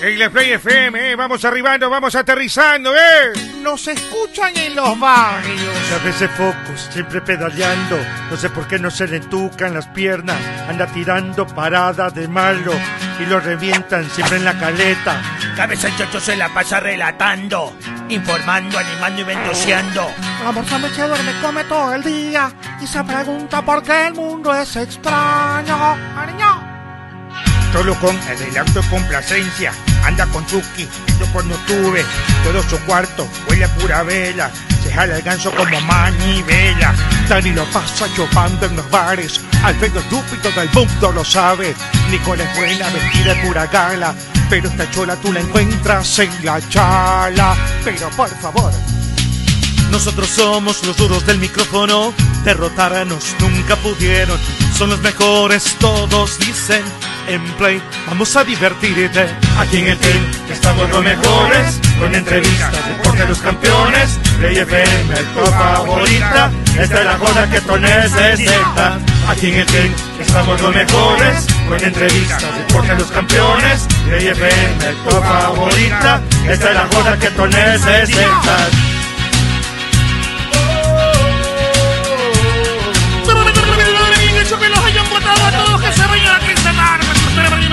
En la Play FM, eh, vamos arribando, vamos aterrizando, ¿eh? Nos escuchan en los barrios. A veces focos, siempre pedaleando. No sé por qué no se le entucan las piernas. Anda tirando paradas de malo y lo revientan siempre en la caleta. Cabeza el chocho se la pasa relatando, informando, animando y ventoseando. La persona que duerme come todo el día y se pregunta por qué el mundo es extraño. Ariño. Solo con adelanto y complacencia. Anda con Chucky, yo cuando tuve todo su cuarto, huele a pura vela. Se jala el ganso como manivela. Dani lo pasa chupando en los bares. Alfredo estúpido del mundo lo sabe. Nicole es buena, vestida de pura gala. Pero esta chola tú la encuentras en la chala. Pero por favor, Nosotros somos los duros del micrófono, derrotarnos nunca pudieron. Son los mejores, todos dicen. En play, vamos a divertirte. Aquí en el team estamos los mejores, con entrevistas, deporte los campeones. Play FM, tu favorita, esta es la joda que tú necesitas. Aquí en el team estamos los mejores, con entrevistas, deporte los campeones. Play FM, tu favorita, esta es la joda que tú necesitas. que los hayan votado a todos que se vayan a quincenar. Play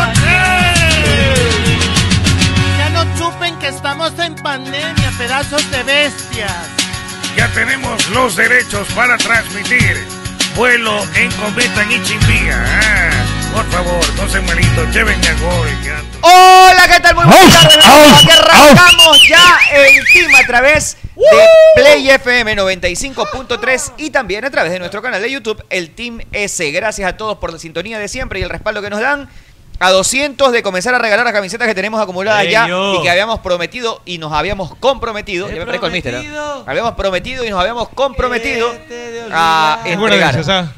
FM 95.3. Ya no chupen que estamos en pandemia, pedazos de bestias. Ya tenemos los derechos para transmitir. Vuelo en cometa en Ichimbía. Ah, por favor, no se malito, llévenme a gol. ya. Hola, ¿qué tal? Muy buenas tardes. amigos. Aquí arrancamos ya el team a través de Play FM 95.3 y también a través de nuestro canal de YouTube, el Team S. Gracias a todos por la sintonía de siempre y el respaldo que nos dan. A 200 de comenzar a regalar las camisetas que tenemos acumuladas Señor. ya y que habíamos prometido y nos habíamos comprometido. Ya me parezco al mister, ¿no? Habíamos prometido y nos habíamos comprometido a entregar.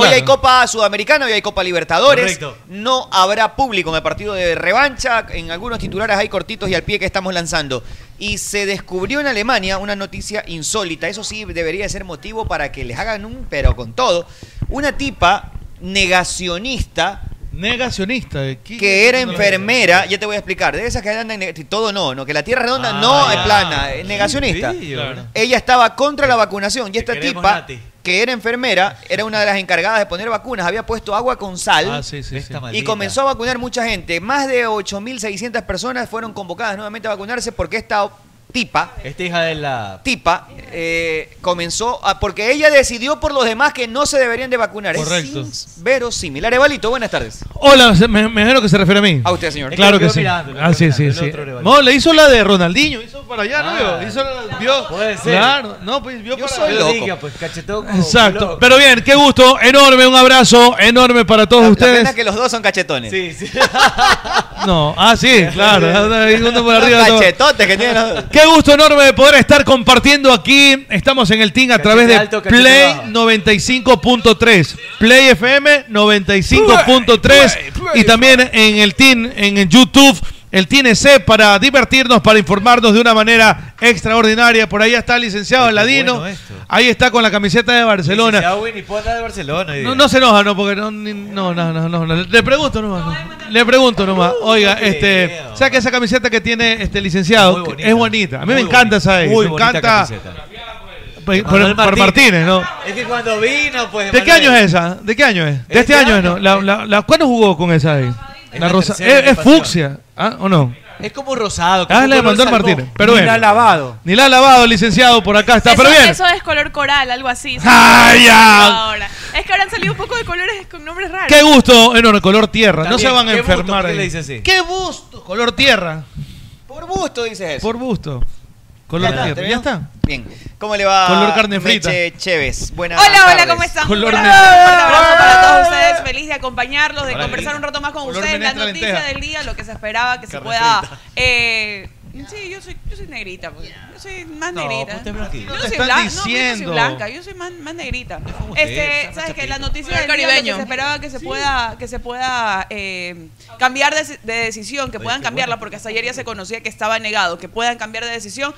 Hoy hay Copa Sudamericana, hoy hay Copa Libertadores. Correcto. No habrá público en el partido de revancha. En algunos titulares hay cortitos y al pie que estamos lanzando. Y se descubrió en Alemania una noticia insólita. Eso sí debería ser motivo para que les hagan un pero con todo. Una tipa negacionista Negacionista. ¿de qué- que era no lo enfermera, ya te voy a explicar, de esas que andan en neg- todo no, no, que la tierra redonda Ah, no ya. es plana, es veo. negacionista. Sí, claro. Ella estaba contra la vacunación y esta queremos, tipa, Nati. que era enfermera, era una de las encargadas de poner vacunas, había puesto agua con sal Ah, sí, sí, sí. Esta y maldita. comenzó a vacunar mucha gente. Más de 8.600 personas fueron convocadas nuevamente a vacunarse porque esta tipa, Esta hija de la. tipa, eh, comenzó a, porque ella decidió por los demás que no se deberían de vacunar. Correcto. Es verosímil. Arevalito, buenas tardes. Hola, se- me, me imagino que se refiere a mí. A usted, señor. Es que Claro lo que quedó sí. mirando, lo Ah, quedó sí, sí, mirando, el sí. otro Revaldo. No, le hizo la de Ronaldinho, hizo para allá, ¿no Ah, vio? Hizo la, vio. puede ser. Claro, no, pues vio Yo para soy loco. Diga, pues cachetó como Exacto. loco. Pero bien, qué gusto, enorme, un abrazo enorme para todos La- la ustedes. pena es que los dos son cachetones. Sí, sí. No, ah, sí, claro. Hay uno por arriba, Los otro- cachetotes que tienen los- Qué gusto enorme de poder estar compartiendo aquí. Estamos en el team a Cachete través de alto, cachete Play bajo. 95.3, Play FM 95.3 y también en el team en el YouTube, el team EC para divertirnos, para informarnos de una manera extraordinaria. Por ahí está el licenciado Qué Aladino. bueno esto. ahí está con la camiseta de Barcelona. Licenciado Winnie Ponda de Barcelona. hoy No, día. no se enoja, no, porque no, ni- no, no, no, no, no. Le pregunto nomás. no. Le pregunto nomás. Oiga, qué este, miedo. saca esa camiseta que tiene este licenciado. Muy que bonita. Es bonita. A mí me Muy encanta, bonita. ¿sabes? Muy me bonita encanta. camiseta. Por, por- Manuel por Martínez, ¿no? Es que cuando vino, pues. ¿De qué año es esa? ¿De qué año es? De este Este año, año. ¿no? La, la, la- ¿Cuándo jugó con esa ahí? Es La la rosa. tercera ¿Es, es pasión. fucsia? ¿Ah, ¿O no? Es como rosado. como Ah, es la de color Manuel salmón. Martínez. Pero Ni bien. la ha lavado. Ni la ha lavado, licenciado, por acá está. Eso, Pero bien. eso es color coral, algo así. ¡Ay, ya! Ahora. Es que ahora han salido un poco de colores con nombres raros. Qué gusto, enorme, color tierra. no También, se van a qué gusto, enfermar ¿por qué ahí. le dice así? Qué gusto, color tierra. Por gusto dices eso. Por gusto. Ya Color está, tierra. ¿te Ya veo? está. Bien. ¿Cómo le va? Color carne frita. Meche Ah, Chévez. Buenas Hola, hola, tardes. ¿cómo están? Color Un negro. fuerte abrazo Ah. para todos ustedes. Feliz de acompañarlos, de Hola, conversar Lili. un rato más con Color ustedes. La menestra noticia lenteja. del día, lo que se esperaba que se Carne pueda. frita. eh, sí, yo soy, yo soy negrita. pues. Yo soy más No, negrita. usted es blanquita. Yo No no te soy están blanca. No, yo diciendo. soy blanca. Yo soy más, más negrita. usted, Este, esa ¿Sabes qué? chapita. La noticia Color del día, lo que caribeño. se esperaba que se pueda, que se pueda eh, cambiar de, de decisión, que puedan cambiarla, porque hasta ayer ya se conocía que estaba negado, que puedan cambiar de decisión.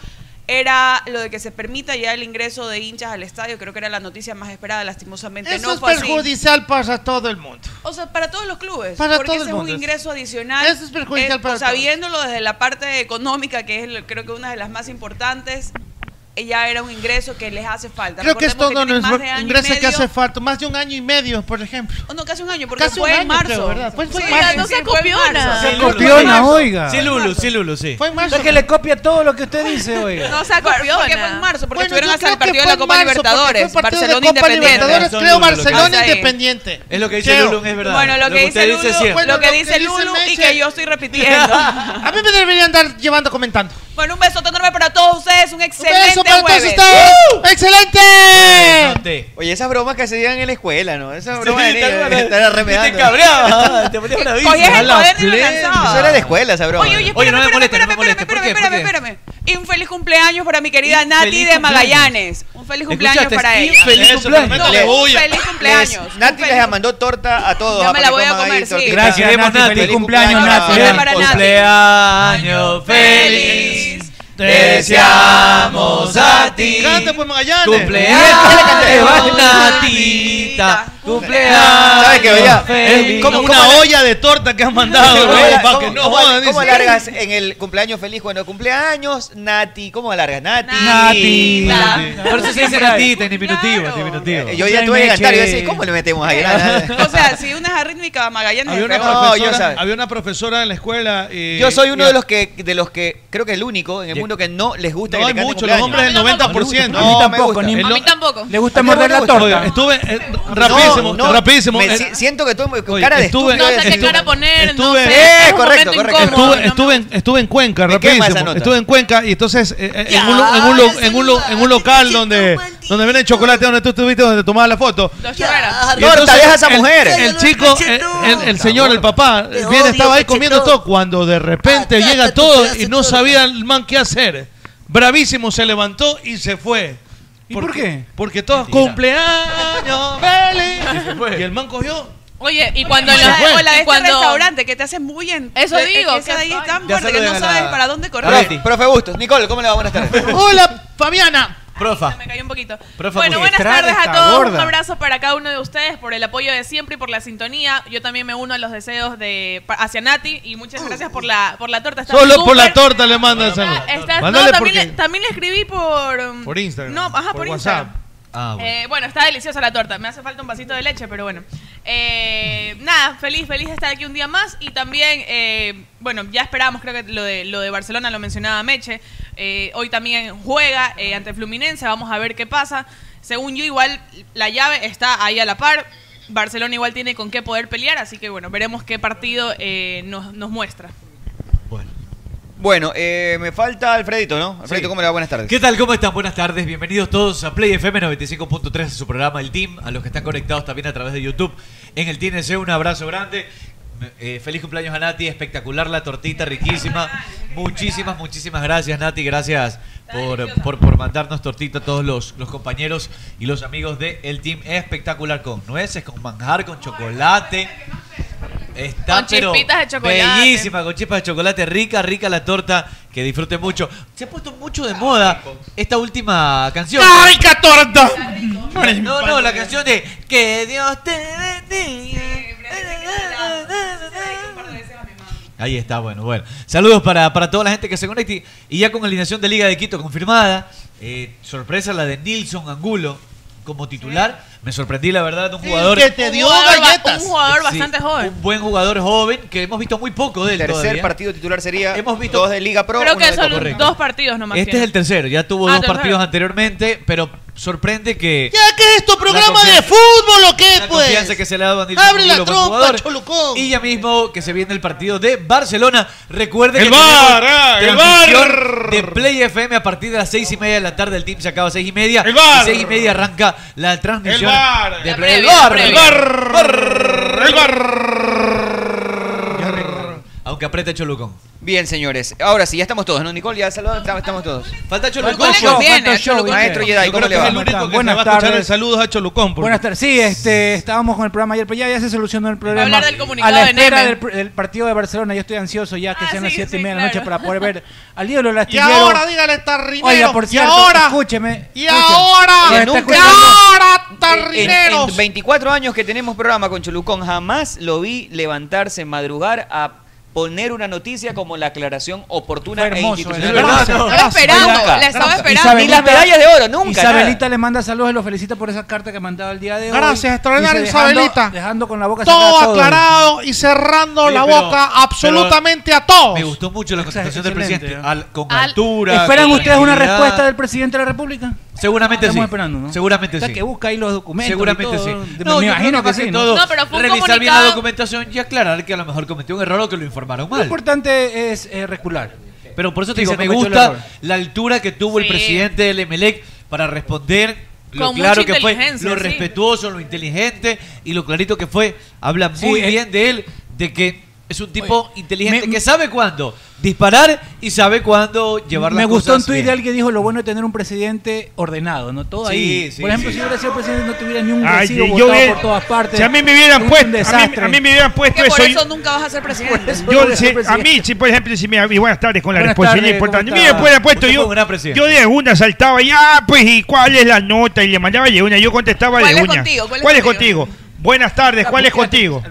era lo de que se permita ya el ingreso de hinchas al estadio, creo que era la noticia más esperada, lastimosamente Eso no es fue así. perjudicial para todo el mundo. O sea, para todos los clubes. Para porque todo ese el es mundo. un ingreso adicional. eh, Eso es perjudicial para todos. Sabiéndolo desde la parte económica, que es lo- creo que una de las más importantes, eh, ya era un ingreso que les hace falta. Creo que es Recordemos todo tienen más nuestro de año y ingreso que medio- hace falta. Más de un año y medio, por ejemplo. Oh, no, casi un año, porque Casi fue un en año, marzo. creo, ¿verdad? Fue en Sí, marzo. no se Sí, copió fue en nada. marzo. Sí, Copió fue en nada, marzo. oiga. Fue Sí, en Lulu, marzo. sí, Lulu, sí. Fue en marzo. Es que le copia todo lo que usted dice, oiga. No, o sea, copió porque fue en marzo, porque Bueno, estuvieron yo hasta el creo que partido de fue la en Copa marzo, porque Libertadores, fue partido de Barcelona Copa Independiente. Libertadores, Son creo Lulu, lo Barcelona pasa ahí. Independiente. Es lo que dice Creo. Lulu, es verdad. Bueno, lo, que, dice usted Lulu, es cierto. lo que dice dice Lulu y Meche. que yo estoy repitiendo. A mí me deberían andar llevando comentando. bueno, un beso enorme para todos ustedes, un excelente Eso para todos jueves. ¡Uh! ustedes. ¡Uh! ¡Excelente! Oye, esas bromas que hacían en la escuela, ¿no? Esas Sí, bromas de te acuerdas. niños, estar arremedando. Y te cabreaba, te ponías bravísimo. Cogías el A la cuaderno y lo plena. lanzabas. Eso era de escuela, esa broma. Oye, oye, Oye, no me espérame, moleste, no espérame, me moleste. ¿Por espérame, qué? espérame, ¿Por qué? espérame. Y un feliz cumpleaños para mi querida Infeliz Nati de cumpleaños. Magallanes. Un feliz cumpleaños ¿Escuchaste? para ella. Infeliz Eso, cumpleaños. no, Le- un les- feliz cumpleaños. Nati les mandó torta a todos. Ya me la para que voy a coman ahí comer, sí. tortita. Gracias, Gracias, Nati. Nati. Feliz Feliz cumpleaños, cumpleaños, Nati. Nati. para Nati. Cumpleaños feliz. Te deseamos a ti. Cante, pues, Magallanes. Cumpleaños Cante, Magallanes. Natita. Cumpleaños. ¿Sabes qué, oiga? Es feliz. como una olla de torta que han mandado, ¿Cómo, güey, ala- para cómo- que no cómo- jodan. ¿Cómo dice. alargas en el cumpleaños feliz? Bueno, cumpleaños, Nati. ¿Cómo alargas? Nati. Nati. Nati. Por eso se dice Natita, en diminutivo, en diminutivo. Eh, Yo ya tuve que cantar y decir, ¿cómo le metemos ahí? Nada, O sea, si una es arrítmica, Magallanes Había es una, peor. No, yo profesora, sabe. había una profesora en la escuela. eh, Yo soy uno y- de los que, de los que creo que es el único en el mundo que no les gusta No que hay le canten mucho, los hombres cumpleaños. del 90%. No, me gusta. ni- El- tampoco. Le gusta ¿A qué morder no le la gusta? Oiga, torta. estuve eh, rapidísimo, No, no, rapidísimo. me eh, si- siento que estoy con Oye, cara de estuve- estúpido. No sé qué cara poner, Estuve- sé, Eh, es un correcto, momento correcto. incómodo, Estuve, estuve, en, estuve en Cuenca, Me quema esa rapidísimo. nota. Estuve en Cuenca y entonces eh, eh, en, un, lo- en, un, lo- en, un, lo- en un local donde, donde venden chocolate, donde tú estuviste, donde tomabas la foto. Dos chorreras. Y Torta, entonces deja a esa el- mujer. El, chico, eh, el, el- el señor, el papá, Te bien odio, estaba ahí cachetón. comiendo todo. Cuando de Ah, repente llega todo y no sabía el man qué hacer. Bravísimo, se levantó y se fue. ¿Y por qué? Porque todos cumpleaños, feliz. Y el man cogió. Oye, y Cuando cuando Se la, fue. o la de este Cuando- restaurante que te hacen muy en Eso de- digo, es que esa que de ahí es tan estoy- fuerte que saludan no a la- sabes para dónde correr. Profe, profe Bustos. Nicole, ¿cómo le va? Buenas tardes. Hola, Fabiana. Profa. Me cayó un poquito. Profe, porque bueno, buenas Estrada tardes está a todos. gorda. Un abrazo para cada uno de ustedes por el apoyo de siempre y por la sintonía. Yo también me uno a los deseos de pa- hacia Nati y Uh. muchas gracias por la por la torta. Está Solo por súper- la torta le mandan saludos. Está- no, Mándale también, porque- le, también le escribí por um, Por Instagram. No, ajá, por, Instagram. WhatsApp. Ah, bueno. Eh, bueno, está deliciosa la torta. Me hace falta un vasito de leche, pero bueno. Eh, nada, feliz, feliz de estar aquí un día más. Y también, eh, bueno, ya esperábamos, creo que lo de, lo de Barcelona lo mencionaba Meche. Eh, hoy también juega eh, ante Fluminense, vamos a ver qué pasa. Según yo, igual la llave está ahí a la par. Barcelona igual tiene con qué poder pelear, así que bueno, veremos qué partido eh, nos, nos muestra. Bueno, eh, me falta Alfredito, ¿no? Alfredito, ¿cómo le va? Buenas tardes. ¿Qué tal? ¿Cómo están? Buenas tardes. Bienvenidos todos a Play FM 95.3 en su programa El Team. A los que están conectados también a través de YouTube en el TNC, un abrazo grande. Eh, feliz cumpleaños a Nati, espectacular la tortita, riquísima. Muchísimas, muchísimas gracias Nati, gracias por, por, por mandarnos tortita a todos los, los compañeros y los amigos de El Team. Espectacular con nueces, con manjar, con chocolate. Está, Con pero chispitas de chocolate. Bellísima, con chispas de chocolate. Rica, rica la torta. Que disfrute mucho. Se ha puesto mucho de moda esta última canción. rica torta! No, no, la canción de Que Dios te bendiga. Ahí está, bueno, bueno. Saludos para, para toda la gente que se conecta. Y y ya con alineación de Liga de Quito confirmada. Eh, sorpresa la de Nilson Angulo como titular. Me sorprendí, la verdad, de un jugador. que te dio Un jugador ba- galletas. Un jugador Sí, bastante joven. Un buen jugador joven que hemos visto muy poco de él. Tercer todavía. partido titular sería Hemos visto dos de Liga Pro. Creo uno que de son Copa. dos partidos nomás. Este es tiene. el tercero, ya tuvo Ah, dos tercero. partidos anteriormente, pero sorprende que ¿Ya qué es esto? ¿Programa de confianza- fútbol o qué, la confianza pues? que se le ha dado a Nilson Abre la Angulo, buen trompa, jugador. Cholucón. Y ya mismo que se viene el partido de Barcelona. Recuerden El que tenemos VAR, ah, el transmisión de Play FM a partir de las seis y media de la tarde. El team se acaba a seis y media. El VAR. Y seis y media arranca la transmisión El VAR. de La Play. previa, la El previa. VAR. El VAR. Ya arranca. A un que apriete Cholucón. Bien, señores. Ahora sí, ya estamos todos, ¿no, Nicole? Ya saludamos, estamos- estamos todos. Falta Cholucón. Maestro Jedi, eh, Yo ¿cómo creo le que va? es el único que Buenas se va a escuchar tardes. el saludo a Cholucón. porque- Buenas tardes. Sí, este, estábamos con el programa ayer, pero ya, ya se solucionó el problema. Hablar del comunicado a la de espera Neme. del, pr- del partido de Barcelona, yo estoy ansioso ya que sean las sí, 7 sí, y media de la noche claro. para poder ver al ídolo del Y astillero. ahora, dígale, Tarrinero. Oiga, por cierto, y ahora. escúcheme. Y escuchen. ahora. Nos está Nunca- escuchando- En, en 24 años que tenemos programa con Cholucón, jamás lo vi levantarse, madrugar a poner una noticia como la aclaración oportuna Fue hermoso, e es institucional. verdad, Estaba no, hermoso. esperando, Nunca. la estaba Nunca. esperando. Ni las medallas de oro, nunca. Isabelita le manda saludos y lo felicita por esa carta que mandaba el día de hoy. Gracias, extraordinario, Dice, dejando- Isabelita. Dejando con la boca Todo cerrada todo. aclarado y cerrando Oye, la pero- boca absolutamente a todos. Me gustó mucho la contestación del excelente, presidente. Al- con altura. ¿Esperan con ustedes una tranquilidad. respuesta del presidente de la República? Seguramente Estamos sí. esperando, ¿no? Seguramente Está sí. que busca ahí los documentos. y Seguramente todo. sí. De- No, me yo creo imagino que, más sí. todo, ¿no? revisar bien la documentación y aclarar que a lo mejor cometió un error o que lo informaron Lo mal. importante es eh, recular. Pero por eso te Sí, digo, se me cometió el error. gusta la altura que tuvo el Sí. presidente del Emelec para responder lo Con claro mucha que fue, inteligencia, lo sí. respetuoso, lo inteligente y lo clarito que fue. Habla muy eh. bien de él, de que es un tipo inteligente que sabe cuándo disparar y sabe cuándo llevar las Me gustó un cosas eh, tuit bien. de alguien que dijo lo bueno de tener un presidente ordenado, ¿no? Todo Sí, ahí. sí, por ejemplo, sí. si hubiera sido presidente no tuviera ni un Ay, recibo yo botado hubiera- por todas partes. Si a mí me hubieran Un puesto, a mí, desastre. a mí me hubieran puesto Que por eso. eso nunca vas a ser presidente. yo- yo, si- a mí, si por ejemplo, si me, y buenas tardes con la Buenas responsabilidad tardes, ¿cómo importante. A mí me está? hubieran puesto Usted fue yo. un gran presidente. Yo de una saltaba y, ah, pues, ¿y cuál es la nota? Y le mandaba de una, yo contestaba ¿Cuál de es una. contigo? ¿Cuál es contigo? Buenas tardes, ¿cuál es contigo?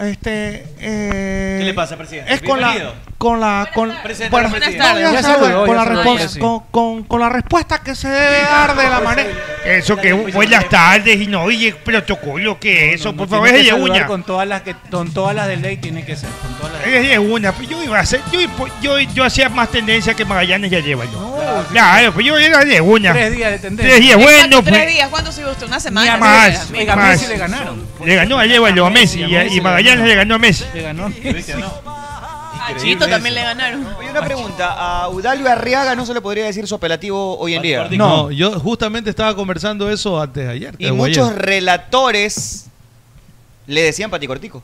Este, eh, ¿Qué le pasa, presidente? Es con la, Bienvenido. con la, con, Presidente, bueno, buenas no, tardes. ya Ya sabe, saludó, con ya la saludó. respons- Ah, sí. con, con- con la respuesta que se debe dar de la manera. Eso que buenas tardes y no, y el protocolo que es eso, por favor, Tiene es que de saludar una. Con todas las que, con todas las de ley tiene que ser. Con todas las de Es de una, pues yo iba a hacer, yo, yo, yo hacía más tendencia que Magallanes ya lleva yo. claro, pues yo era de una. Tres días de tendencia. Tres días, Exacto, bueno, tres pues. días, ¿cuánto sigue usted? Una semana. más, sí, oiga, más. le ganaron. Le ganó a Llévalo a Messi y, y Magallanes le ganó a Messi. Le ganó. A Chito también le ganaron. Oye, una pregunta. A Udalio Arriaga no se le podría decir su apelativo hoy en día. No, yo justamente estaba conversando eso antes de ayer. Y muchos relatores le decían paticortico.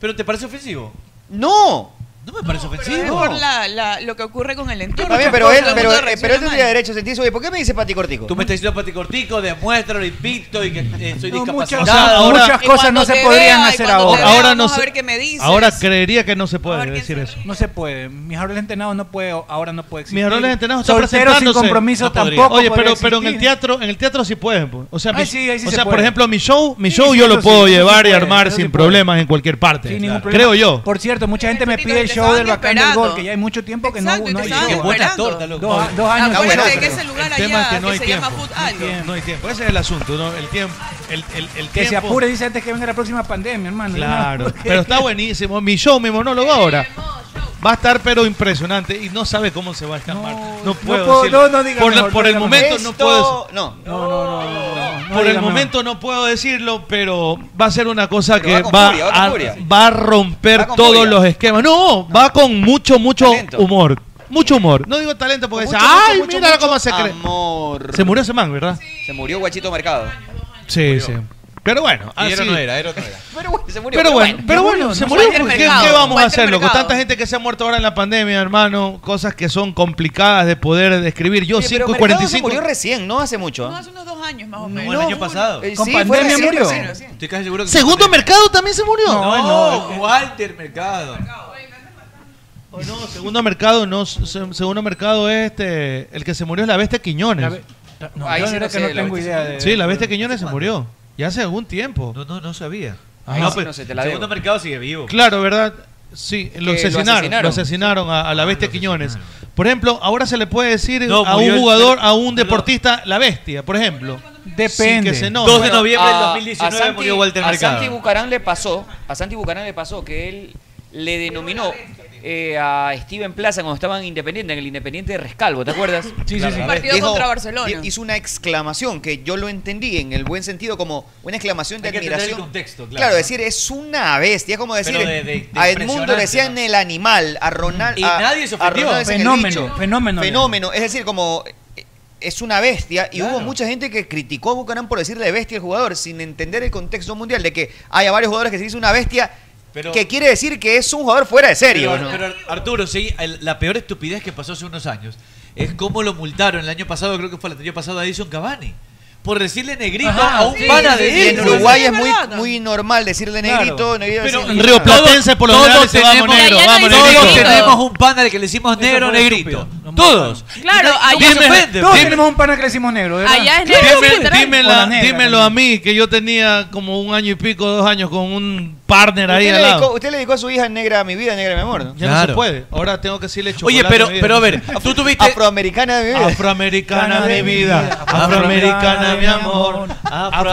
¿Pero te parece ofensivo? No. No me parece Pero ofensivo. es por la, la- lo que ocurre con el entorno. Está bien, pero Muchas él, cosas, pero, el mundo eh, pero él reacciona tendría mal. derecho a sentirse, oye, ¿por qué me dice paticortico? Tú me estás diciendo paticortico, demuéstralo, invicto y que eh, soy No, discapacitado. muchas- ahora, muchas cosas no se podrían hacer ahora. Ahora no sé. se- Ahora creería que no se puede decir eso. No se puede. Mijaroles Entenado no puede, ahora no puede existir. Mijaroles Entenado está Soltero sin presentándose. compromiso No podría. tampoco. Oye, pero, podría pero en el existir. teatro, en el teatro sí pueden. pues. O sea, Ay, mi- sí, ahí sí o se sea por puede. ejemplo, mi show, mi Sí, show sí, yo eso lo sí, puedo eso sí llevar y puede, armar eso sí sin puede. problemas en cualquier parte. Sin ningún problema. Creo yo. Por cierto, mucha gente me pide el te show del estaban Bacán del Gol, esperando. que ya hay mucho tiempo que Exacto, no, y no te hay estaban show. esperando. Dos, dos años. Acuérdate sin show. que ese lugar El tema es allá que no que hay se llama tiempo. Food No hay Algo. tiempo, No hay tiempo. Ese es el asunto, ¿no? El tiempo. El, el, el Que se tiempo- apure, dice antes que venga la próxima pandemia, hermano. Claro, Porque- pero está buenísimo. Mi show, mi monólogo ahora. Va a estar pero impresionante y no sabe cómo se va a escamar. No, puedo puedo- no, decirlo. no diga por, la- mejor, por no el diga momento mejor. no Esto- puedo decir- No. No, no, no, no, no, no, no por diga el mejor. momento no puedo decirlo, pero va a ser una cosa Pero va que con va, furia, va con a, furia. va a romper Va con todos furia. los esquemas. No, va con mucho mucho humor, mucho humor. No digo talento porque dice, mucho, "Ay, mucho, míralo mucho cómo se Ah, cree". amor. Se murió ese man, ¿verdad? Se murió Guachito Mercado. Sí, sí. Pero bueno, Y era así- no era, era no era. Pero bueno, se murió. Pero bueno, pero bueno, se murió. Walter pues, ¿Qué, Mercado, qué vamos a Walter hacer, loco? Mercado. Tanta gente que se ha muerto ahora en la pandemia, hermano. Cosas que son complicadas de poder describir. Yo, Oye, pero 5 y Mercado 45. se murió recién, no hace mucho. ¿ah? Hace unos dos años más o menos. Como el año pasado. Eh, Con sí, fue pandemia recién, murió. recién, Estoy casi seguro que Segundo fue mercado también se murió. pandemia. No, Walter Mercado. Segundo mercado, no. se- Segundo mercado es este. El que se murió es la bestia Quiñones. No, Ahí yo sí era no que sé, no la tengo verdad. idea de... Ah, Sí, Eh, la bestia Quiñones se murió. Ya hace algún tiempo. No, no, no sabía. Ah, no, sí, pues, no sé, te la segundo debo. mercado sigue vivo. Claro, ¿verdad? Sí, lo Que lo asesinaron. asesinaron. Lo asesinaron a, a la bestia Quiñones. Por ejemplo, ahora se le puede decir Ah, No, a murió un el- jugador, a un deportista, la bestia, por ejemplo. Sin que se enoje. 2 de noviembre del a- 2019 a Santi- murió Walter A Santi Mercado. Bucarán le pasó, a Santi Bucarán le pasó que él le denominó eh, a Steven Plaza cuando estaban en Independiente, en el Independiente de Rescalvo, ¿te acuerdas? sí, sí. Dijo- Partido contra Barcelona. Hizo una exclamación que yo lo entendí en el buen sentido como una exclamación de Hay que entender admiración. el contexto, claro. decir, es una bestia, es como decir, Pero de- de- de a Edmundo le impresionante, decían el animal, a Ronaldo. Y nadie se ofendió. Fenómeno, fenómeno. Fenómeno, es decir, como eh, es una bestia y hubo mucha gente que criticó a Bucarán por decirle bestia al jugador sin entender el contexto mundial de que hay a varios jugadores que se dice una bestia Pero- que quiere decir que es un jugador fuera de serie. Pero, ¿no? pero, Arturo, sí, el- la peor estupidez que pasó hace unos años es cómo lo multaron el año pasado, creo que fue el año pasado a Edison Cavani, por decirle negrito Ajá, a un sí, pana sí, de sí, él. En Uruguay es muy, muy normal decirle Claro. negrito. negrito Pero decirle- Río Platense por lo todos general se va tenemos- monero, todos va monero. Todos Negrito. tenemos un pana al que le decimos negro negrito. Todos. Claro, no allá- se ofende, Todos pues. tenemos un pana que le decimos negro, ¿verdad? Allá es negro. Dime, literal. dímela- O la negra, dímelo a mí, que yo tenía como un año y pico, dos años con un partner ahí Usted le, al dedicó, lado. usted le dedicó a su hija negra mi vida, negra mi amor. ¿no? Ya no se puede. Ahora tengo que decirle chocolate. Oye, pero- mi vida. pero a ver, tú tuviste. Afroamericana de mi vida. Ah, Afroamericana de mi vida. Afroamericana mi amor.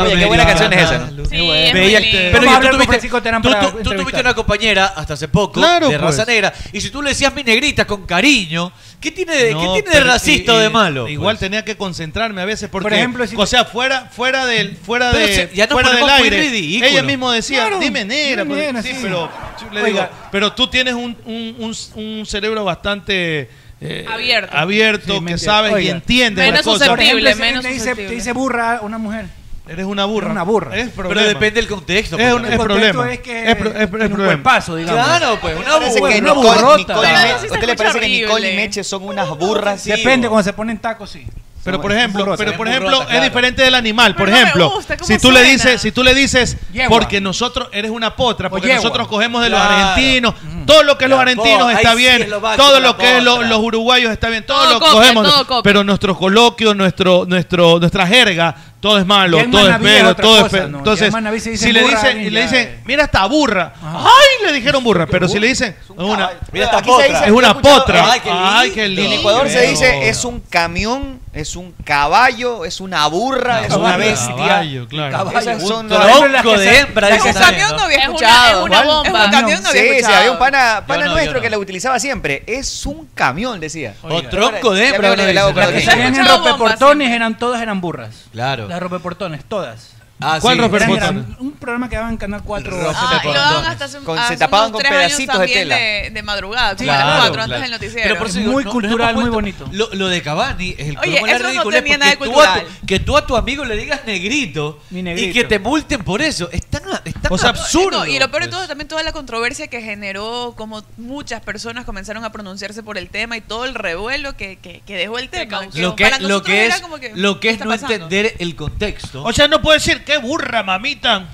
Oye, qué buena canción es esa, ¿no? Luz. Qué Bella- buena. Pero Vamos a yo, hablar tú con tuviste, Francisco Terán tú- para tú- tú entrevistar. tuviste una compañera hasta hace poco Claro, de raza pues. negra y si tú le decías mi negrita con cariño, ¿qué tiene de, No, ¿qué tiene de pero racista i- o de i- malo? Pues. Igual tenía que concentrarme a veces porque, Por ejemplo, o sea, fuera, fuera del, fuera Pero de, se- ya nos fuera del ponemos muy aire. ridículos. Ella mismo decía, Claro, dime negra, dime porque- negra, sí, sí. pero yo le Oiga. digo, pero tú tienes un, un, un, un cerebro bastante eh, Abierto. abierto que sabes y Oiga. entiendes las cosas. Por ejemplo, si te dice- Te dice burra una mujer. Eres una burra. Una burra. Es Pero depende del contexto. Es pues, un- también. es problema. es que Es pro- es- es problema. cuerpazo, digamos. Claro, pues, una Parece burra. que una Nicole- burrota. Nicole Claro. Meche- ¿Usted le escucha parece que Nicole y horrible. Meche son unas burras? Depende, cuando se ponen tacos, sí. Pero por Es ejemplo, burrota. pero Es por burrota, ejemplo, es claro. diferente del animal. Por Pero no me ejemplo, gusta cómo si tú le suena. dices, si tú le dices, Yegua. porque nosotros eres una potra, porque yegua. nosotros cogemos de los Claro. argentinos, todo lo que es los argentinos ahí está sí bien, es lo básico, todo la lo que es lo- potra. los uruguayos está bien, todo, Todo lo copia, cogemos, todo no- copia. pero nuestro coloquio, nuestro, nuestro, nuestra jerga, todo es malo, Ya en todo es Manaví es pero, otra todo es cosa, pe- ¿no? Ya en Entonces, Manaví se dice si le burra, dicen, y ya- le dicen, mira esta burra, ay, le dijeron burra, pero si le dicen, es una, Mira esta potra. es una Yo he escuchado- potra, Ay, qué ay, lindo. qué lindo. En Ecuador se dice es un camión, es un caballo, es una burra, es una bestia. Caballo, claro. Esas son Tronco de hembra, las que dicen se- también, ¿no? Es una- es una ¿Cuál? bomba. Es un camión, no había sí, sí, escuchado. había un pana, pana Yo no, yo nuestro no. que la utilizaba siempre. Es un camión, decía. O tronco de hembra, Ya veo uno nivelado dice. con La los que niños. Tenían en ropeportones, eran, todas eran burras. Claro. Las ropeportones, todas. Ah, ¿Cuál sí. ropeportones? Eran- eran Un programa que daba en Canal 4. Ah, y lo daban hasta hace, Con- hace se tapaban con unos tres años pedacitos de también tela. De, de madrugada, como a Claro, las cuatro antes claro. del noticiero. Pero por eso digo, no- no hemos puesto- Lo, lo de Cavani es el Oye, colmo de la eso no ridiculez, tenía porque nada de tú a tu- cultural. que tú a tu amigo le digas negrito, y negrito. que te multen por eso. Es tan, es tan absurdo. No, y lo peor de pues. todo, también toda la controversia que generó, como muchas personas comenzaron a pronunciarse por el tema y todo el revuelo que, que, que dejó el tema. lo que, para lo nosotros que era es, como que, lo que ¿qué es está no pasando? entender el contexto. O sea, no puedo decir qué burra, mamita.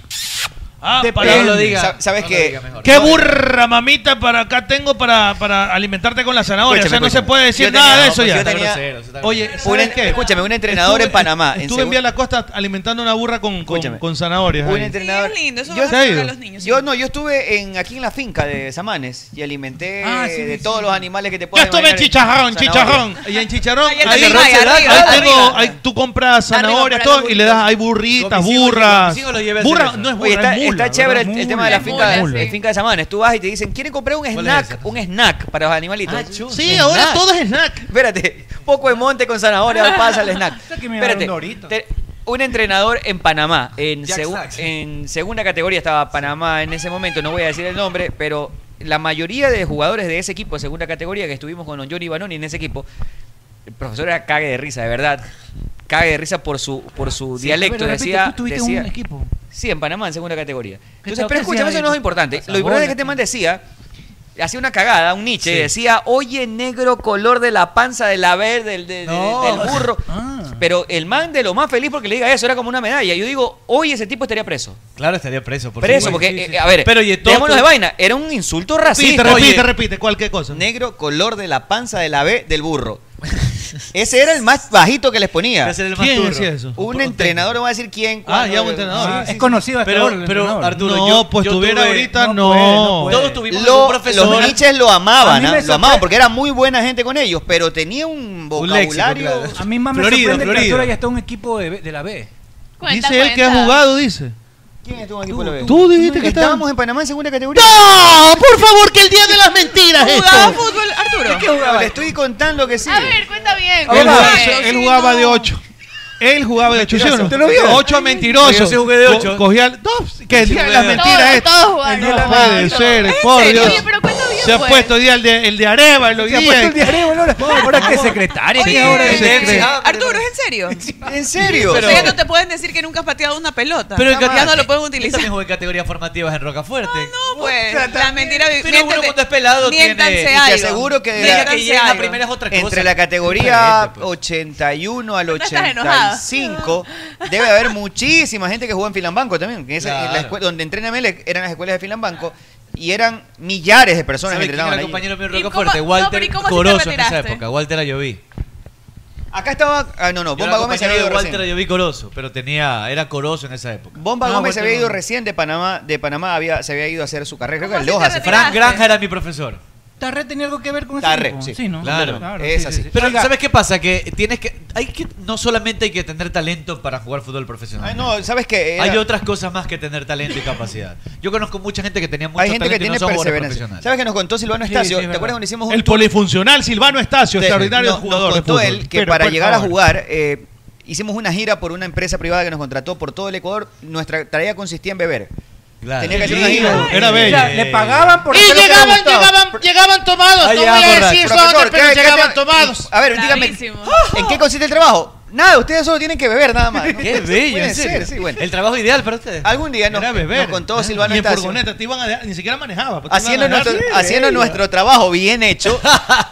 Ah, Depende. No lo diga. Sa- ¿Sabes No lo qué? eh. diga mejor. Qué burra, mamita, para acá tengo para, para alimentarte con la zanahoria. Escúchame, o sea, escúchame. no se puede decir Yo nada tenía- de eso no, ya. yo tenía- Oye, Un ¿sabes en- qué? escúchame, un entrenador en Panamá, en Estuve en, segun- Vía La Costa alimentando una burra con, con, con zanahorias. Un ahí. entrenador. eso va a ser para los niños. Yo no, yo estuve en, aquí en la finca de Samanes y alimenté Ah, sí, de sí, todos sí. los animales que te Yo puedan estuve en chicharrón, chicharrón. Y en chicharrón, Ahí en ahí, Chicharrón, ahí arriba, tengo, arriba, ahí tú compras Arriba, zanahorias para todo, los y le das, hay burritas, burras. Burra, no es burra, Oye, está, es mula, está chévere el, ¿verdad? el tema de la Es finca, mula, de- mula. de finca de Samanes. Tú vas y te dicen, ¿quieren comprar un snack? Un snack para los animalitos. Sí, ahora todo es Ah, snack. Espérate, poco de monte con zanahoria, pasa el snack. que me Espérate, mandaron Doritos. te- un entrenador en Panamá, en, Jack segu- Sachs. en segunda categoría estaba Panamá en ese momento, no voy a decir el nombre, pero la mayoría de jugadores de ese equipo, de segunda categoría, que estuvimos con don Johnny Banoni en ese equipo, el profesor era cague de risa, de verdad. Cague de risa por su, por su Sí, dialecto. pero de repente decía, tú tuviste decía- un equipo. Sí, en Panamá, en segunda categoría. Entonces, tal pero que escúchame, sea eso de- no es lo importante. Lo importante es que este man decía, hacía una cagada, un Nietzsche, Sí. decía, oye, negro color de la panza de la ver, del, de- de- No. ah. del burro. Pero el man de lo más feliz porque le diga eso, era como una medalla. Yo digo, hoy ese tipo estaría preso. Claro, estaría preso. Por preso, supuesto. porque, Sí, sí, eh, sí. a ver, Pero, y entonces- démonos de vaina, era un insulto racista. repite, Oye, repite, cualquier cosa. Negro color de la panza de la B del burro. Ese era el más bajito que les ponía. Ese era el más ¿Quién turro. decía eso? Un entrenador, no va a decir quién. Ah, cuándo. ya un entrenador. Sí, Sí, sí. sí. Pero- pero, Arturo, no, yo- pues yo tuviera tuve- ahorita no. no puede, no puede. Todos tuvimos pues, Lo- algún profesor. Los Nietzsche lo A amaban, mí ¿ah? me lo sorpre- amaban porque era muy buena gente con ellos, pero tenía un vocabulario. léxico, claro. A mí más me Florido, sorprende que florido. Arturo ya está un equipo de, de la B. Dice él que ha jugado, dice. ¿Quién estuvo en equipo de la B? Tú dijiste que estaba- estábamos en Panamá en segunda categoría. ¡No! Por favor, que el día de las mentiras ¿Jugaba esto. fútbol, Arturo? ¿Qué jugaba? Le estoy contando que sí. A ver, cuenta bien. Él cuenta jugaba, bien. él jugaba de 8. Él jugaba de 8, ¿sí o no? ¿Te lo vio? 8 mentiroso. Yo sí jugué de ocho. Co- Cogía el. No, que el día de la mentira es. Todos jugaron. No puede ser, por serio? Dios. Oye, pero cuenta bien, Se ha pues. puesto el día el de, el de Arevalo. Se ha puesto el de Arevalo. Ahora que secretaria. Oye, ahora Ah, Ah, Arturo, ¿es en serio? ¿En serio? o sea, ya Pero- no te pueden decir que nunca has pateado una pelota. Pero el ya Cata- no lo pueden Yo utilizar. también jugué en categorías formativas en Rocafuerte. No, pues, la mentira... Pero uno cuando es pelado tiene... Y te aseguro que, de la, que llega la primera es otra cosa. entre la categoría pues. 81 al estás enojada. 85 debe haber muchísima gente que jugó en Filambanco también. que esa- en la Claro. escuela- donde entrenan él eran las escuelas de Filambanco y eran millares de personas que ¿Sabes quién era entrenaban el ahí. compañero mío en ¿Y cómo- Rocafuerte? no, pero ¿y Walter cómo así te Corozo en esa retiraste? época. Walter Ayoví. Acá estaba, ah, no, no, Yo Bomba era Gómez se compañero había ido de Walter recién. Ayoví Corozo, pero tenía, era Corozo en esa época. Bomba No, Gómez se Walter había ido no. recién de Panamá, de Panamá había, se había ido a hacer su carrera, creo que a Frank Loja. se fue. Granja era mi profesor. Tarre tenía algo que ver con eso. Tarre, sí. ¿no? Claro, es así. Pero Oiga. ¿sabes qué pasa? Que tienes que hay que no solamente hay que tener talento para jugar fútbol profesional. Ay, Ah, no, ¿sabes qué? Era- Hay otras cosas más que tener talento y capacidad. Yo conozco mucha gente que tenía mucho Hay gente que talento tiene y no son jugadores perseverancia. profesionales. ¿Sabes que nos contó Silvano Estacio? ¿Te acuerdas cuando hicimos un El tour? polifuncional Silvano Estacio, Te- extraordinario no, jugador. Nos de contó fútbol. él que Pero, para por llegar a favor. jugar eh, hicimos una gira por una empresa privada que nos contrató por todo el Ecuador. Nuestra tarea consistía en beber. Tenía que hacer una gira. Era bello. pagaban por Y hacer lo que le llegaban, gustaba. llegaban, llegaban tomados. Ah, no voy llegaban a borrachos. decir Profesor, dónde, pero ¿qué- qué- llegaban qué- tomados. A ver, dígame, ¿en qué consiste el trabajo? Nada, ustedes solo tienen que beber nada más. Qué bello, en serio. El trabajo ideal para ustedes. Algún día nos, nos contó Silvano y en Estacio. furgoneta, te iban a dejar- ni siquiera manejaba. pues, te Haciendo, iban a nuestro, dejar- Sí, haciendo bello. nuestro trabajo bien hecho,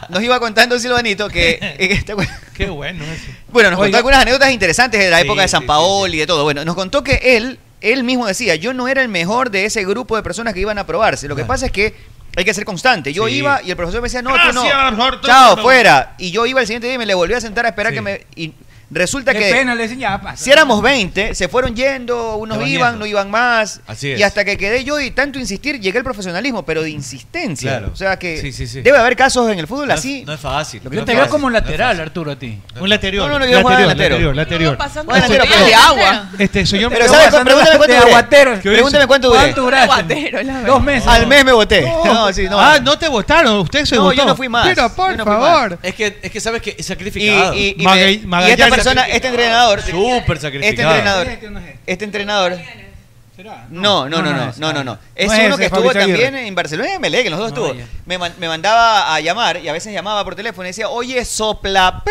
nos iba contando Silvanito que... que- ¿te acuerdas? Qué bueno eso. Bueno, nos contó Oiga. algunas anécdotas interesantes de la Sí, época de San sí, Paolo y de todo. Bueno, nos contó que él, él mismo decía, yo no era el mejor de ese grupo de personas que iban a probarse. Lo que pasa es que hay que ser constante. Yo Ah. Sí. iba y el profesor me decía, no, tú Gracias, no. Horton. Chao, fuera. Y yo iba el siguiente día y me le volví a sentar a esperar que me... Y resulta Qué que... pena, le decían, ya, pasa. Si éramos 20, se fueron yendo, unos Se van iban, yendo. no iban más. Así Y es. hasta que quedé yo y tanto insistir, llegué al profesionalismo, pero de insistencia. Claro. O sea que Sí, sí, sí. debe haber casos en el fútbol No es- así. No es fácil. Yo te veo como un lateral, Arturo, a ti. Un lateral. No, no, no, yo jugaba Lateral, delantero. lateral, lateral. Pasando Delantero, por pero- de agua. Este señor Pero sabes, Pasando pregúntame cuánto este de duré. aguatero. ¿Qué Pregúntame dice? cuánto duré. ¿Cuánto duraste? Aguatero, la verdad. Dos meses. Al mes me voté. No, sí, no. Ah, no te votaron. Usted se No, votó. yo no fui más. Pero por Yo no fui más. favor. Es que, es que sabes que es Y, sacrificado. y- y me- y esta persona, este entrenador, Súper este sacrificado. entrenador, este entrenador. No, no, No, no, no no, es, no, no, no. no. No Es es uno ese, que estuvo Fabricio Aguirre. también en Barcelona, me que los dos estuvo. ya. Me, man- me mandaba a llamar y a veces llamaba por teléfono y decía, oye, sopla,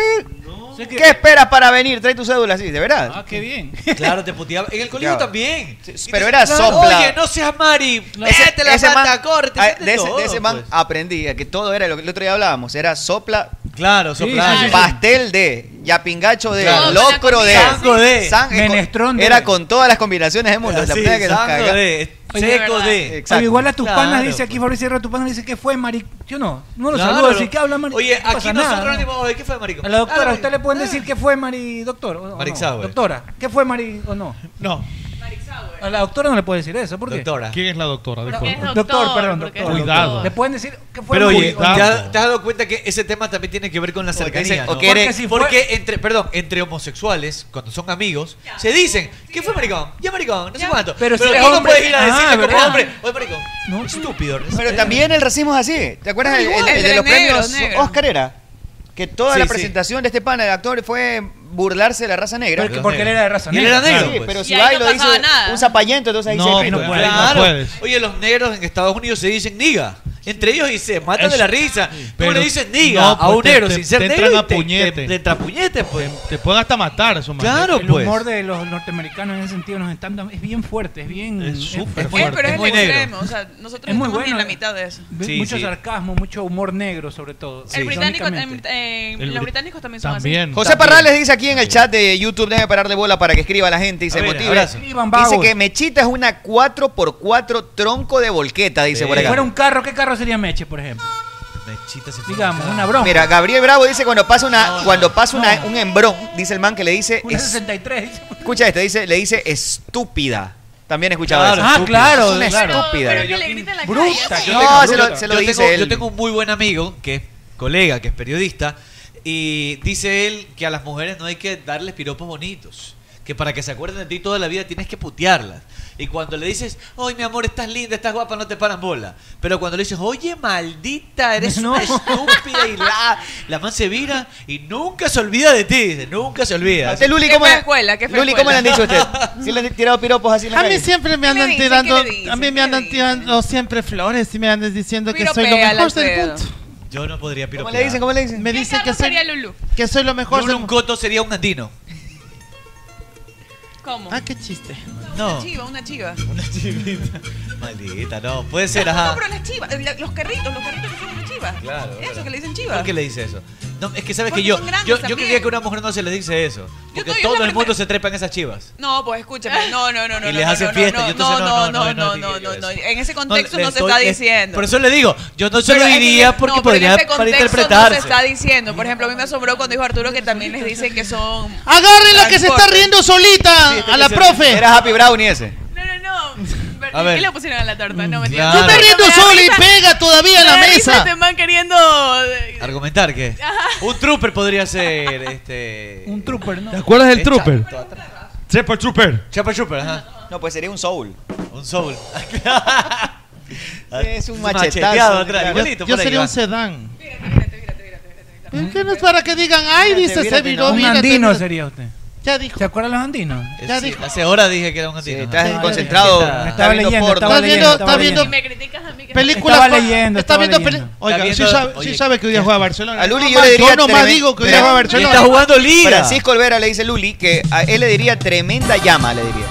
¿qué esperas para venir? Trae tu cédula, sí, de verdad. Ah, qué bien. Claro, te puteaba. En el colegio Claro. también. Y Pero te- era claro, sopla. Oye, no seas Mari. Ese- Métete la ese man- pata, corte. ah, métete de, ese, de todo, ese man pues. aprendí a que todo era lo que el otro día hablábamos. Era sopla. Claro, sopla. sí, sí. Pastel de, yapingacho de, Claro. locro de, Sango de, san- eh, con- menestrón de. Era con todas las combinaciones del mundo. la Así, pega que nos sango caga. de, Oye, seco de verdad. de. Exacto. Oye, igual a tus Claro, panas dice pues. aquí Fabricio Sierra, tu panas dice que fue maric... Yo no, no lo Claro. saludo, así que habla maric... Oye, no pasa aquí nada, nosotros ¿no? no. ¿Qué fue, marico? A la Ah, doctora, marico. usted le pueden decir que fue Mari Doctor. o- o Maric no. Sauer. Doctora, ¿qué fue Mari o no? No. A la doctora no le puede decir eso, ¿por qué? Doctora. ¿Quién es la doctora? Pero Disculpe. es doctor, perdón, porque doctor. es Cuidado. Le pueden decir que fue Pero Mari oye, o ¿te no. has, te has dado cuenta que ese tema también tiene que ver con la Porque cercanía? dicen, ¿no? o que eres- Porque, si fue- porque entre, perdón, entre homosexuales, cuando son amigos, se dicen, ¿qué fue maricón? Ya maricón, no sé cuánto. Pero si Pero, eres tú no hombre- puedes ir a Ah, decirle como ¿verdad? hombre, oye maricón, estúpido. Pero también el racismo es así. ¿Te acuerdas el, el- Ah, Igual. el El de de los negro, premios negro. Oscar era? Que toda Sí, la sí. presentación de este pana de actor fue burlarse de la raza negra. Porque- porque él era de raza Y él negra. era negro, Sí, pues. pero si Y ahí va y no lo dice pasaba nada. un zapallento, entonces ahí No, se pues, claro. Oye, los negros en Estados Unidos se dicen niga. Entre ellos y se matan Eso- de la risa. Pero Pero- le dicen niga no, a pues, un te- negro te- sin ser te negro. entran y a te- te- puñete. Te entran a puñete, pues. Te pueden hasta matar, eso man. Claro, El pues. humor de los norteamericanos en ese sentido, los stand es bien fuerte, es bien... Es súper es- Eh, pero es, es el muy negro. extremo. O sea, nosotros Es muy estamos ni bueno, en la eh. mitad de eso. Ve- mucho sarcasmo, mucho humor negro sobre todo. El británico, irónicamente. eh, eh, El los bri- británicos también son así. José Parrales dice aquí en el chat de YouTube, déjame pararle bola para que escriba la gente y se ver, motive. abrazo. Escriban, Dice vagos. que Mechita es una 4x4 tronco de volqueta, dice por Si fuera acá. un carro, ¿qué carro sería Meche, por ejemplo? Mechita se Digamos, una broma. Mira, Gabriel Bravo dice cuando pasa una cuando pasa una- un embrón, dice el man que le dice Una es- 63. dice. escucha esto, dice le dice estúpida. También he escuchado Claro, eso. ah, claro, Es una claro. estúpida. Pero- pero Que le griten la Bruta. calle. Yo No, tengo- se lo- se lo yo dice tengo- él. Yo tengo un muy buen amigo, que es colega, que es periodista, y dice él que a las mujeres no hay que darles piropos bonitos. Que para que se acuerden de ti toda la vida tienes que putearlas. Y cuando le dices, ¡ay, mi amor, estás linda, estás guapa, no te paran bola! Pero cuando le dices, ¡oye, maldita, eres una estúpida! Y la, la man se vira y nunca se olvida de ti. Dice, nunca se olvida. Usted, Luli, Qué ¿cómo, fea le- escuela, qué fea Luli, ¿cómo le han dicho a usted? escuela. ¿Sí le han tirado piropos así en la A mí calle? siempre me andan dice? tirando, ¿Qué le dice? a mí me andan tirando siempre flores y me andan diciendo que soy lo Piropéala, mejor del Alfredo. mundo. Yo no podría piropear. ¿Cómo le dicen? Me dicen que soy, sería Lulu? que soy lo mejor Lulu, del un mundo. coto sería un andino. ¿Cómo? Ah, qué chiste. No. Una chiva, una chiva. Una chivita. Maldita, no. Puede ser, No, ajá. pero las chivas, eh, la- los carritos, los carritos que son una chiva. Claro, Eso claro. que le dicen chivas. ¿Por qué le dice eso? No, es que sabes Porque que yo, son grandes yo, yo también. creía que a una mujer no se le dice eso. Porque estoy en todo la el mundo se trepa en esas chivas. No, pues escúchame. No, no, no, no. Y les no, hacen no, fiesta, no, yo entonces no, no, no, no, no, no, no, no, no, no. En ese No, contexto le no, se estoy- está es- diciendo. Por eso le digo, yo no se Pero lo es que- diría porque no, pero en podría ese contexto malinterpretarse. No se está diciendo. Por ejemplo, a mí me asombró cuando dijo Arturo que también les dicen que son. Agarren la que se está transporte. riendo solita este a la profe. Era Happy Brownie ese. A ver. ¿Qué le pusieron a la torta? No, me Claro. Yo me riendo sola y pega todavía en la mesa. Este man queriendo. eh, Argumentar que un trooper podría ser este Un trooper, ¿no? ¿Te acuerdas del Eh, trooper? chato atrás. Chepa Trooper. Chapa trooper, ajá. No, pues sería un soul. Un soul. Ah, Ah, Es un macheteado machetazo. atrás, claro. igualito. Yo por ahí sería va. un sedán. ¿Por qué no es para que digan, ay, dice, se mírate, viró, Un mírate, andino mírate"? sería usted. Ya dijo. ¿Se acuerdan los andinos? Eh, Ya sí, dijo. Hace hora dije que era un antiguo. estás Ajá. desconcentrado. Está- Me estaba viendo leyendo, porno. Está viendo, está viendo Me criticas a mí que películas. Estaba con- leyendo, Está estaba viendo leyendo. peli- Oiga, Está sí viendo- sabe, sí oye, sabe que hoy día juega Barcelona. A Luli No yo más- le diría. no más tremen- digo que hoy día Fra- juega Y Barcelona. está jugando liga. Francisco Olvera le dice Luli que a él le diría tremenda llama, le diría.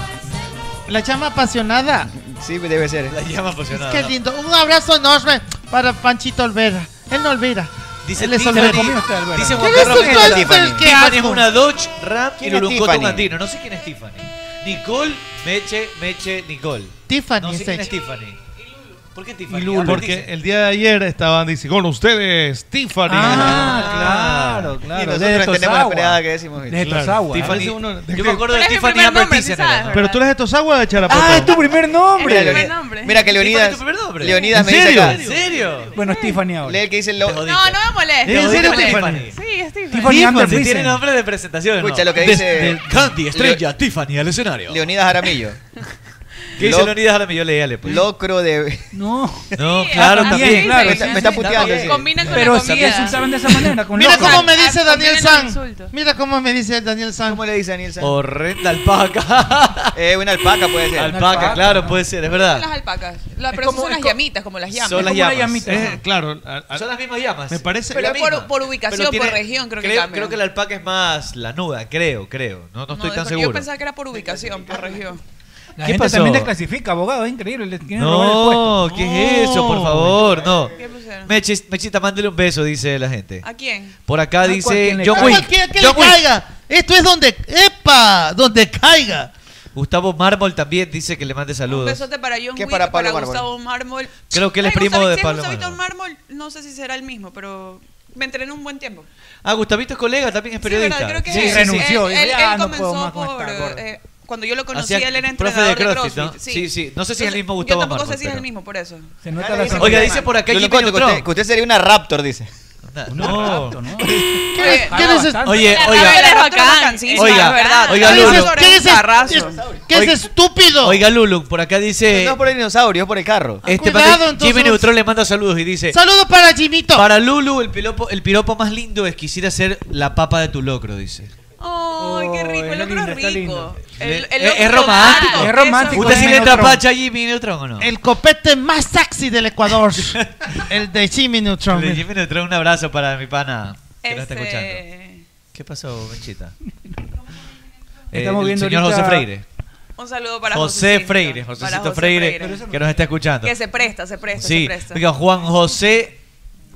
La llama apasionada. Sí, debe ser. ¿eh? La llama apasionada. Qué lindo. Un abrazo enorme para Panchito Olvera. Él no olvida. Dice Él es Tiffany- Olvera. Dice Juan ¿Quién es Carlos usted, Mesa, Tiffany? Qué Tiffany es asco. una Dodge Ram y ¿Quién es Luluncoto un Tiffany? andino. No sé quién es Tiffany. Nicole, Meche, Meche, Nicole. Tiffany No sé es quién es ella. Tiffany. ¿Por qué Tiffany? Y Lulu, Ah, porque dice. el día de ayer estaban, dice, con ustedes, Tiffany. Ah, claro, Y claro. nosotros Desde tenemos la Tosagua. peleada que decimos. Desde Claro. Tosagua. Tiffany- A veces uno- uno- Yo me acuerdo de Pero es el Tiffany primer Amber nombre, Thyssen sí sabes, era, ¿no? Pero tú eres de Tosagua o de Charapoto. Ah, es tu primer Mira, Es el nombre. primer Leoni- nombre. mira que Tiffany, Leonidas. tu primer nombre. Leonidas me ¿En dice serio? acá. ¿En serio? Bueno, es Tiffany Lee ahora. el que dice lo. Te jodiste. No, no me ¿En molesta. Te serio, jodiste, Tiffany? Sí, es Tiffany. Tiffany Amber Tiffany. Tiene Friesen. nombre de presentación. ¿no? Escucha lo que De- dice- de- Candy, estrella, Tiffany, al escenario. Leonidas Aramillo. ¿Qué dice Lo- Leonidas Alamillo? Yo leíale, pues. Locro de. No. No, Ah, Sí, claro, Ah, ajá, también. sí, claro, sí, me está- sí, me está sí, puteando, sí. sí. Combinan con Pero la si comida. insultaron de esa manera, con Mira loco. cómo me dice Ah, Daniel combinen los San. insultos. Mira cómo me dice Daniel San. ¿Cómo le dice Daniel Sanz? Horrenda alpaca. Eh, una alpaca puede ser. alpaca, claro, puede ser, es Son las verdad. alpacas. La- Es pero esas como- es son las co- llamitas, como las llamas. Son las como una llamas. llamita. Eh, claro, a- a- Son las mismas llamas. me parece. Pero La por- misma. por ubicación, Pero por región, creo que creo, cambian. que la alpaca es más lanuda, creo, creo. No, no estoy tan porque Yo seguro. pensaba que era por ubicación, por región. La ¿Qué gente pasó? también desclasifica, abogado, es increíble. Le quieren robar el puesto. No, ¿qué es eso? Por No. favor, no. ¿Qué pusieron? Mechis- Mechita, mándele un beso, dice la gente. ¿A quién? Por acá A dice cualquiera le John cae. Wick. Que, que le John Wick. caiga. Esto es donde. ¡Epa! Donde caiga. Gustavo Mármol también dice que le mande Un saludos. besote para John ¿Qué Wick, para, para Pablo Mármol? Gustavo Mármol. Creo que él es Ay, primo Gustav- de si es Pablo Gustavito Mármol. Mármol, no sé si será el mismo, pero me entrené un buen tiempo. Ah, Gustavito es colega, también es periodista. Sí, verdad, creo que Sí, es. renunció, dijo, Él, él- "Ya, él no comenzó puedo más con por... esta gorra". eh, cuando yo lo conocí, Hacía él era profe de entrenador de CrossFit, CrossFit. ¿no? Sí, sí. No sé si es el mismo Entonces, Gustavo Yo tampoco Mármol, sé si es pero- el mismo, por eso. Se nota la Oiga, dice por acá Yo le Jimmy cuento que Neutron. usted, que usted sería una raptor, dice. No. No. Oye, ¿Qué dices? Oye, La oiga. Ravel es Nosotros bacán. vacancísima, Oiga, la verdad. oiga, La ¿Qué Lulu. Ravel dices? ¿Qué es un dices? carrazo. ¿Qué es Oiga- estúpido? Oiga, Lulu, por acá dice. No es por el dinosaurio, es por el carro. este Ah, Cuidado, pata- entonces. Jimmy Neutron le manda saludos y dice. Saludos para Jimito. Para Lulu, el piropo, el piropo más lindo es quisiera ser la papa de tu locro, dice. Ay, qué rico. Oh, El está otro lindo, es está rico. lindo. El- Es- el otro es romántico. claro, Es eso romántico. ¿Usted sí Jimmy le Neutron. trapacha a Jimmy Neutron o no? El copete más sexy del Ecuador. el de Jimmy Neutron. De Jimmy Neutron, un abrazo para mi pana que nos está escuchando. Este, ¿Qué pasó, Benchita? Eh, Estamos el viendo señor ahorita- José Freire. Un saludo para José Josecito, Freire, para Josécito José Freire, que nos está escuchando. Que se presta, se presta, se Sí, presta. oiga, Juan José,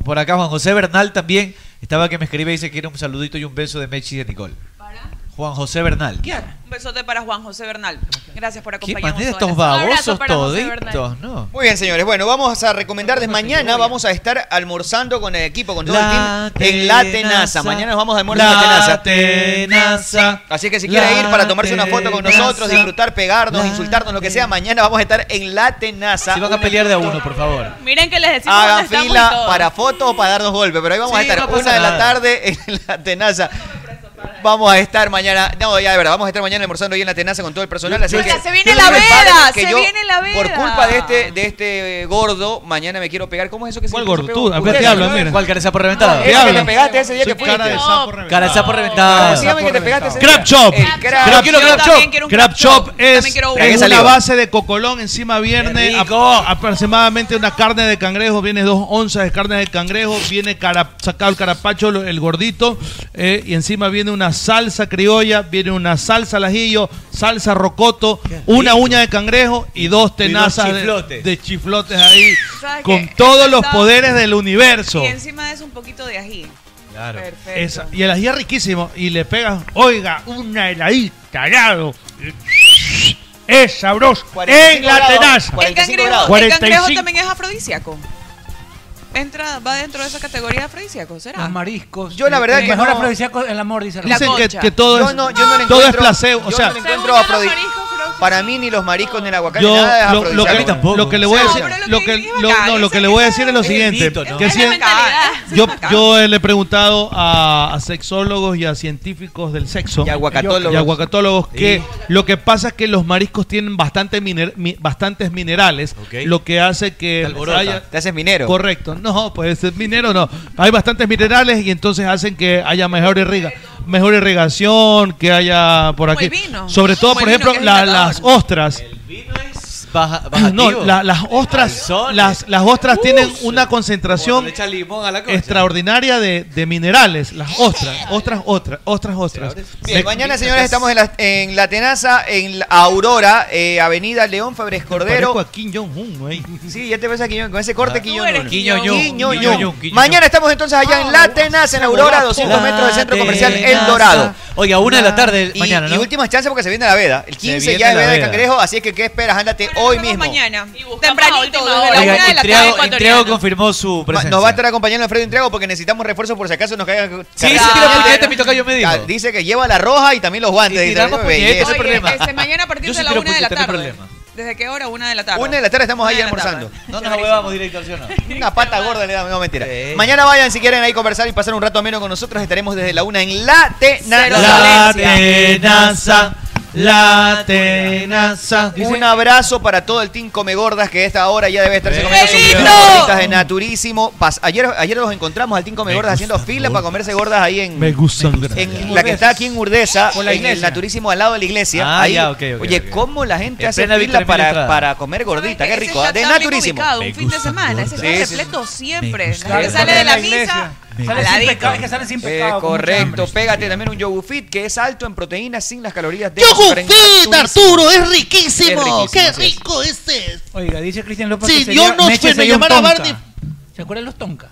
por acá Juan José Bernal también estaba que me escribe y dice que quiere un saludito y un beso de Mechi y de Nicole. Juan José Bernal. Un besote para Juan José Bernal. Gracias por ¿Qué acompañarnos. manera estos todas las- babosos Abrazo para José toditos, no? Muy bien, señores. Bueno, vamos a recomendarles mañana. Vamos a estar almorzando con el equipo, con todo La el team en La Tenaza. Tenaza. Mañana nos vamos a almorzar en La Tenaza. Tenaza. Así que si quiere La ir para tomarse una foto con Tenaza. nosotros, disfrutar, pegarnos, La insultarnos, lo que sea, mañana vamos a estar en La Tenaza. Si van a pelear de a uno, por favor. Miren que les decimos Hagan dónde estamos y fila todo. para fotos o para darnos golpes, pero ahí vamos a Sí, estar no pasa una de la nada. tarde en La Tenaza. Vamos a estar mañana, no, ya de verdad, vamos a estar mañana almorzando ahí en la tenaza con todo el personal. Así Oiga, que se viene yo la les preparo veda, que se yo, viene la veda. Por culpa de este, de este eh, gordo, mañana me quiero pegar. ¿Cómo es eso que se ¿Cuál gordo? Tú, acá te hablan, mira. ¿Cuál cara de sapo reventado? Ese que te pegaste ese día que fuiste. Cara de sapo Ah, reventado. Dígame que te pegaste ese Crab Chop. El crab Crab chop. Yo también quiero Chop. un Crab Chop es, quiero es uno. una base de cocolón encima viernes. ap- aproximadamente una carne de cangrejo. Viene dos onzas de carne de cangrejo. Viene cara- sacado el carapacho, lo- el gordito. eh, y encima viene una salsa criolla. Viene una salsa al ajillo. Salsa rocoto. Una uña de cangrejo y dos tenazas de- chiflotes. De, chiflotes ahí. ¿Sabes Con qué? todos los Estaba- poderes del universo. Y encima de eso un poquito de ají. Claro. Perfecto. Esa, y el ají es riquísimo. Y le pegas, oiga, una heladita al lado. Es sabroso. 45 En la grados, tenaza. El cangrejo, el 45. cangrejo también es afrodisíaco. Entra, va dentro de esa categoría de afrodisíaco, ¿será? Los mariscos. Yo la verdad El que mejor no. afrodisíaco es el amor, dice La Dicen que, concha. que todo Yo es, no- yo no le todo es encuentro- placebo. O yo sea, no le encuentro afrodi- Para mí ni los mariscos ni el aguacate, yo nada es lo, lo que, lo que le voy a decir, lo que, lo- no, lo que le voy a decir es lo siguiente, mito, ¿no? que Es si la en- mentalidad, yo, yo le he preguntado a, a sexólogos y a científicos del sexo y aguacatólogos. y aguacatólogos que lo que pasa es que los mariscos tienen bastante miner- mi- bastantes minerales, lo que hace que alborota. Te haces minero. Correcto. No, pues es minero no. Hay bastantes minerales y entonces hacen que haya mejor irriga- mejor irrigación, que haya por Como aquí. el vino. Sobre todo, Como por el vino, ejemplo, que es la- inhalador. las ostras. Baja, No, la- las ostras, eh. las, las ostras tienen una concentración Le echa limón a la cosa. extraordinaria de, de minerales. Las ostras, ostras, ostras, ostras, ostras. Bien, Me- mañana, señores, estamos en la, en la Tenaza, en la Aurora, eh, Avenida León Fabres Cordero. Parezco a Kim Jong-un, güey. Sí, ya te ves a Quiñón, con ese corte Ah. Quiñón. Tú eres uno. Quiñón, Quiñón, Quiñón. Quiñón, Quiñón. Mañana estamos entonces allá Ah, en La Tenaza, en Aurora, 200 metros del centro comercial El Dorado. Oiga, una de la tarde Y, mañana, y ¿no? últimas chances porque se viene la veda. El Se 15 viene ya es la veda de veda. cangrejo, así es que qué esperas? Ándate hoy mismo. Mañana. Tempranito, desde Oiga, la una de la tarde Intriago, Intriago ecuatoriana. confirmó su Ma- presencia. Nos va a estar acompañando Alfredo Intriago porque necesitamos refuerzos por si acaso nos caigan. Sí, sí, cagada. tira puñete, mi tocayo me dijo. Ah, Dice que lleva la roja y también los guantes. Y dice, tiramos "Ay, puñete, belleza". ese problema. Este, mañana a partir Yo de sí la tiro una de la puñete, no hay tarde. problema. ¿Desde qué hora? Una de la tarde. Una de la tarde estamos Una ahí de la tarde. almorzando. No nos huevamos, director, ¿sí o no? Una pata gorda le damos, no mentira. Mañana vayan si quieren ahí conversar y pasar un rato ameno con nosotros. Estaremos desde la una en La Tenaza. La tenaza, la tenaza. Un abrazo para todo el team Come Gordas que a esta hora ya debe estarse comiendo sus ¡Benito! millones de gorditas de Naturísimo. Pas- ayer, ayer los encontramos al team Come Gordas haciendo fila para comerse gordas ahí en, Me gustan. en la que está aquí en Urdesa, Por la en el iglesia. Naturísimo al lado de la iglesia. Ah, Ahí- ya, ok, ok, Oye, ok. ¿cómo la gente En hace plena fila Victoria Estrada. para, para comer gordita? Qué rico, ¿ah? de Naturísimo. Un fin de semana. Ese está Sí, sí, sí. repleto siempre. gusta. La gente Sí, sale sí. de la La iglesia. misa. Me a la gusta. disco. Eh, correcto, pégate también un yogur fit que es alto en proteínas sin las calorías de Yogur Naturísimo. Fit, Arturo, es riquísimo. Es riquísimo, Qué así es. rico ese. Oiga, dice Cristian López Si que sería- Dios nos Meche fue, me sería un llamara tonka. Barney. ¿Se acuerdan los Tonka?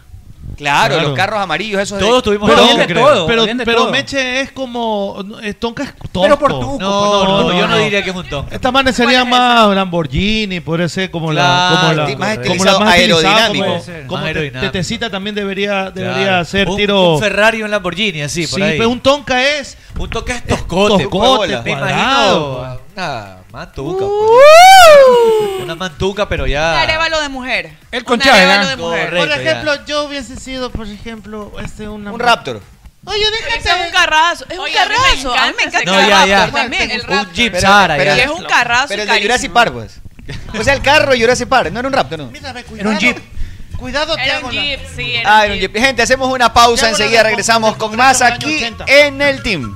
Claro, Claro. los carros amarillos, esos. Todos tuvimos Pero, Tonka, creo. pero, pero, Habían de pero todo. Meche es como. no, Es tonca es tonto. Pero por tuco, No, no, yo no diría que es un tonka. Esta man sería más Lamborghini, podría ser como Claro, la. Como la ti- más como estilizado, la estilizada, aerodinámico. como- Como, Más te- aerodinámico. Tetecita también debería, debería Claro. hacer Un- tiro. Un Ferrari o un Lamborghini, así, por Sí, ahí. pero un tonca es. Un toque es pues, toscote. Toscote, me cuadrado. imagino. Una mantuca. Uh. pues. Una mantuca, pero Un ya. arévalo de mujer. El conchaje, Un arévalo ¿ah? de mujer. Correcto, Por ejemplo, yo hubiese sido, por ejemplo, este una- Un Raptor. Oye, Ese es un carrazo. Es un Oye, a mí me carrazo. A mí me encanta No, el ya, Raptor ya. también. El Un Raptor. Jeep Pero- Sara. pero- ya. Y es un carrazo Pero el de carísimo. Jurassic Park, pues. O sea, el carro de Jurassic Park, no era un Raptor, ¿no? Era un jeep. Cuidado, te Era hago un la- jeep, sí. Era Ah, un era un jeep. jeep. Gente, hacemos una pausa, enseguida regresamos con más aquí en el team.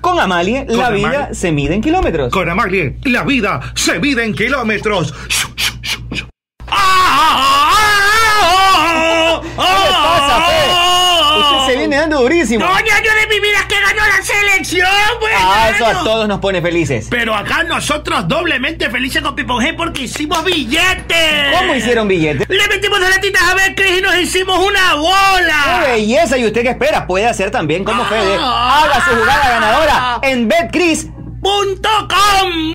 Con Amalie, la vida se mide en kilómetros. Con Amalie, la vida se mide en kilómetros. ¿Qué le pasa, Fe? Usted se viene dando durísimo. Coño, yo de mi vida que ganó la selección, güey. Ah, eso a todos nos pone felices. Pero acá nosotros doblemente felices con Pipon G porque hicimos billetes. ¿Cómo hicieron billete? Le metimos dos latitas a ver, Cris, y nos hicimos una bola. ¡Qué belleza! ¿Y usted qué espera? Puede hacer también Ah. como Fede. Haga su jugada ganadora en betcris.com.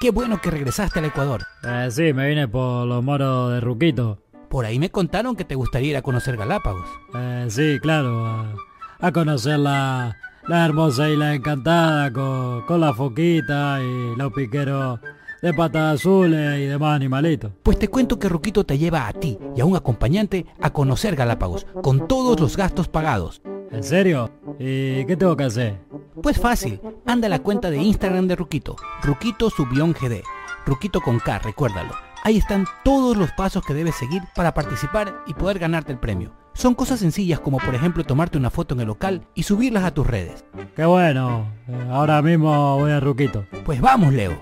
qué bueno que regresaste al Ecuador. Eh, sí, me vine por los moros de Ruquito. Por ahí me contaron que te gustaría ir a conocer Galápagos. Eh, sí, claro, a, a conocer la, la hermosa isla encantada con, con la foquita y los piqueros de patas azules y demás animalitos. Pues te cuento que Ruquito te lleva a ti y a un acompañante a conocer Galápagos, con todos los gastos pagados. ¿En serio? ¿Y qué tengo que hacer? Pues fácil, anda a la cuenta de Instagram de Ruquito, Ruquito Subión GD, Ruquito con K, recuérdalo. Ahí están todos los pasos que debes seguir para participar y poder ganarte el premio. Son cosas sencillas como por ejemplo tomarte una foto en el local y subirlas a tus redes. Qué bueno, eh, ahora mismo voy a Ruquito. Pues vamos, Leo.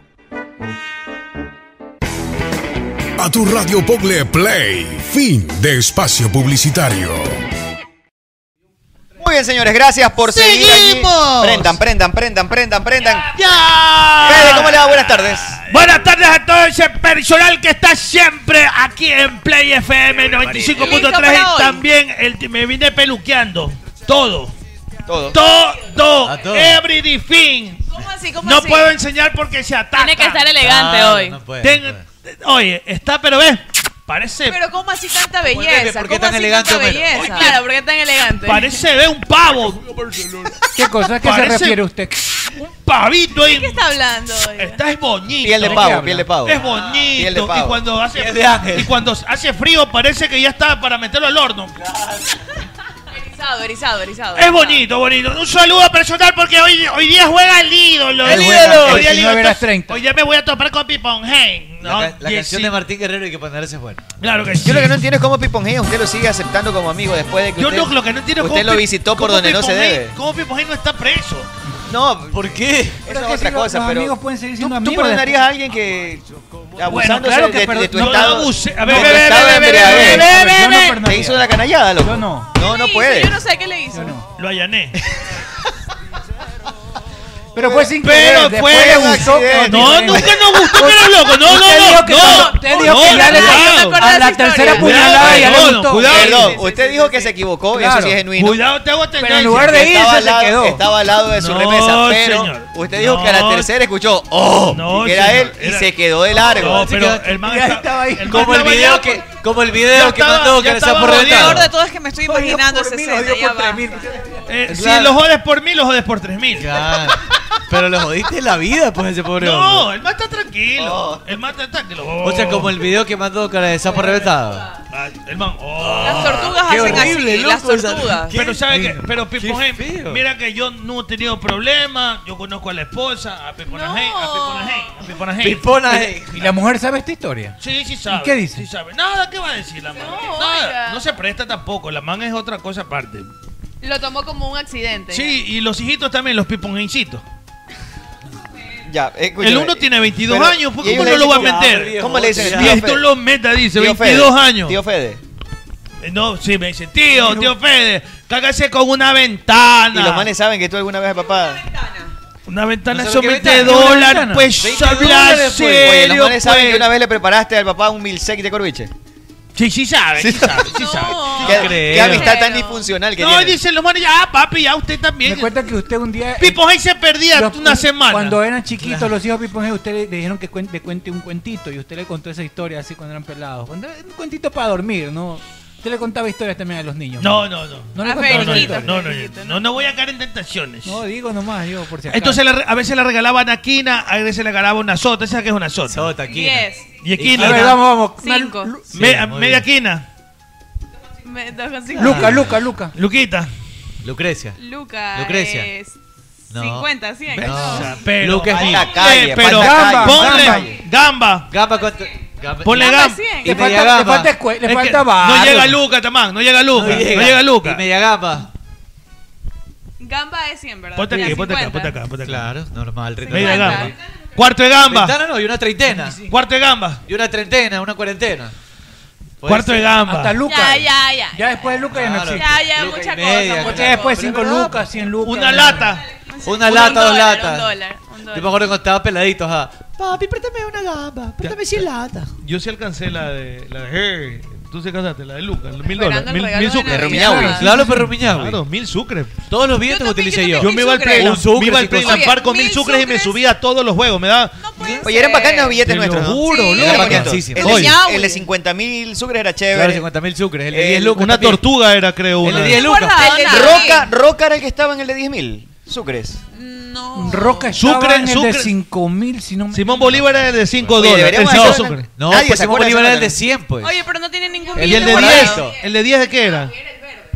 A tu radio Pogle Play, fin de espacio publicitario. Muy bien, señores, gracias por seguir. ¡Seguimos! Aquí. Prendan, prendan, prendan, prendan, prendan. ¡Ya! Fede, ¿cómo le va? Buenas tardes. Buenas tardes a todo ese personal que está siempre aquí en Play FM 95.3 y también el, me vine peluqueando. Todo. Todo. Todo. Every everything. ¿Cómo así? ¿Cómo No así? puedo enseñar porque se ataca. Tiene que estar elegante Ah, hoy. no puede, Ten- Oye, está, pero ves, parece, Pero ¿cómo así tanta Como el belleza? bebé, ¿por qué ¿Cómo tan así elegante, tanta Homero? belleza? Oye. Claro, ¿por qué tan elegante? parece, ve un pavo. ¿Qué cosa? ¿A qué se Parece- refiere usted? Un pavito ahí. ¿Qué está hablando? Está es bonito. Piel de ¿De pavo, qué habla? piel de pavo. Es bonito. Piel de pavo. Y cuando hace Piel de ángel. y cuando hace frío parece que ya está para meterlo al horno. Erizado, erizado, erizado. Es bonito, bonito. Un saludo personal porque hoy, hoy día juega el ídolo. El ídolo. Hoy día, el 19 ídolo. horas 30. Hoy día me voy a topar con Pipon Hey. ¿no? La, ca- la Y canción sí. de Martín Guerrero y que ponerse es buena. Claro que Yo lo que no entiendo es cómo Pipon G usted lo sigue aceptando como amigo después de que Yo usted, no, lo que no entiendo es usted cómo lo Pi- visitó por cómo donde no Pipon se Hey- debe. ¿Cómo Pipon Hey no está preso? No, ¿por qué? Eso Pero es que otra si lo- cosa, los pero amigos pueden seguir siendo ¿tú amigos. perdonarías a alguien que abusando claro que de, de perdo- tu no lo estado? abuse- de a ver, tu ve, ve, estado ve, de ve, embriaguez? ve, ve, ve, ve, ve. Te hizo una canallada, loco. no. No, no puede. Yo no sé qué le hizo. Lo allané. Pero fue sin Pero querer, fue después un gustó, accidente. pero No, diferente. nunca nos gustó, pero loco, no, no, Usted no, dijo que no. cuando- Usted dijo No, que ya le no, no, dio no, a la no, tercera no, puñalada ya le no, no, gustó. cuidado. Perdón, usted dijo que se equivocó, eso Claro. sí es genuino. Cuidado, te hago tendencia. Pero en lugar de irse, se quedó. Estaba al lado de su No, remesa, pero señor. usted dijo que a la No. tercera escuchó, ¡oh! No, y que era señor, él, y se quedó de largo. No, Así pero que- el man Ya está- estaba ahí. man Como el estaba video ya que- con- Como el video Ya que estaba- mandó ya que le estaba por Lo peor reventado. de todo es que me estoy imaginando ese escena. ya va. Eh, Claro. Si lo jodes por mil, lo jodes por tres mil. Pero le jodiste la vida, pues, ese pobre No, hombre. el man está tranquilo. Oh. El man está tranquilo. O sea, como el video que mandó cara de sapo reventado. Ah, el man. Las tortugas Qué hacen así, horrible, las loco, esa- tortugas. qué Pero sabe que, feo. pero Pipo Qué Gen, feo. mira que yo no he tenido problemas. Yo conozco a la esposa, a Pipona Gen, a Pipona Gen, a Pipona Gen. ¿Y la mujer sabe esta historia? Sí, sí sabe. ¿Y qué dice? Sí sabe. Nada, ¿qué va a decir la man? No, Nada, oiga. no se presta tampoco. La man es otra cosa aparte. Lo tomó como un accidente. Sí, y los hijitos también, los pipongencitos. Ya, El uno tiene 22 Pero- años, ¿por y qué ellos uno le "Ah, lo va a dicen, meter? ¿Cómo le dicen el Y tío esto Fede? lo meta, dice, Tío Fede, 22 años. Tío Fede. Eh, No, sí, me dice, tío, tío Fede, cágase con una ventana. Y los manes saben que tú alguna vez, papá. Una ventana ¿No son sabe qué 20 ventana? dólares, ¿Una pues, ventana? habla Oye, los serio, manes saben pues. que una vez le preparaste al papá un milkshake de corviche. Sí, sí sabe, sí sabe, sí sabe. ¿Qué, qué amistad tan disfuncional que No, tiene. dicen los manes, ah, papi, ya usted también. Me cuenta que usted un día... Pipo ahí se perdía Los- una semana. Cuando eran chiquitos Claro. los hijos de Pipo G, usted le, le dijeron que cuen- le cuente un cuentito y usted le contó esa historia así cuando eran pelados. Cuando era un cuentito para dormir, ¿no? Usted le contaba historias también a los niños. No, no, no. No le no, contaba no, no, historias. no, no, no, no, no voy a caer en tentaciones. No, digo nomás, digo por si acaso. Entonces la re- a veces le regalaban a Quina, a veces le regalaba una sota. ¿Esa que es una sota? Sota, Diez. Y Quina. A ver, vamos, vamos. Cinco. Me- Sí, muy media Quina. Me- dos con cinco. Luca, Luca, Luca. Luquita. Lucrecia. Luca. Lucrecia. eh, No. 50, 100. No. ¿no? Pero, Luca es ahí- mi- calle, eh, pero falta calle, ponle falta gamba. calle. Gamba. cuánto- gamba- Ponle Gamba gamba. cien. Y Le falta- media gamba. le falta escue- le Es que falta No barrio. llega Luca, Tamán. No llega Luca. No llega, Luca. Y media gamba. Gamba es 100, ¿verdad? Ponte Ya, aquí, ponte acá, 50. ponte acá, ponte acá. Claro, normal. ritmo. Media gamba. Cuarto de gamba. Ventana no, y una treintena. Cuarto de gamba. Y una treintena, una cuarentena. Puede Cuarto de ser. gamba. Hasta Luca. Ya, ya, ya. Ya después de Luca ya no Claro. existe. Ya, ya, mucha y media, cosa. claro. mucha Ya después cosa. cinco lucas, 100 lucas. Una lata. Una Un lata, dos dólar, latas. Un dólar, un Yo dólar. me acuerdo cuando estaba peladito, ajá. Papi, préstame una gamba, préstame 100 latas. Yo sí alcancé la de la de Hey. Tú sí alcanzaste la de Lucas, mil Esperando dólares, el mil, regalo mil de Navidad. sucres. De Rumiñahui. Claro, Claro, pero pero Rumiñahui. Claro, mil sucres. Todos los billetes los utilicé yo. Yo me iba al sucre. Playland, Un sucre, me iba al chicos. Playland Oye, Park con mil sucres y me subía a todos los juegos. Me daba. Oye, eran bacanos los billetes Te lo nuestros. ¿no? juro, loco. eran Eran bonitos. bacanísimos. El de- Oye. El de 50 mil sucres era Claro, chévere. 50 mil sucres. Eh, El de 10 El- lucas. Una también. tortuga era, creo. El de una. 10 lucas. Roca, Roca era el que estaba en el de 10 mil sucres. Roca estaba Sucre, en el de Sucre. 5 mil, si no me... Simón Bolívar era el de 5 Oye, dólares. deberíamos El Simón hacer una- Sucre. No, Nadie pues se Simón acuerda de Bolívar esa era el de canción. 100, pues. Oye, pero no tiene ningún ¿Y el de billete 10? guardado. ¿El de 10 de qué era?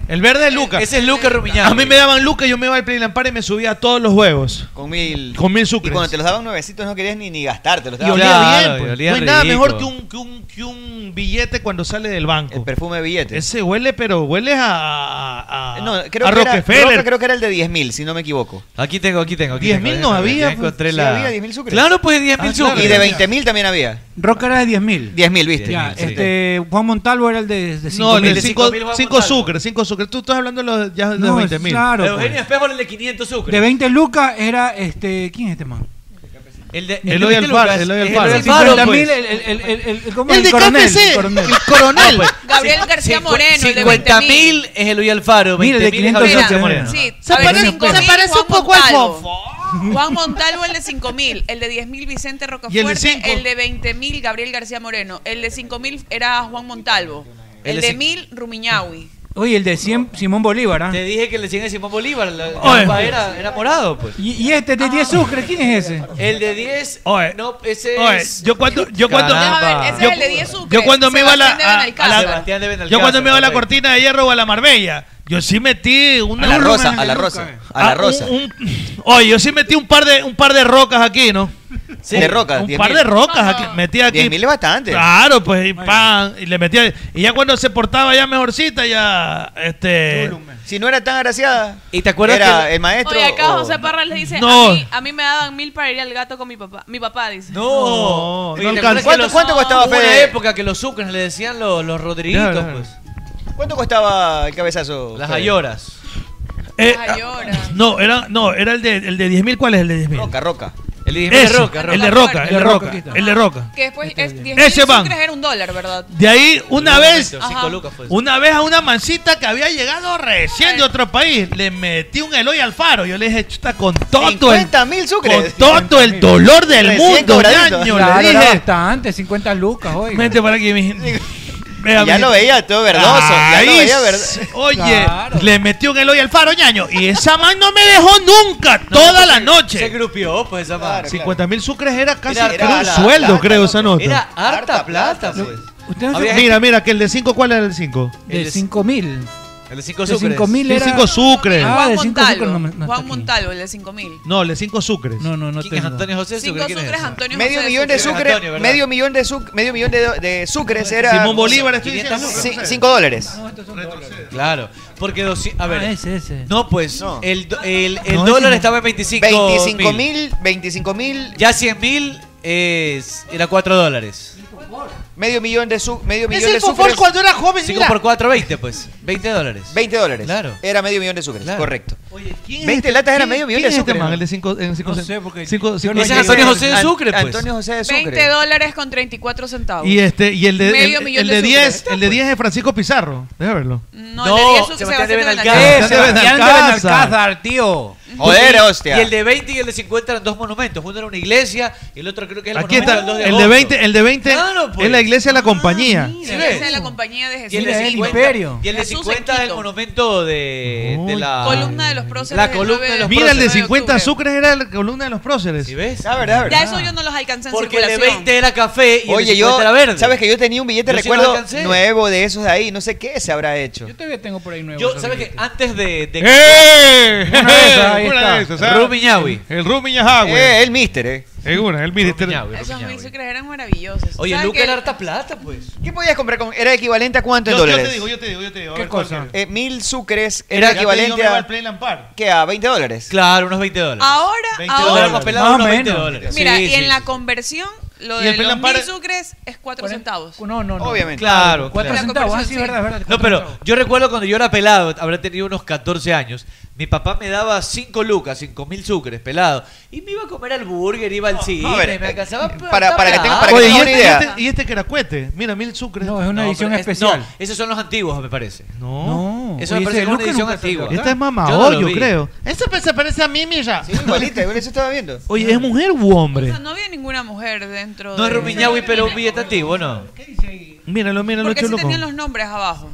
El verde es Lucas. Ese es Lucas Rumiñahui. A mí me daban Lucas, yo me iba al Playland Park y me subía a todos los juegos. Con mil. Con mil Y sucres. cuando te los daban nuevecitos no querías ni, ni gastarte. Los Y olía Claro, bien. pues. y olía no hay nada ridículo. mejor que un, que, un, que un billete cuando sale del banco. El perfume de billetes. Ese huele, pero huele a, a, a- No, creo Ah. a que, era, Rockefeller. Roca creo que era el de 10 mil, si no me equivoco. Aquí tengo, aquí tengo. aquí 10.000 tengo. no Ya había, pues. encontré Sí, la... había 10.000 sucres. Claro, pues 10 mil Ah, claro. sucres. Y de 20 mil también había. Roca era de 10 mil. 10 mil, viste. Ya, Sí. este, Juan Montalvo era el de, de 5 No, el de mil. 5 5.000 Juan Montalvo. sucres, 5 sucres. Tú estás hablando de los, ya de No, 20 mil. claro, pues. Eugenio Espejo era el de 500 sucres. De 20 lucas era este. ¿Quién es este man? El de Eloy de 20 Alfaro, lucas. Eloy El Alfaro. de El 50 Alfaro, mil, pues. el, el, el, el, el, el- ¿cómo El es? de coronel, KFC. el coronel. Ah, pues, coronel. Ah, pues, Gabriel García Moreno, el de 50 20.000. mil es Eloy Alfaro. Mira, el de 20 mil es Gabriel 500 García sucres. Moreno. Sí, Se a ver, parece- 5.000, se parece Juan un poco al Montalvo. Juan Montalvo, el de 5.000. El de 10.000, Vicente ¿Y el de Rocafuerte. cinco? El de, 20.000, Gabriel García Moreno. El de 5.000 era Juan Montalvo. El El, de de cinco- 1.000, Rumiñahui. Oye, el de 100, Simón Bolívar, ¿ah? Te dije que le siguen a Simón Bolívar. La la Oye. ropa era, era morado, pues. Y, y este de 10 sucres, ¿quién es ese? El de 10. Oye. No, ese Oye, es. yo cuando, yo cuando, Caramba. Déjame ver, ese yo, es el de 10 sucres. yo cuando me iba a la, Sebastián de a- a la- Sebastián de Benalcázar, yo cuando me iba a la correcto. cortina de hierro o a la Marbella, yo sí metí una A la un- rosa, a la rosa. A la ah, rosa. un- un- oye, yo sí metí un par de un par de rocas aquí, ¿no? Sí. De rocas, un 10.000. par de rocas aquí, metí aquí. 10 mil es bastante. Claro, pues y pan y le metía y ya cuando se portaba ya mejorcita ya este Si no era tan agraciada. ¿Y te acuerdas era que el maestro? Oye, acá o- José Parra le dice, No. a, mí, a mí me daban mil para ir al gato con mi papá. Mi papá dice. No, No, Y no te alcanzó. acuerdas que ¿Cuánto- los- cuánto costaba, hubo una Fede? época que los sucres le decían los, los Rodriguitos, Claro, claro. pues. ¿Cuánto costaba el cabezazo? Las Fede? ayoras. eh, Ay, llora. no, era no, era el de el de 10.000, ¿cuál es el de 10.000? Roca, roca. El de 10.000 de Ese, Roca, el de Roca. roca, el de Roca, roca, aquí está. el de roca. Que después es 10 Ese mil van. sucres era un dólar, ¿verdad? De ahí, una vez, Cinco Ajá. lucas fue eso. una vez a una mancita que había llegado recién de otro país, le metí un Eloy Alfaro. Yo le dije, chuta, con todo el, 50 mil con sucres. todo el dolor del Recién mundo, cobradito. ñaño, Claro, le era dije. bastante, 50 lucas, oye. Vente para aquí, mi Y Ya lo veía todo verdoso. Ya lo Ahí veía sí. verdoso. Oye, Claro. le metí un Eloy Alfaro, ñaño. Y esa man no me dejó nunca, toda la Se noche. grupió, pues, esa madre. Claro. 50 mil sucres era casi Era creo, un harta sueldo, plata, creo, esa loco. nota. Era Ah, harta plata, pues. Usted no se- Había- Mira, mira, que el de 5, ¿cuál era el 5? el De de- 5 mil. El de 5 De sucres. 5 mil El era... 5 sucres. Ah, Juan de cinco sucres Montalvo. no me- no está Juan aquí. Montalvo, el de 5 mil. No, el de 5 sucres. No, no, no ¿Quién es tengo. Antonio José Sucre? 5 ¿Quién es sucres, ese? Antonio Medio José millón de Sucre. sucres. Antonio, ¿verdad? Medio millón de sucres. Medio millón de, de sucres era. Simón Bolívar, estoy 500 diciendo. Sí, cinco dólares. Claro, porque doci- a ver. Ah, ese, ese. No, pues No. el, do- el, el No, dólar ese- estaba en 25 25 mil. 25 mil. Ya 100 mil es- era 4 dólares. Medio millón de su medio Es millón el de fofol sucres. cuando era joven, 5 mira. por 4, 20 pues. 20 dólares. 20 dólares. Claro. Era medio millón de sucres, correcto. es 20 este- latas era quién- medio millón quién de es este sucres. man? El de cinco- en cinco cen- cinco- cinco- no Ese es llegué. Antonio José de An- Sucre, pues. Antonio José de Sucre. 20 dólares con 34 centavos. Y este y el de Medio el, millón el de sucres. 10, el de 10 es Francisco Pizarro. Déjame verlo. No, el de 10 sucres se va a hacer en Alcázar. Alcázar. Sebastián Sebastián de de Benalcázar. Benalcázar, tío. Joder, Y- hostia. Y el de 20 y el de 50 eran dos monumentos. Uno era una iglesia y el otro creo que es el Aquí monumento está del 2 de el de agosto. 20, el de 20 Claro, pues. es la iglesia Ah, de la compañía. Sí, esa es la compañía de Jesús. Y el de 50, Y el de Jesús en 50 del Quito. monumento de, de la... Columna de los próceres La del columna de 9 los Mira el de próceres. 50 sucres era la columna de los próceres. ¿Sí ves? La verdad, Ya eso yo no los alcancé en Porque el de circulación. 20 era café y el de Oye, 50 yo era verde. sabes que yo tenía un billete Yo sí lo recuerdo alcancé. nuevo de esos de ahí, no sé qué se habrá hecho. Yo todavía tengo por ahí nuevo. Yo, ¿sabes qué? Antes de... de ¡Eh! Una de esas, ahí Una está. de esas, ¿sabes? Rumiñahui. El Rumiñahui. Eh, el mister, eh. Seguro, el mister. Esos mil sucres eran maravillosos. Oye, ¿Sabes Luca qué? era harta plata, pues. ¿Qué podías comprar con era equivalente a cuánto en Yo- yo dólares? te digo, yo te digo, yo te digo. A ¿Qué ver, ¿cuál cosa? era? Eh, mil sucres Ya era te digo, equivalente me va a al Play Lampard. ¿Qué? ¿A 20 dólares? Claro, unos 20 dólares. Ahora, 20 ahora. dólares más pelado, Más o unos 20 menos. dólares. Mira, Sí, y sí, en sí. la conversión, lo Y de el los mil Pelampar- sucres es 4 centavos. No, no, no. Obviamente. Claro, Cuatro claro. centavos. Ah, conversión, sí, sí. verdad, verdad. No, pero yo recuerdo cuando yo era pelado, habrá tenido unos 14 años, mi papá me daba 5 lucas, 5 mil sucres, pelado. Y me iba a comer al burger, iba al cine, a ver, eh, eh, me alcanzaba para- para que tenga- para Oye, Oye, y yo- este, idea. y este- y este que era cuete. Mira, mil sucres. No, es una edición especial. Uh, esos son los antiguos, me parece. No. Eso me Oye, parece ese como una Luca edición nunca salió. antigua. Esta es mamá Yo no lo hoyo, vi. creo. Eso pues, se parece a mí, mira. Sí, igualita, igual eso estaba viendo. Oye, ¿es mujer u hombre? No había ninguna mujer dentro No de... es Rumiñahui, pero un billete antiguo, ¿no? Míralo, míralo, Porque sí chulo. tenían los nombres abajo.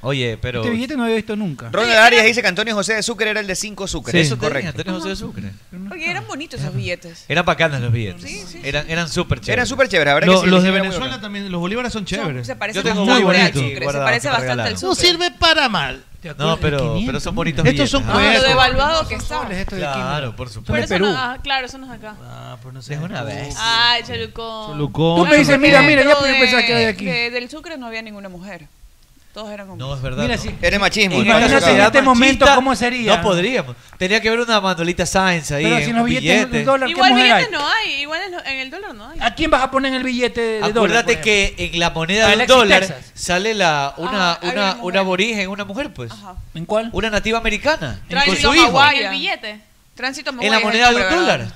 Oye, pero... Este billete no había visto nunca. Ronald Arias dice que Antonio José de Sucre era el de 5 sucres. Sí. Eso tenía, correcto. Antonio José de Sucre. Porque eran bonitos esos billetes. Eran bacanas los billetes. Eran, eran súper chéveres. Eran súper chéveres, la verdad Lo- que sí, los sí, de era muy Venezuela también, los bolívares son chéveres. se parecen Yo tengo bastante muy al bonito. sucre, se guardados parece que me bastante al regalaron. No sucre. sirve para mal. No, pero, pero son bonitos Estos son billetes. No, lo Ah, devaluado que está. Claro, por Por supuesto. eso no- ah, claro, eso no es acá. Ah, pues no sé, es una vez. Ay, Cholucón. Cholucón, Tú me dices, mira, mira, ya Dentro puedo de- pensar que hay aquí. de- del Sucre no había ninguna mujer. Todos eran hombres. No, es verdad. Mira, no. si- Eres machismo. Imagínate no, en no, este no. momento, ¿cómo sería? No podríamos. Tenía que haber una mandolita Sáenz ahí. Pero si un los billetes, billete. un dólar, ¿qué Igual mujer hay? billetes no hay, igual en lo- en el dólar no hay. ¿A quién vas a poner en el billete de pues. de dólar? Acuérdate por que en la moneda del Alexis, dólar Texas. sale la una, Ah, hay una una, mujer. una aborigen, una mujer, pues. ¿En cuál? Una nativa americana. con Tránsito su hijo. Maguaya. En billete? Tránsito Maguaya. la es el moneda del nombre, ¿verdad? dólar.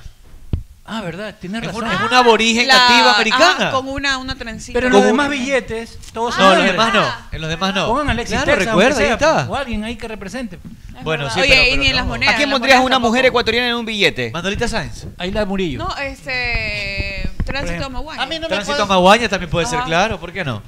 Ah, verdad, tienes Es razón. una, es una aborigen nativa Ah, La- americana. ajá, con una, una trencita. Pero en los demás billetes, Ah, todos no, son en los dólares. demás no. En los demás no. Pongan a Alexis claro, Texas, recuerda, aunque ahí sea, está. O alguien ahí que represente. Bueno, sí, Oye, pero, y pero ni en las no. monedas. ¿A quién en las pondrías monedas una tampoco. mujer ecuatoriana en un billete? Mandolita Sáenz. Ahí la Murillo. No, este. Tránsito a Maguaya. A mí no Tránsito a Maguaña también puede ser, Ajá. claro, ¿por qué no?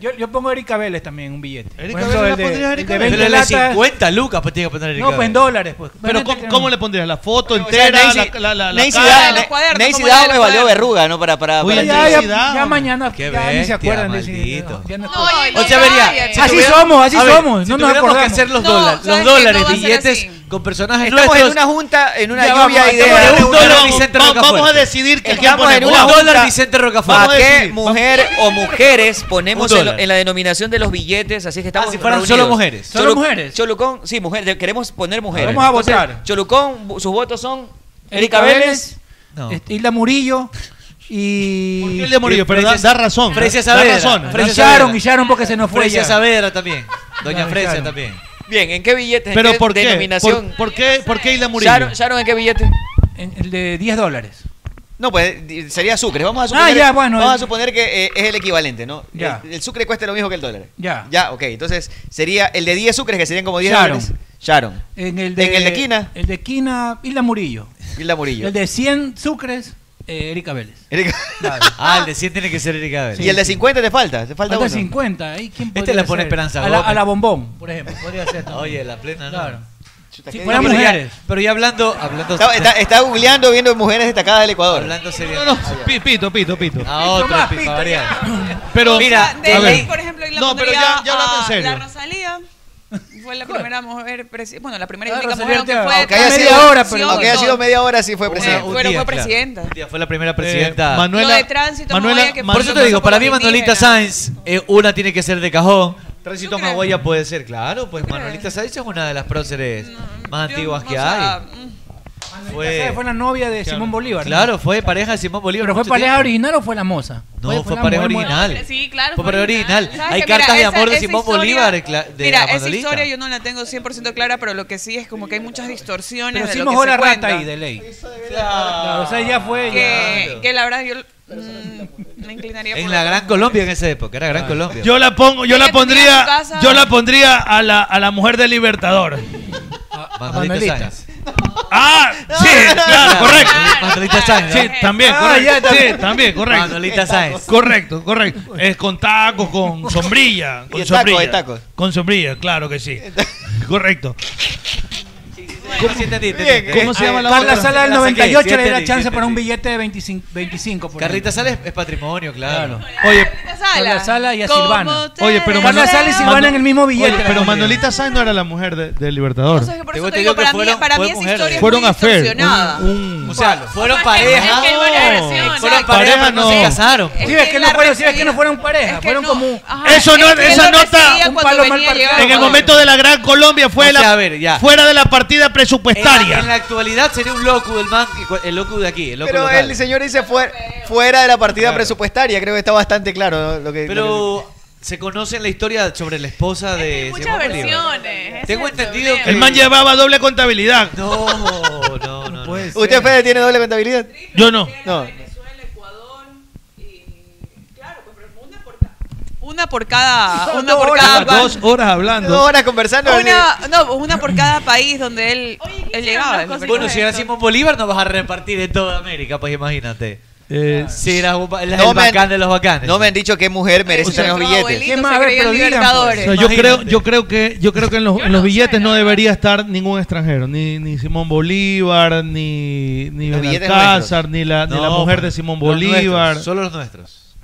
Yo, yo pongo a Erika Vélez también en un billete. Por Erika ejemplo, Vélez el la de- pondrías a el Erika de Vélez. 20 Pero la de latas. 50 lucas, pues tiene que poner Erika No, pues en Vélez. dólares, pues. Pero ¿cómo, cómo le pondrías? ¿La foto entera? la, la, la, la Nancy cara? Dao- Nancy Dao me valió verruga, ¿no? Para, para, para- Oye, Ya, ya, Nancy Dao. ya mañana Qué ya ni se bestia, acuerdan de ese maldito. ya no- O sea, vería, Ay, si Así tuviéramos- somos, así a ver, somos, si no nos tuviéramos que acordamos. hacer los No, dólares, los ¿sabes qué? dólares, No va a ser billetes así. con personajes Estamos en nuestros. una junta, en una Ya lluvia vamos, de estamos en ideas. un dólar Vicente Vamos, vamos a Rocafuerte. decidir que Estamos en Un una dólar junta. Vicente ¿Para Rocafuerte. qué mujer o mujeres ponemos Un en, lo- dólar. en la denominación de los billetes? Así es que estamos Ah, si fueran solo mujeres. Solo mujeres. Cholucón, sí, mujeres. Queremos poner mujeres. Vamos a Entonces, votar. Cholucón, bu- sus votos son Erika Erika Vélez, Vélez. No. este, Hilda Murillo y. ¿Por qué el de Murillo? Pero da, da razón. Fresia da Saavedra. razón. Fresia Y Sharon, Saavedra. y Sharon porque se nos fue. Fresia ya. Saavedra también. Doña Claro, Fresia claro. también. Bien, ¿en qué billetes? ¿Pero ¿En qué por qué? denominación? ¿Por, por qué? ¿Por qué Isla Murillo? Sharon, Sharon, ¿en qué billete? En- El de 10 dólares. No, pues di- sería sucre. Vamos a suponer, Ah, ya, bueno, vamos a el- suponer que eh, es el equivalente, ¿no? Ya. El, el sucre cuesta lo mismo que el dólar. Ya. Ya, ok. Entonces sería el de 10 sucres, que serían como 10 Sharon. dólares. Sharon. En el de. ¿En el de Quina? El de Quina, Hilda Murillo. Hilda Murillo. El de 100 sucres, eh, Erika Vélez. Erika- Ah, el de 100 tiene que ser Erika Vélez. y el de 50 te falta. Te falta, Falta uno. 50. ¿eh? ¿Quién Este podría la pone ser? Esperanza a la, Gómez. a la bombón, por ejemplo. Podría ser también. Oye, la plena no. Claro. Chuta, Si qué fueran difícil. mujeres. Pero ya hablando, hablando, Está, está, está googleando viendo mujeres destacadas del Ecuador. hablando serio. No, no, pi- pito, pito, pito. A otro, más, pipa, pito, variar. Pero, Mira, De a ley, ver, por ejemplo, y la No, pero pondría ya- ya hablando en a serio. La Rosalía fue la primera mujer, presi- bueno, la primera y Ah, única Rosalía mujer que Ortega. fue. Aunque haya, Media sido, hora, pero- aunque haya y sido todo. media hora, sí fue presidente. un Bueno, día, fue claro. presidenta. Un día fue la primera eh, presidenta. Lo de Manuela, tránsito, Manuela, Manuela, que Por eso te Manuela digo, para mí Portiniera. Manuelita Sáenz, eh, una tiene que ser de cajón. ¿Tú Tránsito crees? Maguaya puede ser, claro, pues crees? Manuelita Sáenz es una de las próceres más Yo, antiguas o que sea, hay. mm, Fue, fue la novia de Simón Bolívar. ¿no? Claro, fue pareja de Simón Bolívar. ¿Pero fue mucho pareja tiempo. original o fue la moza? No, fue la pareja mujer mo- original. Sí, claro. Fue fue pareja original. ¿Sabes Hay qué? cartas Mira, de esa- amor de esa Simón historia- Bolívar de cla- de Mira, la esa Manolita. historia yo no la tengo 100% clara, pero lo que sí es como que hay muchas distorsiones Pero de sí lo mojó que se la rata cuenta. ahí, de ley. Claro, o sea, ya fue, Que, ya. que la verdad yo mm, me inclinaría por En la Gran Colombia en esa época, era Gran Colombia. Yo la pongo, yo Ella la tenía en pondría, su casa- yo la pondría a la, a la mujer del Libertador. Manolita Sáenz. Ah, sí, claro, correcto. Manolita Sáenz. Sí, también, Ah, correcto. ya, también. Sí, también, correcto. Manolita Sáenz. Correcto, correcto. Es con tacos, con sombrilla, Y con de tacos, sombrilla. de tacos. Con sombrilla, claro que sí. Correcto. ¿Cómo, sí entendí, Bien, entendí. ¿cómo se llama la Carla otra? Sala del La saqué, 98 siete le da de chance diecisiete. para un billete de 25. 25 por Carlita ejemplo. Sala es, es patrimonio, claro. Oye, Carla Sala y a ¿Cómo Silvana. te Oye, pero Carla Manu- Sala y Silvana Manu- en el mismo billete. Oye, pero Manolita Sáenz no era la mujer de- del Libertador. eso. Por eso te digo, para mí, para mí esa historia es Fueron muy a Fer. distorsionada. O sea, fueron Capaz que- pareja. es que bueno, No, relación, fueron exacto. pareja, pero no se casaron. Sí, ves que no fueron, sí, ves que no fueron pareja, fueron como Ajá, Ah, Eso no- es que esa él lo nota- recibía un cuando palo venía mal llegado En el cuando- momento de la Gran Colombia fue O sea, la, a ver, ya. fuera de la partida En la, en Eh, presupuestaria. la actualidad sería un loco el man, el loco de aquí, el loco Pero local. el señor dice fuera, fuera de la partida Claro. presupuestaria, creo que está bastante claro ¿no? lo que... lo que- Pero se conoce la historia sobre la esposa de Muchas Simón Bolívar. versiones. Tengo entendido que El man llevaba doble contabilidad. No, no, no. no. Pues, eh, ¿Usted, Fede, tiene doble contabilidad? Yo no. No. Una por cada. Son Una por horas. cada. pa- Dos horas hablando. Dos horas conversando. Una, no, una por cada país donde él, él llegaba. Bueno, si era Simón Bolívar no vas a repartir en toda América, pues imagínate. Eh, si eras un, eras No el me han- bacán de los bacanes. No me han dicho qué mujer merece O sea, tener los billetes. ¿Qué más? A ver, pero digan, O sea, yo creo, yo creo que, yo creo que en los, en los billetes no debería estar ningún extranjero, ni, ni Simón Bolívar, ni, ni Los billetes Benalcázar, ni la, ni la No, mujer pues, de Simón los Bolívar. nuestros, solo los nuestros.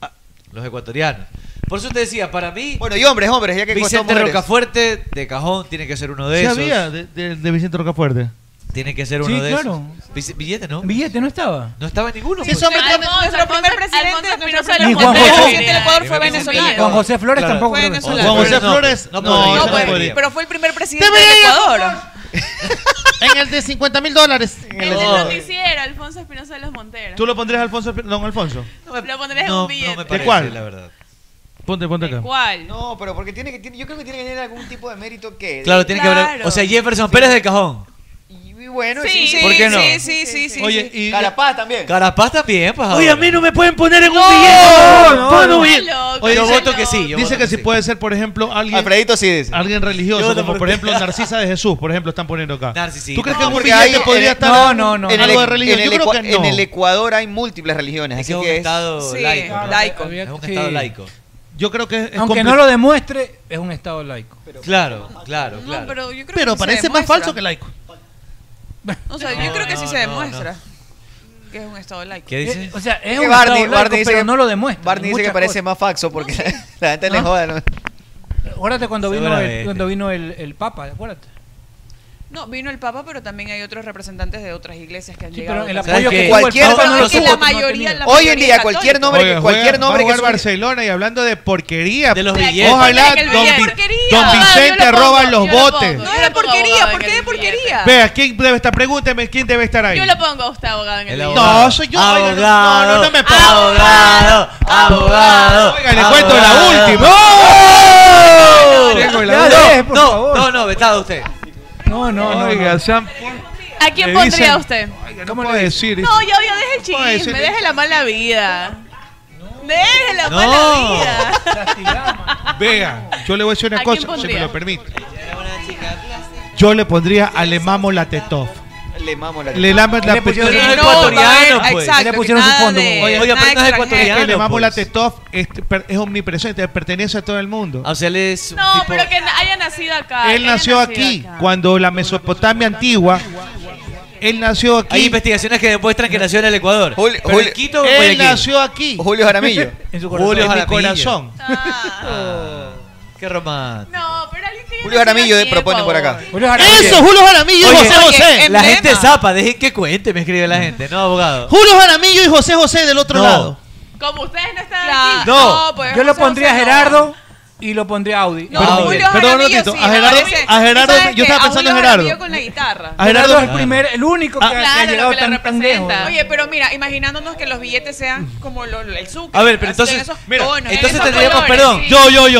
Los ecuatorianos. Por eso te decía, para mí. Bueno, y hombres, hombres, ya que costó Vicente mujeres. Rocafuerte de cajón tiene que ser uno de ¿Sí esos. había de, de- de Vicente Rocafuerte? Tiene que ser uno Sí, de claro. esos. Bici- Billete, ¿no? Billete no estaba. No estaba ninguno. Sí, pues. ese hombre Alfonso, nuestro primer Alfonso presidente, Espinosa nuestro de primer los presidente Monteros, Juan presidente del Ecuador fue venezolano. Juan José Flores Claro. tampoco. Fue creo que- venezolano. Juan José No, Flores, no no, podría. ese No no podría. podría. Pero fue el primer presidente Debería del ir a Ecuador. En el de 50 mil dólares. En el noticiero, Alfonso Espinosa de los Monteros. ¿Tú lo pondrías Alfonso, Espi- don Alfonso? Lo pondrías en No, un billete. no me parece, ¿De cuál? la verdad. Ponte, ponte acá. ¿Cuál? No, pero porque tiene que, tiene- yo creo que tiene que tener algún tipo de mérito que... Claro, tiene que haber. O sea, Jefferson Pérez de cajón. Y bueno, Sí, sí, sí. ¿Por qué no? Sí, sí, sí, sí. Oye, sí. y- Carapaz también. Carapaz también, pues. Oye, a ahora. mí no me pueden poner en un No, billete. no, por favor, no, ponme no. un billete. loco, Oye, yo está voto que sí, yo dice voto que que si puede ser, por ejemplo, alguien. Alfredito sí dice. Alguien Yo religioso, voto como por por ejemplo Narcisa de Jesús, por ejemplo, están poniendo acá. Narcisista. ¿Tú crees que No, un porque billete hay- podría en- estar no, no, no. en algo de religión? en el Yo creo Ecua- que no. En el Ecuador hay múltiples religiones, así es un que es... estado Sí, laico. claro. laico. Había- Es un sí. estado laico. Yo creo que es- es Aunque compli- no lo demuestre, es un estado laico. Claro, claro, No, claro. pero yo creo Pero que sí se parece más demuestra. falso que laico. O sea, yo creo que sí no, se no, demuestra que es un estado laico. ¿Qué Eh, dice? o sea, es Que un Barney- estado laico, Barney dice pero que- no lo demuestra. Barney dice que Muchas parece cosas. ¿Ah? más faxo porque la gente le ¿No? joda. ¿no? Acuérdate cuando vino, Seguramente. el, cuando vino el, el Papa, acuérdate. No, vino el Papa, pero también hay otros representantes de otras iglesias que han Sí, llegado. pero el también. apoyo qué? que Cualquier- tuvo el Papa Pero no es que tuvo, la no mayoría- tenía. la- Hoy en mayoría día es cualquier católica. nombre, Oiga, cualquier juega- va a nombre que jugar surja- Barcelona y hablando de porquería. De los p- billetes. Ojalá Ponle que el don, billete. Vi- Porquería. don No, yo Vicente lo pongo, roba los yo lo botes. No pongo. Yo era lo pongo abogado porquería, ¿por en qué el de porquería? billete. Vea, ¿quién debe estar? Pregúnteme quién debe estar ahí. Yo lo pongo a usted abogado en el El billete. No, soy yo. oiga, no, No, no, no me pongo. Abogado, abogado. Oiga, le cuento la última. ¡Oh! Tengo la Ya, última. no, no, no, no, vetado usted. No, no, no. Oiga, Sam, ¿A quién le pondría dicen- usted? oiga, no puedo decir. No, yo, yo deje el Puedo chisme, decirle- deje la mala vida. Deje la No. mala vida. Vea, yo le voy a decir ¿A una quién cosa, si pondría? me lo permite. Yo le pondría a Lemamo la Tetov. Le mamo la Le lamo la Le pusieron Tetov. no es Que ecuatoriano, va a haber- pues. Exacto, Le pusieron que su nada fondo, oiga, de- pero nada no es extranjero. ecuatoriano. Que Lemamo pues. la Tetov es, per- es omnipresente, pertenece a todo el mundo. O sea, él es un No, tipo- pero que na- haya nacido acá. Él haya nació nacido aquí, acá. cuando la Mesopotamia antigua. Él nació Hay aquí. investigaciones que demuestran que nació en el Ecuador. Julio- Pero en Julio- Quito o en Él Guayaquil. nació aquí. Julio Jaramillo. En su corazón. Julio en mi Jaramillo. corazón. Ah, Qué romántico. No, pero alguien que haya nacido Julio Jaramillo eh, aquí en propone por acá. Ecuador. Julio Jaramillo. Eso, Julio Jaramillo y Oye, José José. oye, La Emblema. gente zapa, dejen que cuente, me escribe la gente, ¿no, abogado? Julio Jaramillo y José José del otro No. lado. Como ustedes no están aquí. No. pues, Yo le José pondría a José no. Gerardo y lo pondría Audi. No, Julio Perdón un Jaramillo ratito, sí, a Gerardo, parece- a Gerardo- ¿sabes qué? yo estaba A pensando en Julio Gerardo. Jaramillo con la guitarra. A Gerardo- Gerardo es el primer, el único que, Ah, ha- que ha claro, lejos. lo que le representa. Oye, pero mira, imaginándonos que los billetes sean como lo- lo- el azúcar. A ver, pero así, en entonces, esos ¿eh? mira, tonos, en entonces esos tendríamos, colores, perdón,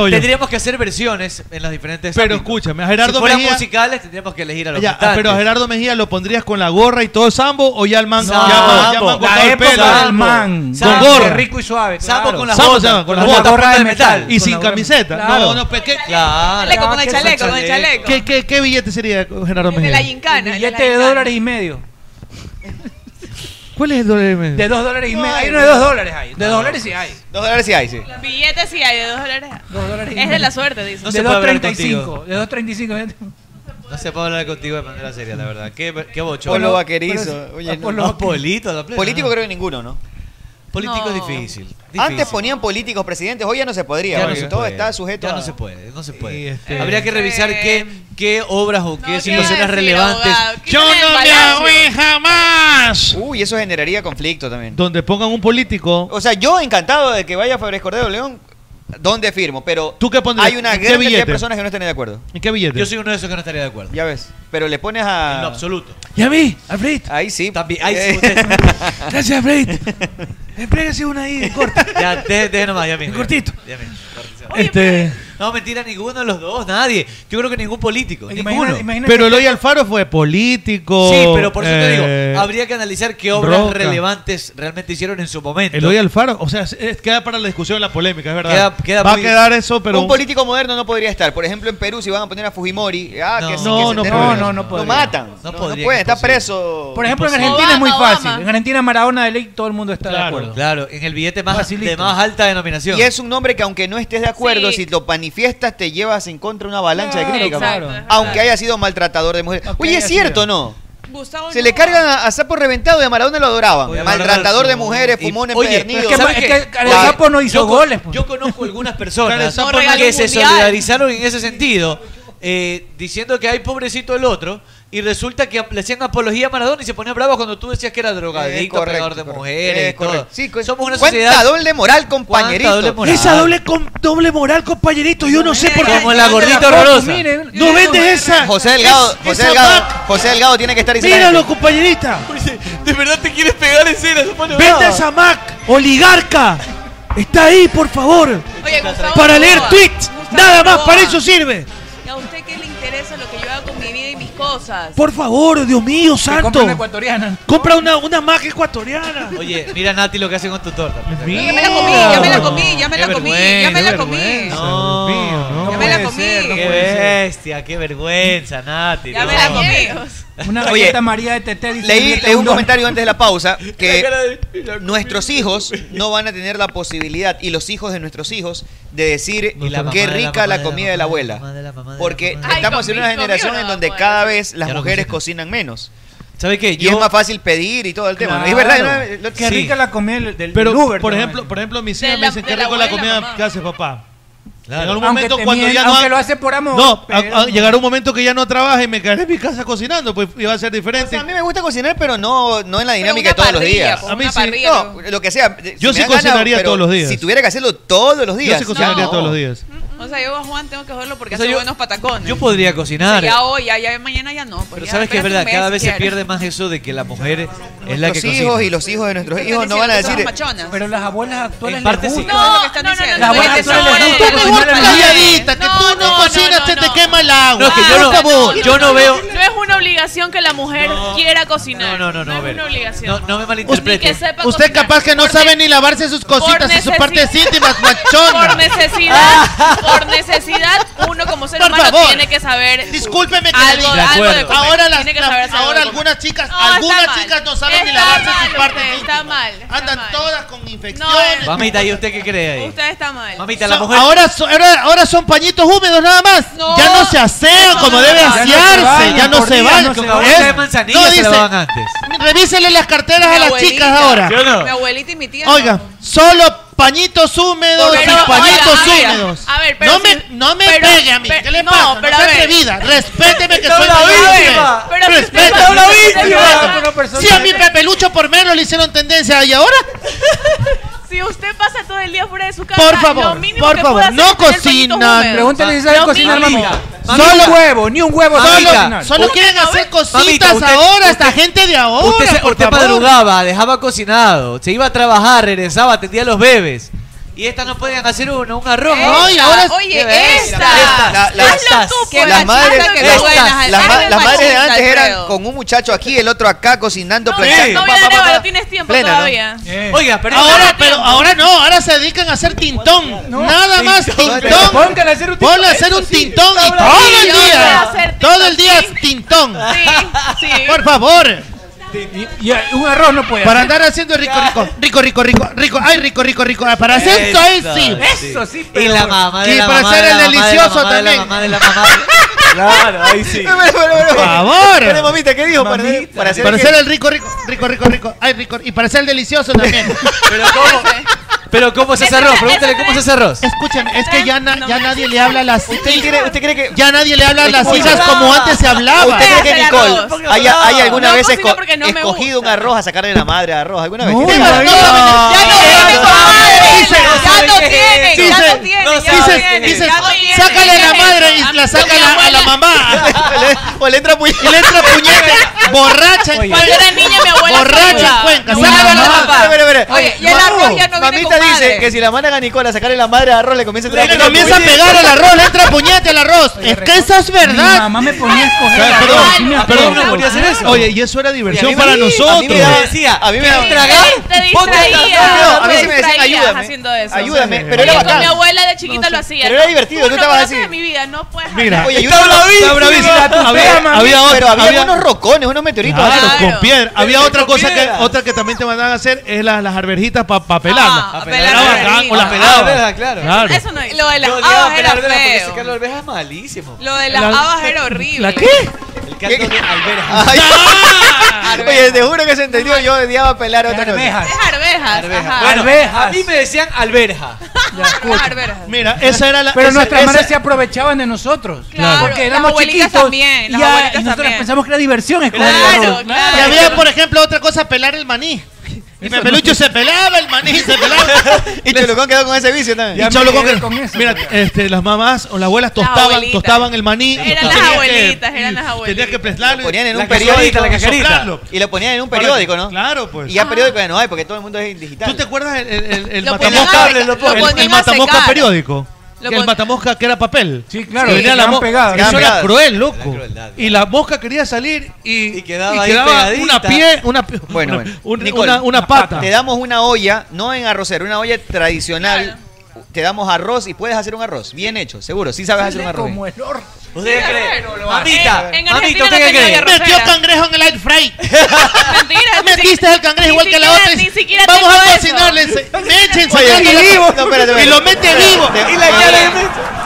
sí. tendríamos que hacer versiones en las diferentes. Pero escúchame, a Gerardo si fueran Mejía- musicales tendríamos que elegir a los Ya, ah, cantantes. pero a Gerardo Mejía lo pondrías con la gorra y todo sambo o ya el man No, ya, man- ya Sambo. man La cortado el época pelo del man. con Sambo, gorra de rico y suave. Sambo claro. con las Sambo botas, se llama, con las con la botas. gorra de Con metal. y Con sin la gorra- camiseta Claro. Ah, no no pe- ¿qué, pues, Claro. Chaleco, con el chaleco, con el chaleco. ¿Qué, qué, qué billete sería Gerardo De la Mejía gincana. de la Este Billete de gincana. dólares y medio. ¿cuál es el dólar y medio? De dos dólares y medio. Hay uno de dos dólares ahí. De dólares sí hay. Dos dólares sí hay, sí. Billetes sí hay de dos dólares. dólares y es de medio. la suerte, dice. No de se puede hablar 2.35. contigo. De 2.35. No se puede hablar contigo de manera seria, la verdad. Qué, qué bochón. Polo Vaquerizo. Oye, no. Polo Polito, la plena. Político creo que ninguno, ¿no? Político es difícil, difícil. Antes ponían políticos presidentes, hoy ya no se podría. Ya no porque se todo puede. está sujeto Ya a... no se puede, no se puede. Eh. este- Habría que revisar qué, qué obras o qué situaciones Eh, decir, relevantes. abogado? Yo Quítale no el me palacio. voy jamás. Uy, eso generaría conflicto también. donde pongan un político O sea, yo encantado de que vaya Febres Cordero León, ¿dónde firmo? Pero ¿Tú qué pondrías? hay una ¿En qué gran cantidad de billete? personas que no estén de acuerdo. ¿en qué billete? Yo soy uno de esos que no estaría de acuerdo. Ya ves. Pero le pones a... En lo absoluto. ¿Ya vi? Alfred. Ahí sí. ahí sí, Eh. usted- Gracias, Alfred. Emplégase una ahí, corta. Ya, deje deje nomás, ya mismo. Cortito. Ya mismo, cortito. Este- No, mentira, ninguno de los dos, nadie. Yo creo que ningún político, ninguno. pero Eloy Alfaro fue político Sí, pero por eso te eh, digo, habría que analizar qué obras Roca. relevantes realmente hicieron en su momento. Eloy Alfaro o sea es- es- queda para la discusión la polémica es verdad Queda- queda va muy- a quedar eso pero Un político moderno no podría estar. Por ejemplo, en Perú, si van a poner a Fujimori, ah, No. que sí, No, que se no enteren. podría. No, no Lo podría. matan. No No, podría, puede, está preso. Por ejemplo, en Imposible. Argentina es muy Obama, fácil. En Argentina, Maradona de ley, todo el mundo está de acuerdo. Claro, en el billete más, Facilito. de más alta denominación. Y es un nombre que aunque no estés de acuerdo, Sí. si lo panifiestas te llevas en contra una avalancha Claro, de críticas. exacto, man. es verdad. aunque haya sido maltratador de mujeres. Oye, es haya cierto, sido. ¿no? Gustavo Se le cargan a, a Sapo Reventado y a Maradona lo adoraban. Oye, maltratador Maradona, de mujeres, y- fumón Oye, pero empedernido. es que- ¿sabes qué? Oye, yo con- Yo conozco algunas Claro, el personas Sapo No, no regaló que un se mundial. solidarizaron en ese sentido, eh, diciendo que hay pobrecito el otro, y resulta que le hacían apología a Maradona y se ponía bravo cuando tú decías que era drogadicto, correcto, pegador de correcto. mujeres. Es y todo. correcto. Somos una cuánta sociedad. doble moral, compañerito. Cuánta doble moral. Esa doble, com- doble moral, compañerito, yo no sé por qué. Como la gordita horrorosa. No vendes esa. José Delgado, es- José esa Delgado, vaca. José Delgado tiene que estar diciendo. Míralo, compañerita. De verdad te quieres pegar en serio. Vete esa Mac, oligarca. Está ahí, por favor. Oye, Gustavo Para Novoa. leer tweets. Gustavo Nada más, Novoa. para eso sirve. ¿Y a usted qué le interesa lo que yo hago con mi vida y mis cosas? Por favor, Dios mío, santo. una ecuatoriana. Compra una, una Mac ecuatoriana. Oye, mira Nati lo que hace con tu torta. Ya me la comí, ya me la comí, ya me la comí, ya me la comí. No, Ya me la puede comí. ser, no qué puede ser. bestia, qué vergüenza, Nati. Ya no. me la comí. Una Oye, galleta María de Teté dice Leí, billete leí de un dólar. comentario antes de la pausa La que cara nuestros hijos no van a tener la posibilidad y los hijos de nuestros hijos de decir Y la mamá qué de la rica mamá la de la comida de la abuela. Porque de la estamos en mamá. una Ay, conmigo, generación conmigo en no donde puede. cada vez las Ya no mujeres cocinan menos. ¿Sabes qué? Y es más fácil pedir y todo el tema. ¿no? Es verdad, ¿no? Lo- Qué rica la comida del, del pero del Uber. por ¿no? ejemplo por ejemplo mis hijas De me la- dicen de qué la rico la abuela, comida mamá". que hace papá En algún Aunque momento te cuando mien- ya no aunque lo hace por amor, No, a- pero- a- llegará un momento que ya no trabaje y me quedaré en mi casa cocinando, pues iba a ser diferente. a mí me gusta cocinar, pero no, no en la dinámica de una todos los parrilla, días. pues, A mí una sí. parrilla, No, lo que sea. eh, Yo si me dan sí ganas, cocinaría pero todos los días. Si tuviera que hacerlo todos los días. Yo sí cocinaría no. todos los días. O sea, yo a Juan tengo que joderlo porque O sea, hace yo- buenos patacones. Yo podría cocinar. ya hoy, ya, ya mañana ya no. pues Pero ya, sabes que es espérate verdad, un cada mes vez si se quieres. pierde más eso de que la mujer es la que Nuestros cocina. hijos y los hijos de nuestros Están hijos no diciendo van a que somos decir. machonas. Pero las abuelas actuales En parte les sí. gusta. No, no, no, no, Las no, abuelas no, actuales no, les gusta no, cocinar a la mujer. que tú no, cocinas te, quema el agua. No, es que yo no- yo no veo- No es una obligación que la mujer quiera cocinar. No, no, no, es a ver. una obligación. No, no me Ni que malinterpretes. sepa Usted cocinar. capaz que no Por sabe ni lavarse sus cositas y sus necesi- partes íntimas, guachona. Por necesidad, por necesidad, uno como ser Por humano favor. tiene que saber. Discúlpeme que algo, le diga. algo de comer. ahora las- Tiene que las- saber hacer ahora algo de comer. algunas chicas, No, está algunas mal. chicas no saben ni Está lavarse mal, sus partes usted, íntimas. Está mal. Andan todas con infecciones. Mamita, ¿y usted qué cree ahí? Usted está mal. Mamita, So- la mujer. ahora, so- ahora, ahora son pañitos húmedos nada más. No, ya no se asean eso como no debe se bañan. asearse. Ya Ya no no por se día, van. no se Es- bañan. Ahorita ¿Eh? de manzanilla se dice- lavaban antes. Revísele las carteras Mi a las abuelita, chicas ahora. Mi abuelita y mi tía. Oiga, solo pañitos húmedos Pero, y pañitos oiga, a ver, húmedos. a ver, pero no si- me, no me pero- pegue a mí. pero- ¿Qué le no, pasa? no pero a sea ver. atrevida. Respéteme que Está soy una víctima. víctima. Pero si usted Respéteme. está una víctima. Si a mi Pepelucho por menos le hicieron tendencia y ahora. Si usted pasa todo el día fuera de su casa, Por favor, lo mínimo por que favor, puede hacer no es tener cocinan. pañitos húmedos. Pregúntale si Lo sabe cocinar, mínimo. mamita. Ni un huevo, ni un huevo. sabe Solo, cocinar. solo quieren hacer cositas usted- ahora, esta gente de ahora. Usted, se, por usted favor. madrugaba, dejaba cocinado, se iba a trabajar, regresaba, atendía a los bebés. Y estas no podían hacer uno, un arroz. Esta, Ay, ahora es- oye, esta. La- la- Hazlo estas, tú, pues, las madres, hazlo que estas, tú buenas, las hazlo ma- de las madres de machista, antes eran creo. con un muchacho aquí, el otro acá cocinando, No, planchando, no, pa, mira, pa, pa, Débora, pa. tienes tiempo Plena, ¿no? Eh, todavía. Oiga, pero Ahora, pero ahora no, ahora se dedican a hacer tintón. Nada más tintón. Pónganle a hacer un tintón. y Todo todo el el día. día. Hacer Todo el día es tintón. Por favor. Y un arroz no puede Para hacer. andar haciendo rico, rico, rico, rico, rico, rico, ay, rico, rico, rico, ah, para hacer eso, ahí sí. Eso sí, Y la mamá de Y la para mamá hacer de el la mamá de la delicioso mamá de la también. mamá de la mamá de- Claro, ahí sí. Pero, pero, pero, Por favor. Espere, mamita, ¿qué dijo? Para- para hacer Para qué? hacer el rico, rico, rico, rico, rico, ay, rico, y para hacer el delicioso también. Pero cómo, pero cómo se hace arroz, pregúntale cómo se hace arroz. Escúchame, es que ya, na- ya nadie le habla a las ¿Usted cree, usted cree que Ya nadie le habla a las Escucha. hijas como antes se hablaba. ¿Usted cree que Nicole haya, haya alguna No vez cocino esco- porque no me escogido un arroz a sacarle la madre a arroz? ¿Alguna vez? No, ¿Tiene- no, no, Ya no tiene Ya no tiene, Dice, ya no dice, tiene, ya no dice, tiene, dice, ya no tiene. sácale a la Deja madre eso. y la A- saca mi a la- a la abuela- mamá. O le entra puñete. Y le entra puñete, borracha. en Cuando Cuenca. era niña, mi abuela Borracha ayudaba. en Cuenca. Mi saca abuela a la no, mamá. espera, espera, espera. Oye, Oye, Mamita dice que si la mandan a Nicole a sacarle la madre a arroz, le comienza a Le comienza a pegar al arroz, le entra puñete al arroz. Es que eso es verdad. Mi mamá me ponía a escoger Ah, Perdón, perdón. no podía hacer eso. Oye, y eso era diversión Sí, a mí para me- nosotros. a mí me daba- decía, a mí me daba- Te Ponte a distraías. trabajar, a mí te sí me decían, distraías ayúdame. haciendo eso. Ayúdame, pero Oye, era Con bacán. mi abuela de chiquita lo hacía. Pero era divertido, Tú tú no estabas conoces así. mi vida, no puedes Mira, Oye, está bravísimo. Está bravísimo. Había- había pero había había- unos rocones, unos meteoritos. Claro, así. con piedra. Había Con otra cosa que piedra. otra que también te mandaban a hacer es la- las arberjitas para pelarlas. Ah, Era pelar bacán, arberjitas. o las Ah, pelabas. verdad, claro. Eso no Lo de las Yo odiaba habas era pelar alberjas porque feo. sacar la alberja es malísimo. Lo de las La- habas era horrible. ¿La qué? El canto de alberja. Ay. Oye, te juro que se entendió, yo odiaba pelar otra cosa. Es arvejas. ajá. Bueno, a mí me decían alberja. Mira, esa era la Pero esa- nuestras esa- madres se aprovechaban de nosotros. Claro. Porque Las éramos abuelitas chiquitos. también, y las ya- abuelitas y nosotros también. pensamos que era diversión escoger Claro, el arroz. Y había, por ejemplo, otra cosa, pelar el maní. Y mi pelucho se pelaba el maní, se pelaba. Y Cholucón quedó con ese vicio Y también. Cholo Cocker, mira, este, las mamás o las abuelas tostaban, pues. abuelitas. tostaban el maní. y Eran tú las tenías que- abuelitas, eran las abuelitas. Tenías que prestarlo. Lo ponían en un cascarita, periódico. la cascarita. soplarlo. Y lo ponían en un periódico, ¿no? Claro, pues. Y ya periódico ya no hay, porque todo el mundo es digital. ¿Tú te acuerdas el, El Lo matamosca, ponían a secar, el- lo el, ponían a matamosca secar. periódico. Lo Que el pon- matamosca que era papel. Sí, claro, Que y venía se la quedaban mo- pegadas. Eso era Pegadas. cruel, loco. Y la mosca quería salir y, y quedaba ahí pegadita. una pie, una pie- Bueno, una, bueno. un- Nicole, una- una pata. Te damos una olla, no en arrocero, una olla tradicional. Te damos arroz y puedes hacer un arroz. Bien hecho, seguro. Sí sabes hacer un arroz. bien. ¿Ustedes creen? Mamita, En- en mamita, Argentina ¿usted no qué tenía cree? arrocera. Metió cangrejo en el air fry. Mentira. ni Metiste siquiera- el cangrejo ni igual que la siquiera- otra. Ni siquiera Vamos tengo a eso. cocinarle. se- Me echen Oye, sacando la- No, espérate, espérate. Y lo mete vivo. Te- Y la cara de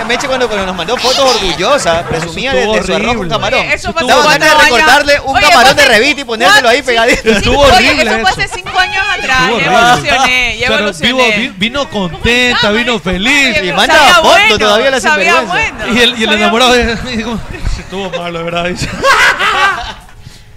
Meche cuando, cuando nos mandó fotos orgullosas, presumía de, estuvo de su arroz con horrible. camarón. Oye, eso fue Daba como ganas de cuando vaya- recortarle un Oye, camarón de ponte- revista y ponértelo ahí pegadito. Estuvo Oye, horrible eso fue eso. hace cinco años atrás. Estuvo Ya horrible. evolucioné, ya Pero vivo- evolucioné. vi- vino contenta, vino feliz. pero manda sabía foto bueno, todavía la sabía sinvergüenza. bueno, Y el, y el sabía enamorado dijo, se estuvo malo, de ¿verdad? Dice.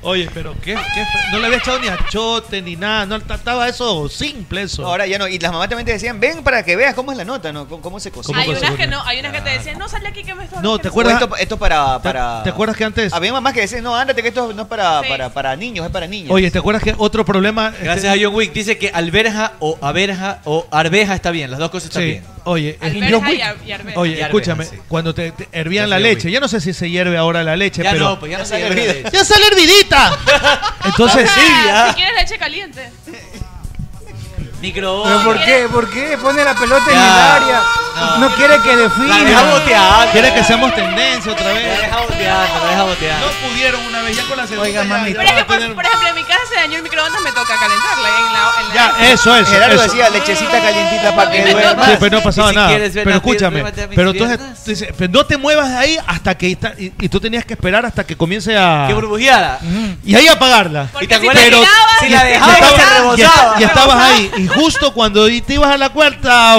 Oye, pero qué, qué fe- no le había echado ni achote ni nada, Ah, no estaba eso simple eso. Ahora ya no. Y las mamás también te decían, ven para que veas cómo es la nota, ¿no? Cómo, cómo se cocina. Hay unas que no, hay unas que te decían, no sale aquí que me estás No, haciendo". ¿te acuerdas? Esto, esto para, para... ¿Te acuerdas que antes? Había mamás que decían, no, ándate, que esto no es para, Sí. para, para niños, es para niñas. Oye, ¿te acuerdas que otro problema? este- Gracias a John Wick. Dice que alberja o averja o arveja está bien. Las dos cosas están Sí. bien. Oye, eh, Alberja John y Wick- ar- y arveja. oye, Y arveja, escúchame, sí. cuando te, te hervían Gracias a la John leche, ya no sé si se hierve ahora la leche, Ya pero no, pues ya no se hervida. hervida. Ya sale hervidita. entonces Ah, Si quieres leche caliente. ¿Pero Microondas. por qué? ¿Por qué pone la pelota en el área? No quiere que defina. Quiere que seamos tendencia otra vez. La deja boteando, la deja boteando. No pudieron una vez ya con la segunda. Oiga, ya- mamita. ya Pero es que, va a por, tener- por ejemplo, en mi casa se dañó el microondas, me toca calentarla en la, en la- Ya, eso, eso. Gerardo eso. decía, lechecita calientita para que Sí, duermas. pero no pasaba Y si nada. quieres ver la Pero escúchame, pierna, llévate a pero mis entonces piernas. tú dices, pero no te muevas de ahí hasta que está, y, y tú tenías que esperar hasta que comience a Qué burbujeada. y ahí apagarla. ¿Y te acuerdas? Pero- si la dejabas, y se estabas- y est- rebosaba. y estabas ahí y justo cuando y te ibas a la cuarta,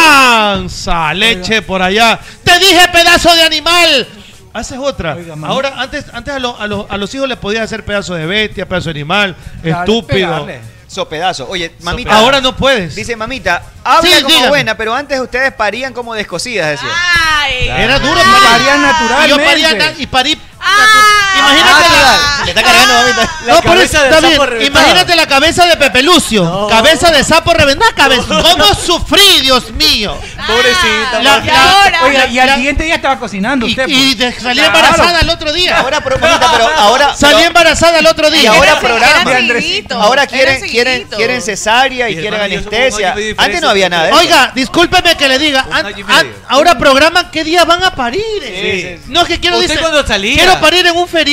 ¡guanza! Leche por allá. Te dije pedazo de animal. Haces otra. Ahora, antes, antes a, los- a los- a los hijos les podías hacer pedazo de bestia, pedazo de animal, Claro, estúpido. pegarle. Sopedazo. Oye, mamita. Sopedazo. Ahora no puedes. Dice mamita, habla Sí, como dígame. buena, pero antes ustedes parían como descosidas, decía. Claro. Era duro, pero pero- parían Y yo paría naturalmente. na- y parí. Ah, Ah, Imagínate la. Le está cargando, mamita. No, por eso, está bien. Imagínate la cabeza de Pepe Lucio. Cabeza de sapo reventado. Cabeza. ¿Cómo sufrí, Dios mío? Pobrecita. La- la- Oiga, y al la- siguiente día estaba cocinando usted. y de- salí embarazada el otro día. Ahora, pero, pero ahora. Salí pero- embarazada el otro día. Y ahora Era- programa. era seguidito, ahora era quieren, seguidito. quieren, quieren cesárea y, quieren anestesia. Antes no había nada. de eso. Oiga, discúlpeme que le diga. an- an- ahora programan qué día van a parir. eh. No, es que quiero Usted decir. cuando salía. Quiero parir en un feriado.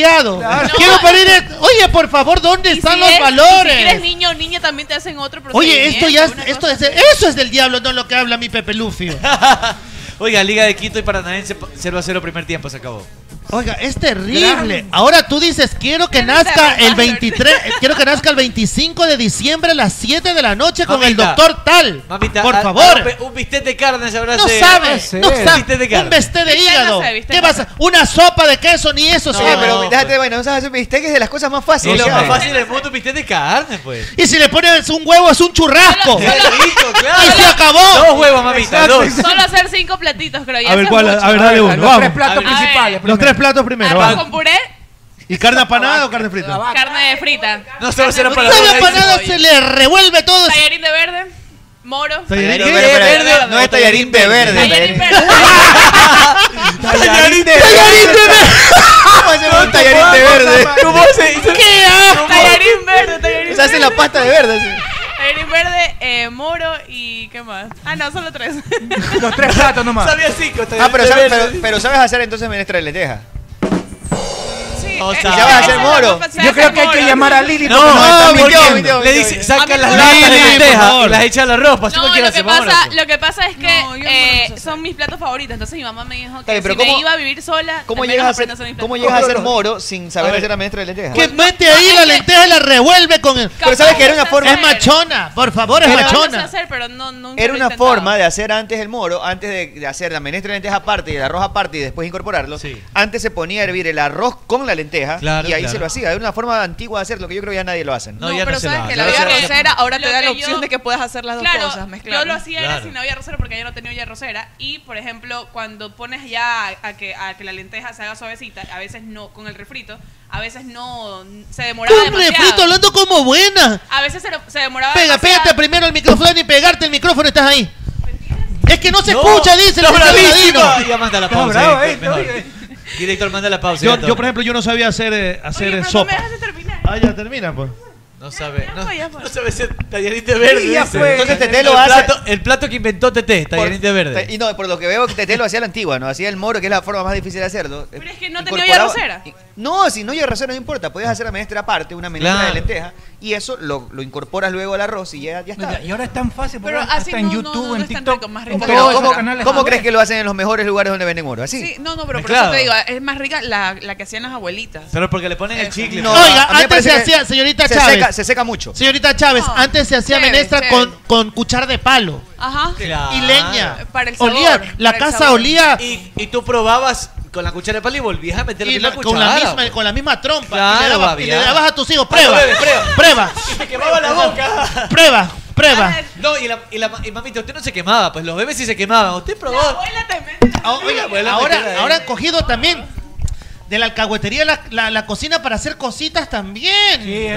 Quiero parir en. Oye, por favor, ¿dónde están Si los eres- valores? Si eres niño o niña también te hacen otro procedimiento. Oye, esto ya es- esto es, eso es del diablo, no lo que habla mi Pepe Lufio. Oiga, Liga de Quito y Paranaense 0 a 0 primer tiempo, se acabó. Oiga, es terrible. Ahora tú dices, quiero que nazca el 23, eh, quiero que nazca el 25 de diciembre a las 7 de la noche con el Mamita, doctor tal. Mamita, Por a- favor. a Un, un bistec de carne se habrá No se- sabes, Ah, sí. no Un bistec de sabes. carne. Un besté de Bistec no hígado. sé, bistec ¿Qué no pasa? Una sopa de queso ni eso No, pues. sabe. pero déjate, bueno, ¿sabes? Viste que es de las cosas más fáciles. Sí, lo ¿no? más fácil del mundo, un bistec de carne, pues. Y si le pones un huevo es un churrasco. Y se acabó. Dos huevos, mamita, Exacto, dos. Solo hacer cinco platitos, creo. ya A ver, eso ¿cuál? es mucho. A ver, dale uno. los vamos. tres platos A ver. principales. Los tres platos primero. Arroz vamos. con puré, ¿Y carne apanada o carne frita? carne de frita. No, solo será para Sabe la- a panada, se le revuelve todo. Tallarín de verde, moro. ¿Tallarín Pero, pero, pero, No es tallarín de verde. tallarín- Tallarín de Tallarín de verde. ¿Cómo hacemos un tallarín de verde? ¿Cómo se ¿Qué asco? Tallarín verde, tallarín Se hace verde. la pasta de verde. así. Tallarín verde, eh, moro y ¿qué más? Ah, no, solo tres. Los tres platos nomás. Sabía cinco. Ah, pero sabes, pero, pero sabes hacer entonces menestra de lenteja. Sí, o sea, ya vas a hacer moro. Yo creo que hay que llamar a Lili. No, porque no, está mintió, mintiendo. mintió, Le mintió. dice, saca las por latas de favor. lenteja y las echa al arroz. Así No, cualquiera lo se que, va ahora, pasa, pues. lo que pasa es que eh, son mis platos favoritos. Entonces mi mamá me dijo Está que bien, si pero me ¿cómo- iba a vivir sola, ¿Cómo al menos llegas, a aprendo hacer, hacer mis ¿Cómo platos llegas a hacer favoritos. moro sin saber A ver. hacer la menestra de lenteja? Que mete ahí la lenteja y la revuelve con el. Pero ¿sabes que era una forma- Es machona, Ah, por favor, es Era- machona. hacer, pero no, nunca Era lo he una intentado. forma de hacer antes el moro, antes de, de hacer la menestra de lenteja aparte y el arroz aparte y después incorporarlo. Antes se ponía a hervir el arroz con la lenteja Claro, y ahí claro. se lo hacía. Era una forma antigua de hacerlo que yo creo que ya nadie lo hace. No, ya no se da. la vida rosera ahora te da la opción de que puedes hacer las dos cosas, mezclarlo. Yo lo hacía era Claro. sin olla rosera porque yo no tenía olla rosera y por ejemplo cuando pones ya a, a que a que la lenteja se haga suavecita, a veces no con el refrito, a veces no se demoraba Un demasiado. refrito hablando como buena. A veces se, lo- se demoraba Pega, demasiado. pégate primero el micrófono y pegarte el micrófono, estás ahí. Es que no se No, escucha, dice el está bravísimo. Saladino. Ya manda la Está pausa. bravo, eh, eh, mejor. Director, manda la pausa. Yo, director. yo, por ejemplo, yo no sabía hacer, eh, hacer eh, sopa. Ah, ya termina, pues. No sabe. No, no sabe ese tallarín de verde. Sí, ya dice. fue. Entonces Teté El lo hace- plato- El plato que inventó Teté, tallarín de verde. Y no, por lo que veo que Tete lo hacía a la antigua, ¿no? Hacía el moro, que es la forma más difícil de hacerlo. Pero es que no tenía olla rosera. No, si no lleva rosera no importa. Podías hacer la menestra aparte, una menestra Claro. de lenteja, y eso lo, lo incorporas luego al arroz y ya, ya está. Y ahora es tan fácil, porque Pero ahora así está en no, no, YouTube, no, no en es tan TikTok. rico, más en rico. todos Pero, esos ¿cómo, canales cómo ahora. crees que lo hacen en los mejores lugares donde venden moro? Así. Sí, no, no, pero por eso Mezclado. te digo, es más rica la, la que hacían las abuelitas. Pero porque le ponen el chicle. No, Oiga, a mí me antes parece se que hacía, señorita se Chávez. seca- se seca mucho. Señorita Chávez, No, antes se hacía chévere, menestra chévere. con, con cuchar de palo. Ajá. Y leña. Para el sabor, olía, la para el casa sabor. olía Y, y tú probabas con la cuchara de palo y volvías a meterle y la, la- cuchara. con, la misma, con la misma trompa. y, le Claro, dabas, babi, y le ya. dabas a tus hijos, prueba, bebes, prueba. prueba, Te quemaba la boca. prueba, Ah, prueba. No, y, la, y, la, y mamita, usted no se quemaba, pues los bebés sí se quemaban. Usted probó. pues Ah, oiga, abuela metida ahora, ahí. ahora han cogido también de la alcahuetería la, la- la cocina para hacer cositas también.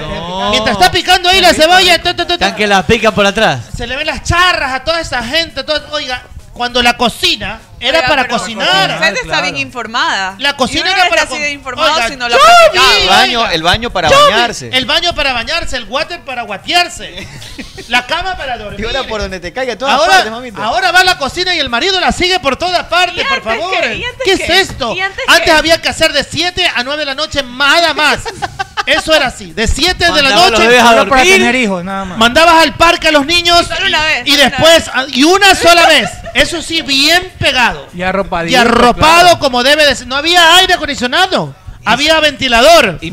Mientras está picando ahí la cebolla, tu, tu, tu, tu, Tan que las pican por atrás. se le ven las charras a toda esa gente. todo- oiga, cuando la cocina era Oiga, para pero cocinar. Usted está bien informada. La Y cocina uno era no para está así de com- informado, Oiga, sino la yo practicaba. vi, El baño, el baño para Yo vi- bañarse. El baño para bañarse, el water para guatearse, la cama para Y dormir. ahora por donde te caiga, todas Ahora, partes, mamita. ahora va la cocina y el marido la sigue por todas partes, por favor. qué? ¿Y antes ¿Qué qué? es esto? ¿Y antes qué? había que hacer de 7 a 9 de la noche nada más. Eso era así, de 7 de la Mandaba a los noche bebés a solo para dormir. tener hijos, nada más. mandabas al parque a los niños solo una vez, y solo una después a- y una sola vez. Eso sí bien pegado. Y arropadito. Y arropado claro. como debe de ser. No había aire acondicionado. Había ventilador. Y,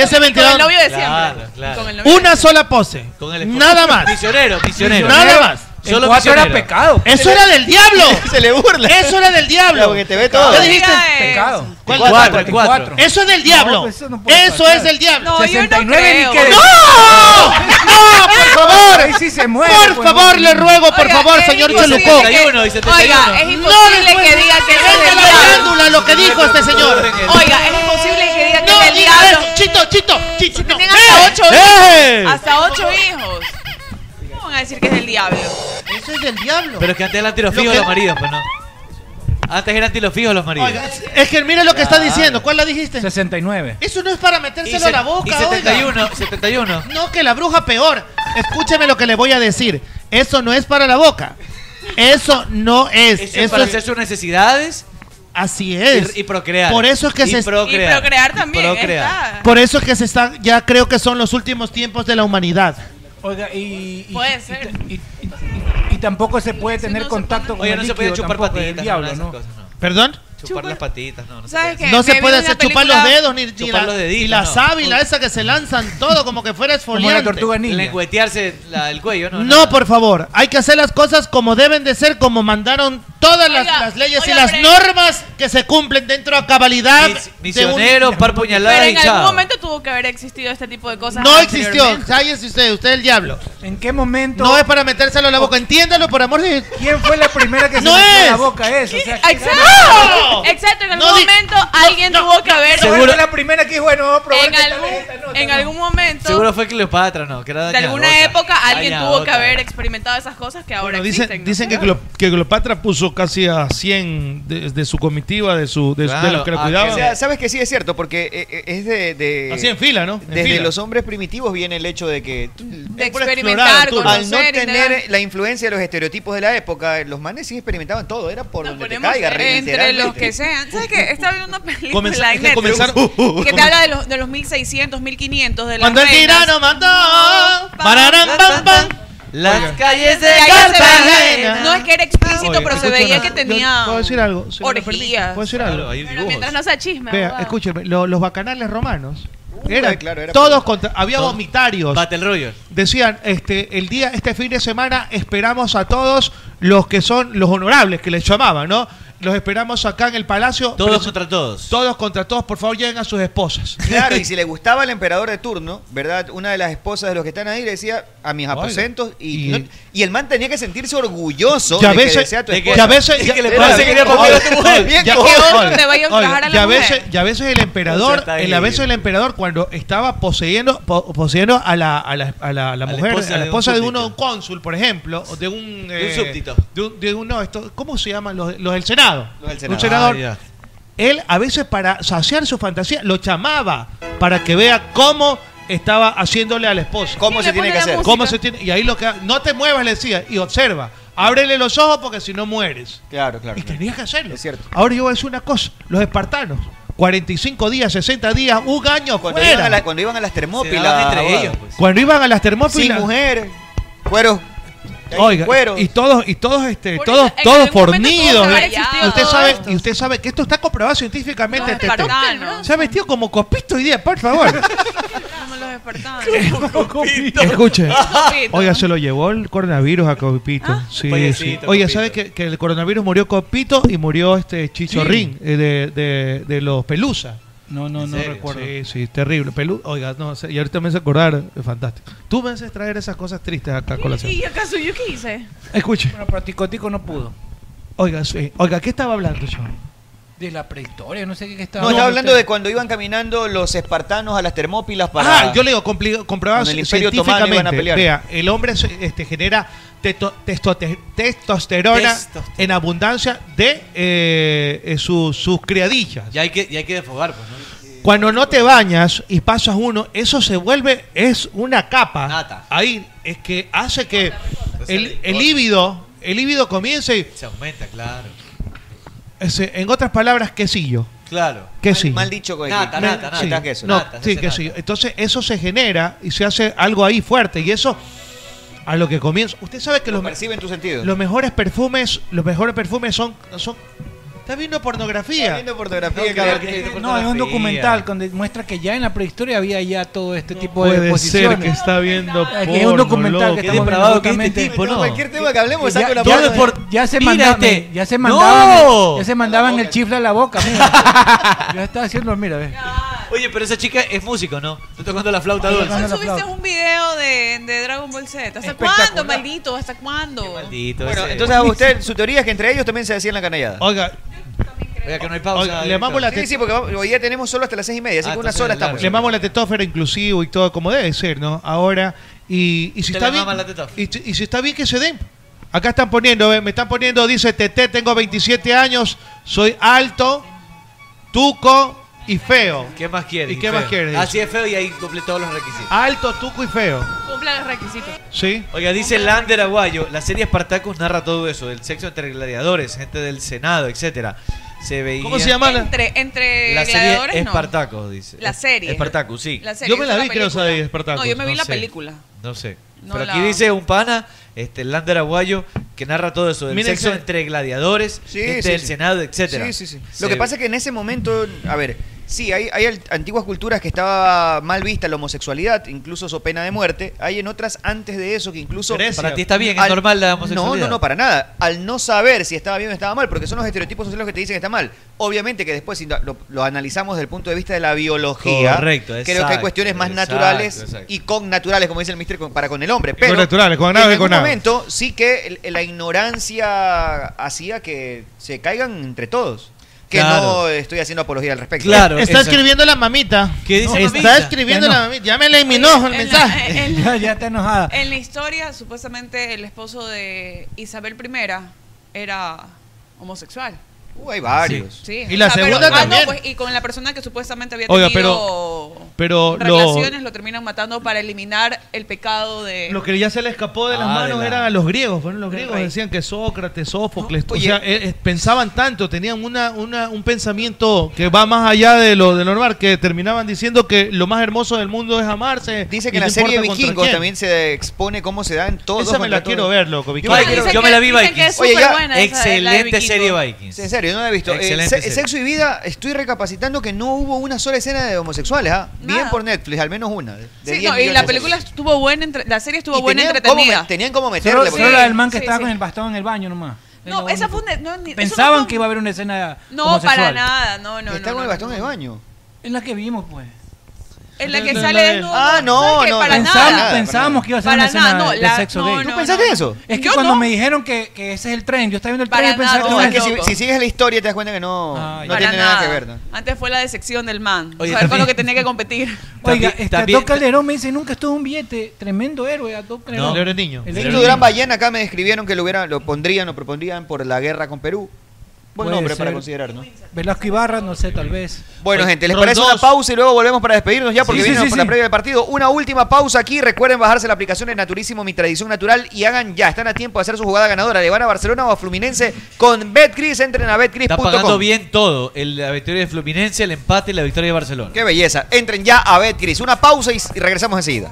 ese ventilador. novio de siempre. Claro, claro. Una sola pose. Con el esposo. Nada más. Misionero, misionero. Nada más. En cuatro era misionero. pecado. Eso era del diablo. Se le burla. Eso era del diablo. Porque te ve todo. ¿Qué dijiste? eh. Pecado. ¿Cuál Cuatro, cuatro? el cuatro. Eso es del diablo. No, eso pues es del diablo. No, yo no 69 ni creo. que- ¡No! ¡No, por favor! Ahí sí se muere, Por pues, favor, bueno. le ruego, por Oiga, favor, es señor imposible Cholucó. que- 71 y 71. Oiga, es No imposible les que puedo- diga que es Vete a del la diablo. glándula lo que dijo este señor. Oiga, es imposible que diga que No, es del diga diablo. eso. Chito, chito, chito. Tienen hasta ocho ¡Eh! hijos. Hasta ocho hijos. ¿Cómo van a decir que es del diablo? Eso es del diablo. Pero es que antes eran tiros fijos los maridos, pues no. Antes eran tiros fijos los maridos. Es que mire lo que está diciendo. ¿Cuál la dijiste? 69. Eso no es para Y, metérselo se- a la boca, y 71, oiga. 71. No, que la bruja peor. Escúcheme lo que le voy a decir. Eso no es para la boca. Eso no es. Eso es para hacer sus necesidades. Así es. Y, y procrear. Por eso es que Y se- procrear. Y procrear también, Procrear. Por eso es que se está, ya creo que son los últimos tiempos de la humanidad. Oiga, y. y- Puede y- ser. Y, y- y- y tampoco se puede tener contacto con Oye, el no se puede líquido chupar tampoco del patitas. no, diablo, nada de esas ¿no? cosas, no. ¿Perdón? Chupar las patitas, no. no se ¿Sabes puede. qué? No se me puede vi una hacer chupar película- los dedos ni, ni Chupar la, los deditos, y la no. sábila esa que se lanzan todo como que fuera esfoliante. Lengüetearse la- el cuello, no. No, por favor, hay que hacer las cosas como deben de ser, como mandaron todas las, las leyes y las normas que se cumplen dentro a cabalidad. de un- Misionero, par Pero puñalada y en algún chao. momento tuvo que haber existido este tipo de cosas. No existió, anteriormente. cállese usted, usted es el diablo. ¿En qué momento? No es para metérselo en la boca, entiéndalo por amor de ¿Quién fue la primera que se No metió a es. la boca eso? O sea, que- Exacto. Exacto, en algún No di- momento alguien tuvo que haber. Seguro la primera que dijo, bueno, vamos a probar En qué tal algún, es. en algún momento, Seguro fue Cleopatra, no. Que era de alguna dañadota. época, alguien tuvo que Dañadota. haber experimentado esas cosas que ahora Bueno, existen. dicen, ¿no? dicen que, Cleo- que Cleopatra puso casi a 100 de, de su comitiva, de, su, de, de los que la cuidaban. Ah, O sea, Sabes que sí es cierto, porque eh, eh, es de, de- Así en fila, ¿no? En Desde fila. los hombres primitivos viene el hecho de que tú- De por explorar, experimentar, tú. al no conocer y tener nada. la influencia de los estereotipos de la época, los manes sí experimentaban todo, era por donde te Ponemos caiga, entre literalmente. los que sean. ¿Sabes qué? Estaba viendo una película en Comenza- es que Netflix comenzaron- Uh, uh, que uh, te comenzar. habla de los, de los 1600, 1500 de las Cuando el reinas. tirano mandó. Pararán, pam, pam. Las calles de Cartagena. No es que era explícito, Oye, pero se escucha veía una- que yo tenía puedo decir algo, se me orgías. ¿Puedo decir algo? Pero mientras no sea chisme. Vea, abogado. escúcheme, lo- los bacanales romanos eran Uh, eh, claro, era todos contra, había Todos. vomitarios. Battle Royale. Decían, este, el día, este fin de semana esperamos a todos los que son los honorables que les llamaban, ¿no? Los esperamos acá en el palacio. Todos Pero- contra todos. Todos contra todos, por favor, lleguen a sus esposas. Claro, y si le gustaba el emperador de turno, ¿verdad? Una de las esposas de los que están ahí le decía a mis aposentos y, no- y el man tenía que sentirse orgulloso Ya de que veces- le decía a tu de que- esposa. ya veces- Era que le bien parece que quería cojudo, comer a tu mujer. bien Ya- cojudo. Oiga, te vayan a oiga, trabajar a la y a mujer. veces, y a veces el O sea, emperador, está el, a veces el emperador cuando estaba poseyendo, po- poseyendo a la, a la, a la- a la mujer, esposa a la de un esposa de, uno, de súbdito. un cónsul, por ejemplo, o de un, De un eh, súbdito. de un, de un- no, esto, ¿cómo se llaman los, los del Senado? Los del Un Senado. senador. Ah, ya. él a veces para saciar su fantasía lo llamaba para que vea cómo estaba haciéndole a la esposa. ¿Cómo Sí, se le tiene pone que la hacer? música. ¿Cómo se tiene? Y ahí lo que no te muevas le decía y observa, ábrele los ojos porque si no mueres. Claro, claro. Y tenías que hacerlo. Es cierto. Ahora yo voy a decir una cosa, los espartanos 45 días, 60 días, un año Cuando, fuera. iban a, la- cuando iban a las termópilas. Se daban entre abogado. ellos, pues. Cuando iban a las termópilas. Sin mujer, cueros. Oiga, cueros. y todos y todos este Por todos eso, en todos algún momento fornidos. todos ¿eh? habrán usted existido sabe, todos y usted sabe que esto está comprobado científicamente. Los Tete. espartanos. Se ha vestido como cospito hoy día, por favor. Como los espartanos. Escuche. Copito. Oiga, se lo llevó el coronavirus a Copito. Sí, Payasito, sí. Oiga, Copito. ¿sabe que, que el coronavirus murió Copito y murió este Chichorrín eh, de, de- de los Pelusa? No, no, no serio? recuerdo. Sí, sí, terrible. Pelu Oiga, no sé, y ahorita me hace acordar, es fantástico. Tú me haces traer esas cosas tristes acá con la ¿Y acaso yo qué hice? Escuche. Bueno, pero Ticotico no pudo. Oiga, sí. Oiga, ¿qué estaba hablando yo? De la prehistoria, no sé qué estaba. No, estaba hablando de cuando iban caminando los espartanos a las termópilas para. Ah, yo le digo, compli- comprobado Con el Imperio Otomano científicamente. iban a pelear. Vea, el hombre se- este, genera teto- testote- testosterona Testosterona. en abundancia de eh, eh, su- sus criadillas. Y hay que, y hay que desfogar, pues, ¿no? Cuando no te bañas y pasas uno, eso se vuelve, es una capa. Ahí es que hace que el, el líbido, el líbido comience y, Se aumenta, claro. ese, en otras palabras, quesillo. Claro. Quesillo. Mal dicho, con Nata, Me- nata, nata. sí, Está queso, no, nata, se sí, hace que nata. sí. Entonces eso se genera y se hace algo ahí fuerte y eso a lo que comienza. Usted sabe que Lo los, me- percibe en tu sentido. los mejores perfumes, los mejores perfumes son son Está viendo pornografía. Está viendo pornografía, No, cabrón. que- que- que- No, es un pornografía. documental donde muestra que ya en la prehistoria había ya todo este tipo de Puede exposiciones. ser que está viendo Es que es un documental que Qué estamos depravado viendo que es este justamente. tipo, ¿no? tema que hablemos, Ya- saca una ya, mano. por- ya se Mira mandaban, este. ya se ¡No! mandaban, ya se mandaban el chifle a la boca, mira. ya está haciendo, mira, ve. Oye, pero esa chica es músico, ¿no? Está tocando la flauta Está dulce. tocando la Subiste un video de, de Dragon Ball Z. ¿Hasta cuándo, maldito? ¿Hasta cuándo? Bueno, entonces usted, su teoría es que entre ellos también se decían la canallada. Oiga, Oiga, que no hay pausa. Oiga, le vamos la Sí, te- sí, porque vamos- hoy día tenemos solo hasta las seis y media, así Ah, que una sola estamos. Le mamo la tetófera inclusivo y todo como debe ser, ¿no? Ahora, y, y si Usted está le bien. mama la y, si- y si está bien que se den. Acá están poniendo, ve, me están poniendo, dice Tete, tengo 27 años, soy alto, tuco y feo. ¿Qué más quiere? ¿Y qué más quiere? Así es feo y ahí cumple todos los requisitos. Alto, tuco y feo. Cumpla los requisitos. Sí. Oiga, dice Lander Aguayo, la serie Spartacus narra todo eso, del sexo entre gladiadores, gente del Senado, etcétera. Se veía ¿Cómo se llama la- Entre, entre La gladiadores, serie no. Espartacos, dice. La serie. Espartacus, sí. La serie, Yo me la esa vi, es creo, esa de película. Espartacus, No, yo me vi no la sé. película. No sé. No Pero la- aquí dice un pana, este Lander Aguayo, que narra todo eso, del Miren sexo que- entre gladiadores, Sí, gente sí, este, del sí. Senado, etcétera. Sí, sí, sí. Lo que pasa es que en ese momento, a ver, sí, hay, hay al- antiguas culturas que estaba mal vista la homosexualidad, incluso su pena de muerte. Hay en otras antes de eso que incluso... Grecia. Para ti está bien, es normal la homosexualidad. No, no, no, para nada. Al no saber si estaba bien o estaba mal, porque son los estereotipos sociales los que te dicen que está mal. Obviamente que después si lo, lo- lo analizamos desde el punto de vista de la biología, Correcto, creo que hay exacto, cuestiones más exacto, naturales exacto. y con naturales, como dice el mister, con- para con el hombre. Pero naturales, con aves, en algún con aves. momento sí que el- la ignorancia hacía que se caigan entre todos. Que Claro. no estoy haciendo apología al respecto. Está escribiendo la mamita. ¿Qué dice Está mamita? escribiendo Ya no. la mamita. Ya me eliminó el En la- mensaje. en Ya, ya está enojada. En la historia, supuestamente el esposo de Isabel I era homosexual. hay varios. Sí. Y la o sea, segunda pero- ah, no, también. pues, y con la persona que supuestamente había Oiga, tenido pero lo- relaciones, lo... terminan matando para eliminar el pecado de... Lo que ya se le escapó de las Ah, de manos la- eran a los griegos. Fueron los Del griegos rey. decían que Sócrates, Sófocles, o sea, eh, eh, pensaban tanto, tenían una, una- un pensamiento que va más allá de lo, de lo normal, que terminaban diciendo que lo más hermoso del mundo es amarse. Dice que en la serie Vikingos también se expone cómo se dan todos. Esa me la quiero ver, loco, Vikingos. la Dicen quiero- que- Yo me la vi dicen que Vikings. es Oye, ya- superbuena esa de- la de Excelente serie Vikingos. Vikings. En serio, no la he visto. Eh, Excelente se- serie. sexo y vida, estoy recapacitando que no hubo una sola escena de homosexuales. ¿ah? Bien por Netflix, al menos una. de- de Sí, 10 no, y millones la de película estuvo buena, entre- la serie estuvo Y buena, tenían cómo entretenida. me- tenían cómo meterle, pues. Solo, porque- solo la del man que Sí, estaba sí. con el bastón en el baño nomás. No, esa fue una... no, ni- eso Pensaban no fue- que iba a haber una escena No, para nada, no, no. Está no, con el no, bastón no. en el baño. En la que vimos, pues. En la que No, no, sale no, no. desnudo. Ah, no, ¿sabes qué? no, Para no. nada. Pensábamos, nada, para pensábamos nada. que iba a ser Para una escena nada, no, de la- sexo no, gay. no, ¿Tú pensaste no. eso? Es que Yo cuando no. me dijeron que, que ese es el tren, yo estaba viendo el Para tren y pensaba nada, que No, era Ah, es que eso. si, si sigues la historia te das cuenta que no, no Para tiene nada. que nada. ver. ¿no? Antes fue la decepción del man. saber Oye, con también- lo que tenía que competir. Oiga, También- este, también- Doc Calderón me dice, nunca estuvo un billete. Tremendo héroe, a Doc Calderón. No, era niño. El El niño. Durán Ballena acá me describieron que lo, hubieran, lo pondrían o propondrían por la guerra con Perú. Buen Puede nombre para ser. considerar, ¿no? Velasco Ibarra, no sé, tal vez. Bueno, Pues, gente, ¿les parece una pausa y luego volvemos para despedirnos ya? Porque Pues Sí, sí, viene sí, la sí. previa del partido. Una última pausa aquí. Recuerden bajarse la aplicación de Naturísimo, mi tradición natural. Y hagan ya. Están a tiempo de hacer su jugada ganadora. Le van a Barcelona o a Fluminense con Betcris. Entren a Está pagando betcris.com. bien todo. El- la victoria de Fluminense, el empate y la victoria de Barcelona. Qué belleza. Entren ya a Betcris. Una pausa y y regresamos enseguida.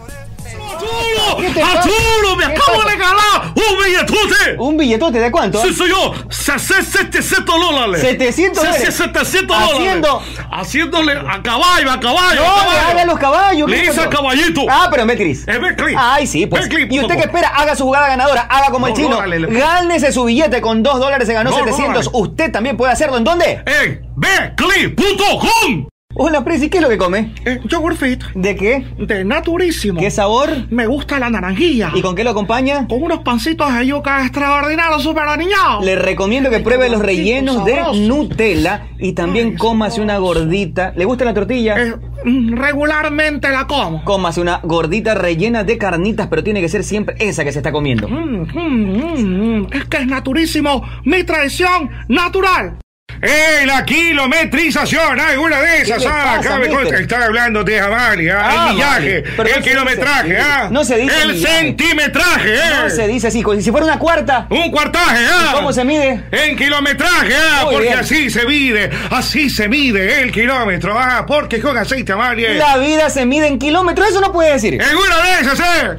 ¡Arturo! ¡Arturo! ¡Me acabo de regalar un billetote! ¿Un billetote de cuánto? Sí, señor. Se- se- 700 dólares. 700 Se- se- dólares. 700 dólares. Haciendo- Haciéndole a caballo, a caballo. No, a caballo. haga los caballos. Le ¿qué hice pasó? a caballito. Ah, pero en Betcris. En Betcris. Ay, sí, pues. Betcris, y usted poco. que espera, haga su jugada ganadora, haga como el No, chino. no, dale, le- Gánese su billete con 2 dólares, se ganó No, no, 700. dale. usted también puede hacerlo. ¿En dónde? En Betcris.com. Hola, Prezi, ¿qué es lo que come? Eh, yogurt fit. ¿De qué? De naturísimo. ¿Qué sabor? Me gusta la naranjilla. ¿Y con qué lo acompaña? Con unos pancitos de yuca extraordinarios, super aniñados. Le recomiendo que pruebe los rellenos de Sabroso. Nutella y también cómase una gordita. ¿Le gusta la tortilla? Eh, mm, Regularmente la como. Cómase una gordita rellena de carnitas, pero tiene que ser siempre esa que se está comiendo. Mm, mm, mm, mm. Es que es naturísimo. Mi tradición natural. ¡Eh, la kilometrización! ¡Hay una de esas! ¿Qué le ¡Ah! pasa, Acá me mister? consta que está hablando de Amalia, Ah, el millaje, vale. Pero no el se kilometraje, dice así. ¿ah? No se dice ¡El millaje. centimetraje, eh! No se dice así, co- si fuera una cuarta. ¡Un cuartaje, ah! ¿Y ¿Cómo se mide? En kilometraje, ah, Muy porque bien. así se mide, así se mide el kilómetro, ah, porque con aceite, Amalia. La vida se mide en kilómetros, eso no puede decir. ¡En una de esas, eh!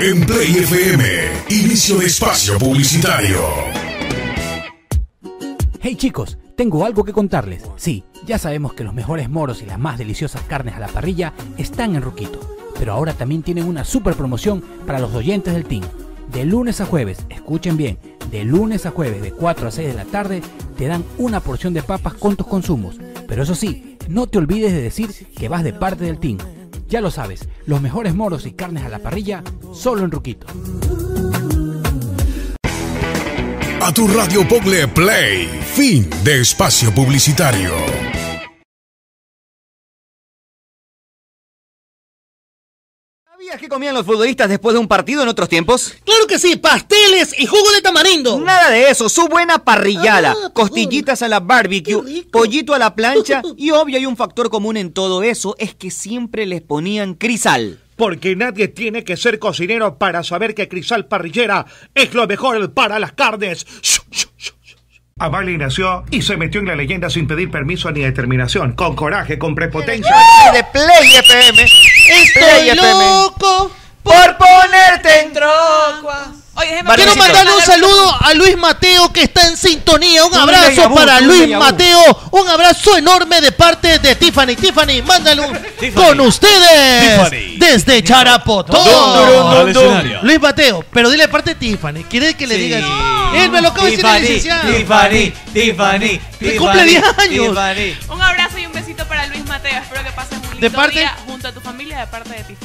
En Play FM, inicio de espacio publicitario. Hey chicos, tengo algo que contarles. Sí, ya sabemos que los mejores moros y las más deliciosas carnes a la parrilla están en Ruquito. Pero ahora también tienen una super promoción para los oyentes del team. De lunes a jueves, escuchen bien, de lunes a jueves de 4 a 6 de la tarde te dan una porción de papas con tus consumos. Pero eso sí, no te olvides de decir que vas de parte del team. Ya lo sabes, los mejores moros y carnes a la parrilla solo en Ruquito. A tu radio Pogle Play, fin de espacio publicitario. ¿Sabías qué comían los futbolistas después de un partido en otros tiempos? Claro que sí, pasteles y jugo de tamarindo. Ah, pues, Nada de eso, su buena parrillada, costillitas a la barbecue, pollito a la plancha y obvio hay un factor común en todo eso, es que siempre les ponían crisal. Porque nadie tiene que ser cocinero para saber que Crisal Parrillera es lo mejor para las carnes. Amalie nació y se metió en la leyenda sin pedir permiso ni determinación, con coraje, con prepotencia. De Play FM. Estoy Play FM. loco por ponerte en troco. Quiero Barbarito. mandarle un saludo a Luis Mateo que está en sintonía. Un Un déjà abrazo vu, para un Luis déjà vu. Mateo. Un abrazo enorme de parte de Tiffany. Tiffany, mándale un con ustedes Tiffany. desde Charapotón. Dun, dun, dun, Al dun. escenario. Luis Mateo, pero dile de parte de Tiffany. ¿Quiere que le diga así? Él me lo acaba de decir el licenciado. Tiffany, Tiffany, Me cumple 10 años. Un abrazo y un besito para Luis Mateo. Espero que pases muy lindo ¿De parte? día junto a tu familia de parte de ti.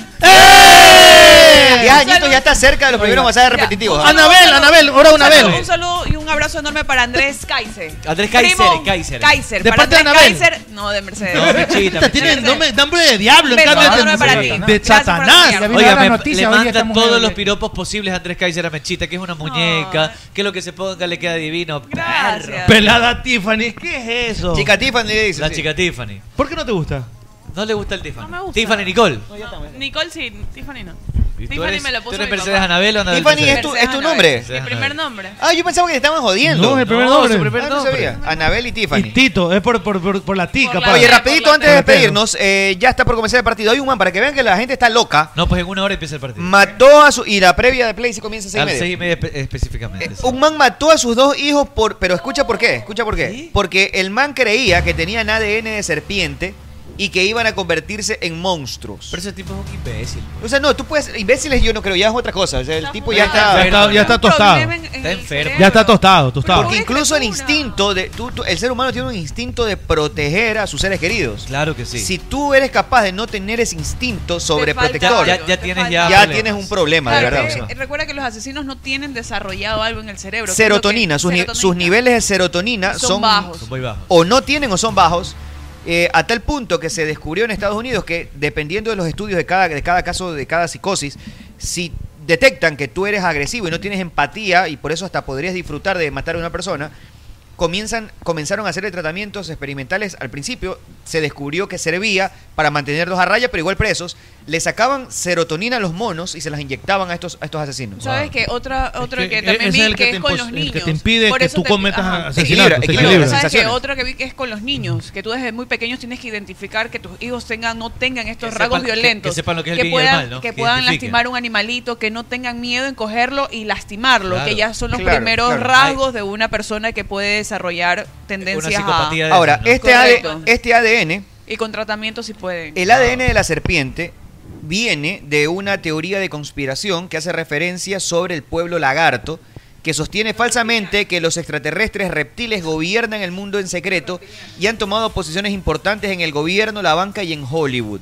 Eh, Ya, Añito, ya está cerca de los primeros mensajes repetitivos. ¿ah? Anabel, Anabel, ahora Un saludo- Anabel. Un saludo y un abrazo enorme para Andrés Kaiser. Andrés Kaiser, Primo Kaiser. Kaiser. ¿De para parte de Andrés Anabel? Kaiser, no, de Mercedes. No, Pechita, Esta tiene nombre, nombre de diablo, en Pero cambio no de, es para ti. de Satanás. Oiga, me- le manda todos los piropos posibles a Andrés Kaiser a Mechita, que es una muñeca, que lo que se ponga le queda divino. Perro. Pelada Tiffany, ¿qué es eso? Chica Tiffany le dice. La chica Tiffany. ¿Por qué no te gusta? No le gusta el Tiffany. me gusta. Tiffany Nicole. Nicole sí, Tiffany no. ¿Y tú Tiffany eres- me lo tú puso eres mi Mercedes papá. Anabel o Anabel Tiffany es tu, Mercedes es tu Anabel. nombre. Mi primer nombre. Ah, yo pensaba que te estaban jodiendo. No, es el primer nombre. su primer nombre. Anabel y Tiffany. Y Tito, es por, por, por, por la tica. capaz. Oye, rapidito antes de despedirnos, eh, ya está por comenzar el partido. Hay un man para que vean que la gente está loca. No, pues en una hora empieza el partido. Mató a su. Y la previa de Play se comienza a A seis y las media. Eh, seis y media espe- específicamente. sí. Un man mató a sus dos hijos por. Pero escucha por qué, escucha por qué. Porque el man creía que tenían ADN de serpiente y que iban a convertirse en monstruos. Pero ese tipo es un imbécil. O sea, no, tú puedes. Imbéciles yo no creo, ya es otra cosa. O sea, el tipo ya está. Ya está, ya está tostado. Está enfermo. Ya está tostado, tostado. Porque incluso el instinto de. tú- tú- el ser humano tiene un instinto de proteger a sus seres queridos. Claro que sí. Si tú eres capaz de no tener ese instinto sobreprotector, Ya- ya- ya tienes ya problemas. tienes un problema, de Claro, verdad. que- Eh, recuerda que los asesinos no tienen desarrollado algo en el cerebro. que es lo que- serotonina, sus, ni- serotonina. sus niveles de serotonina son, Son bajos. Son muy bajos. O no tienen o son bajos. eh, a tal punto que se descubrió en Estados Unidos que dependiendo de los estudios de cada, de cada caso, de cada psicosis, si detectan que tú eres agresivo y no tienes empatía y por eso hasta podrías disfrutar de matar a una persona, comienzan, comenzaron a hacerle tratamientos experimentales. Al principio se descubrió que servía para mantenerlos a raya, pero igual presos. Le sacaban serotonina a los monos y se las inyectaban a estos, a estos asesinos. ¿Sabes qué? Otra, otro que, que también ese vi es que, el que te es con impos- los el niños. que te impide Por que eso tú te- cometas ajá. asesinatos, Equilibra, te equilibra. equilibra. ¿Sabes qué? Sensaciones. Otro que vi que es con los niños, que tú desde muy pequeños tienes que identificar que tus hijos tengan no tengan estos Que sepan- rasgos que- violentos. que sepan lo que es el bien y el puedan, mal, ¿no? que Que puedan identifiquen. lastimar un animalito, que no tengan miedo en cogerlo y lastimarlo, Claro, que ya son los claro, primeros claro. rasgos de una persona que puede desarrollar tendencias a... Ahora, este, AD Correcto. este ADN Y con tratamiento si pueden. Ah. El ADN de la serpiente viene de una teoría de conspiración que hace referencia sobre el pueblo lagarto, que sostiene falsamente que los extraterrestres reptiles gobiernan el mundo en secreto y han tomado posiciones importantes en el gobierno, la banca y en Hollywood.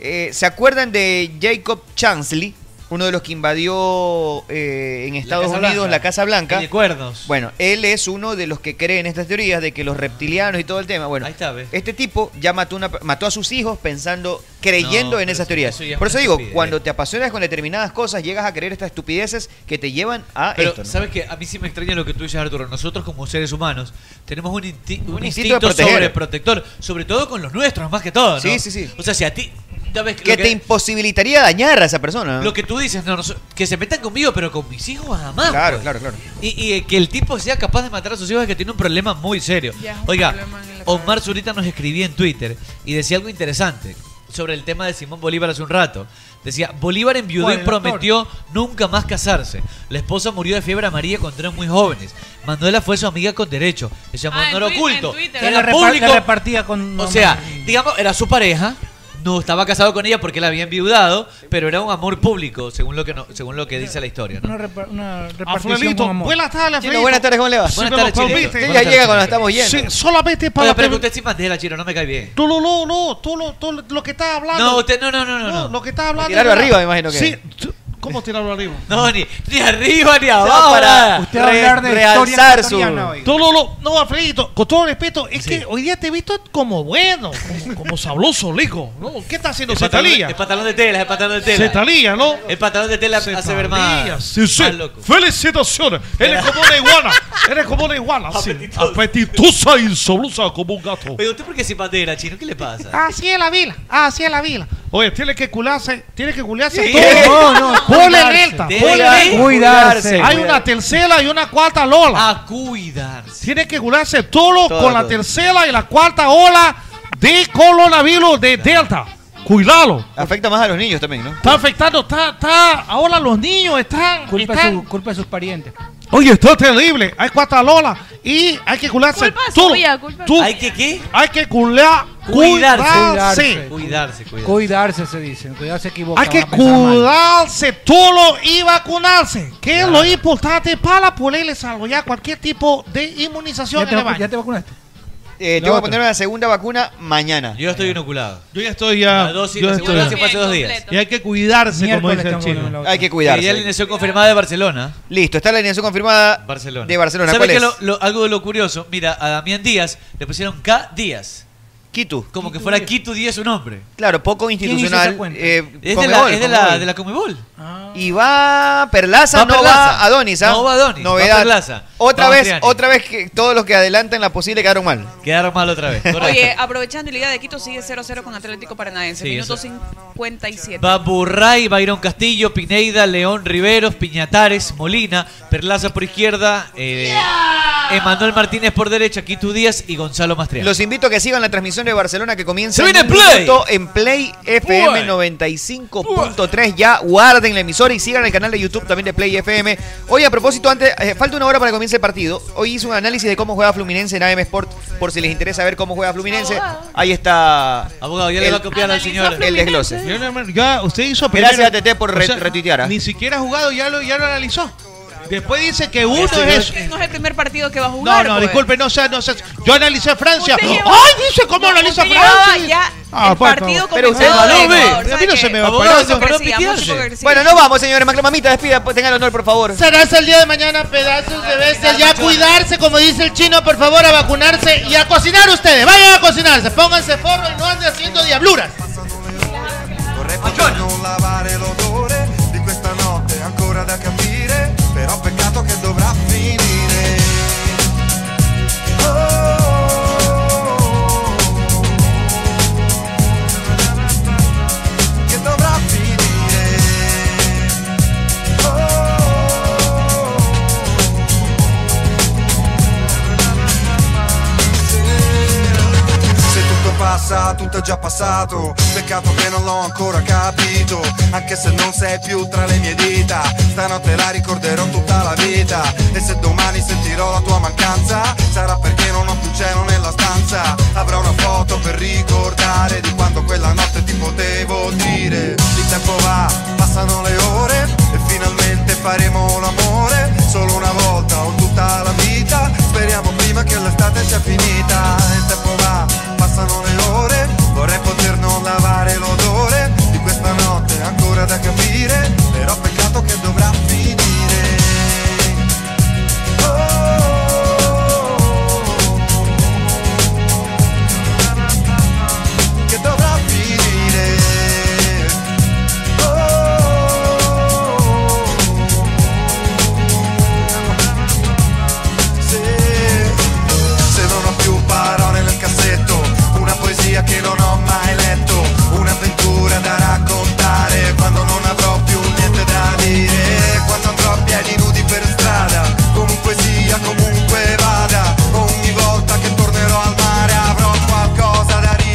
Eh, ¿Se acuerdan de Jacob Chansley? uno de los que invadió eh, en Estados Casa Unidos Blanca. la Casa Blanca. El de cuernos. Bueno, él es uno de los que cree en estas teorías de que los reptilianos y todo el tema. Bueno, este tipo ya mató, una, mató a sus hijos pensando, creyendo No, pero en esas eso- teorías. eso ya es Por eso una digo, estupidez. cuando te apasionas con determinadas cosas, llegas a creer estas estupideces que te llevan a Pero, Ah, esto. ¿no? ¿sabes qué? A mí sí me extraña lo que tú dices, Arturo. Nosotros, como seres humanos, tenemos un, insti- un de instinto proteger. sobreprotector, sobre todo con los nuestros, más que todo, ¿no? Sí, sí, sí. O sea, si a ti. ya ves Que lo te imposibilitaría dañar a esa persona. ¿no? Lo que tú dices, no, no, so- que se metan conmigo, pero con mis hijos jamás. Claro, pues. claro, claro. Y, y, eh, que el tipo sea capaz de matar a sus hijos es que tiene un problema muy serio. Ya es un Oiga, problema Omar Zurita nos escribía en Twitter y decía algo interesante sobre el tema de Simón Bolívar hace un rato. Decía, Bolívar enviudó ¿Cuál, y el actor? prometió nunca más casarse. La esposa murió de fiebre amarilla cuando eran muy jóvenes. Manuela fue su amiga con derecho. Ese amor Ah, en no era Twi- oculto. en Twitter. Era Le repar- público. le repartía con- O sea, digamos, era su pareja. No estaba casado con ella porque la había enviudado, pero era un amor público, según lo que no- según lo que dice la historia, ¿no? Una, repa- una repartición Fulanito, con amor. buenas tardes, Chino, buenas tardes, ¿cómo le va? Si Buenas me tardes, lo Chirito. permite. Buenas tardes, Chirito. Sí, solamente para... Oiga, pero que usted sí Mandela, chino, no me cae bien. Tú lo, lo, lo, tú lo, tú lo- lo que estás hablando. No, usted no, no, no, no, no. Lo que estás hablando. Tirarlo era- arriba, me imagino que Sí. es. tú- ¿Cómo tirarlo arriba? No, ni, ni arriba ni abajo. para nada. usted hablar de historia ecuatoriana oiga. Tú lo, lo- no, Alfredito, con todo respeto, es que hoy día te he visto como bueno, como, como sabroso, lico. ¿no? ¿Qué está haciendo El pantalón- Cetalía? El pantalón de tela, el pantalón de tela. Cetalía, ¿no? El pantalón de tela hace ver Cetalía, más. sí, sí. más loco. Felicitaciones. Eres como una iguana. Eres como una iguana. Ah, sí. Apetitosa y solusa como un gato. Oiga, ¿usted por qué sin bandera, chino? ¿Qué le pasa? Así es la vila, así es la vila. Oye, tiene que cularse, tiene que cularse Sí. todo. No, no, ponle cuidarse. alerta, Debe ponle alerta. cuidarse, Hay cuidarse. una tercera y una cuarta lola. Ah, cuidarse. Tiene que cularse todo, Todo, con la todo. tercera y la cuarta ola de coronavirus de Delta. Cuidado. Afecta más a los niños también, ¿no? Está afectando, está, está, ahora los niños están. Culpa, de están- su- culpa de sus parientes. Oye, está terrible. Hay cuatro lolas y hay que cularse. Culpa todo. suya, culpa- Tú- ¿Hay que qué? Hay que cular, cuidarse. Cuidarse. Cuidarse, cuidarse. Cuidarse se dice. Cuidarse equivoca. Hay que va a pensar mal. cuidarse todo y vacunarse, que es lo importante para poder desarrollar cualquier tipo de inmunización ¿Ya te en el vacu- baño. ya te vacunaste? Eh, tengo que ponerme la segunda vacuna mañana. Yo estoy inoculado. Yo ya estoy ya. La dosis, yo la estoy- segunda dosis fue hace dos días. Y hay que cuidarse, como Miércoles dice el estamos con la chino. otra. Hay que cuidarse. Y ya la alineación confirmada de Barcelona. Listo, está la alineación confirmada Barcelona. de Barcelona. ¿Sabe ¿Cuál qué es? lo- lo- algo de lo curioso? Mira, a Damián Díaz le pusieron K Díaz. Quito. Como que fuera Quito Díaz su nombre. Claro, poco institucional. eh, Es de la, Conmebol, es de la, Conmebol. de la Comebol. Y va Perlaza, Va no Perlaza. va Adonis. ¿ah? No va Adonis, va Novedad. Perlaza. Otra Va vez, Mastriani. otra vez que todos los que adelantan la posible quedaron mal. Quedaron mal otra vez. Oye, aprovechando, y Liga de Quito sigue 0-0 con Atlético Paranaense. Sí, minuto eso. 57. Va Burray, Bayron Castillo, Pineida, León Riveros, Piñatares, Molina, Perlaza por izquierda, eh, Emanuel Martínez por derecha, Quito Díaz y Gonzalo Mastriano. Los invito a que sigan la transmisión de Barcelona que comienza Se viene en un Play. minuto en Play FM Play. 95.3. Ya guarden la emisora y sigan el canal de YouTube también de Play FM. Hoy, a propósito, antes eh, falta una hora para que comience el partido. Hoy hice un análisis de cómo juega Fluminense en AM Sport. Por si les interesa ver cómo juega Fluminense, ahí está. Abogado, ya le va a copiar al señor. El desglose. Yo no me- Ya, usted hizo Gracias a TT primero- por re- o sea, retuitear. ¿ah? Ni siquiera ha jugado, ya lo, ya lo analizó. Después dice que uno Este Pero es que No es el primer partido que va a No, jugar. no, pues. disculpe, no sé, no sé. Yo analicé a Francia. Usted llevó- ¡Ay, dice cómo No, analiza usted llevaba Francia! ya Ah, el pues, partido pero usted comenzado no de lo ve. Ecuador, A mí no ¿sabe se qué? me va a Abogado, parar. se paró a Mucho pitearse. progresista. Bueno, no vamos, señores. Mamita, despida, pues, tenga el honor, por favor. Será hasta el día de mañana, pedazos de bestias. Ya a cuidarse, como dice el chino, por favor, a vacunarse y a cocinar ustedes. Vayan a cocinarse, pónganse forro y no anden haciendo diabluras. non lavare l'odore di questa notte ancora da capire però peccato che dovrà finire Oh, che dovrà finire Oh, Se tutto passa, tutto è già passato. Peccato che non l'ho ancora capito. Anche se non sei più tra le mie dita, stanotte la ricorderò tutta la vita. E se domani sentirò la tua mancanza, sarà perché non ho più cielo nella stanza. Avrò una Oh, Oh,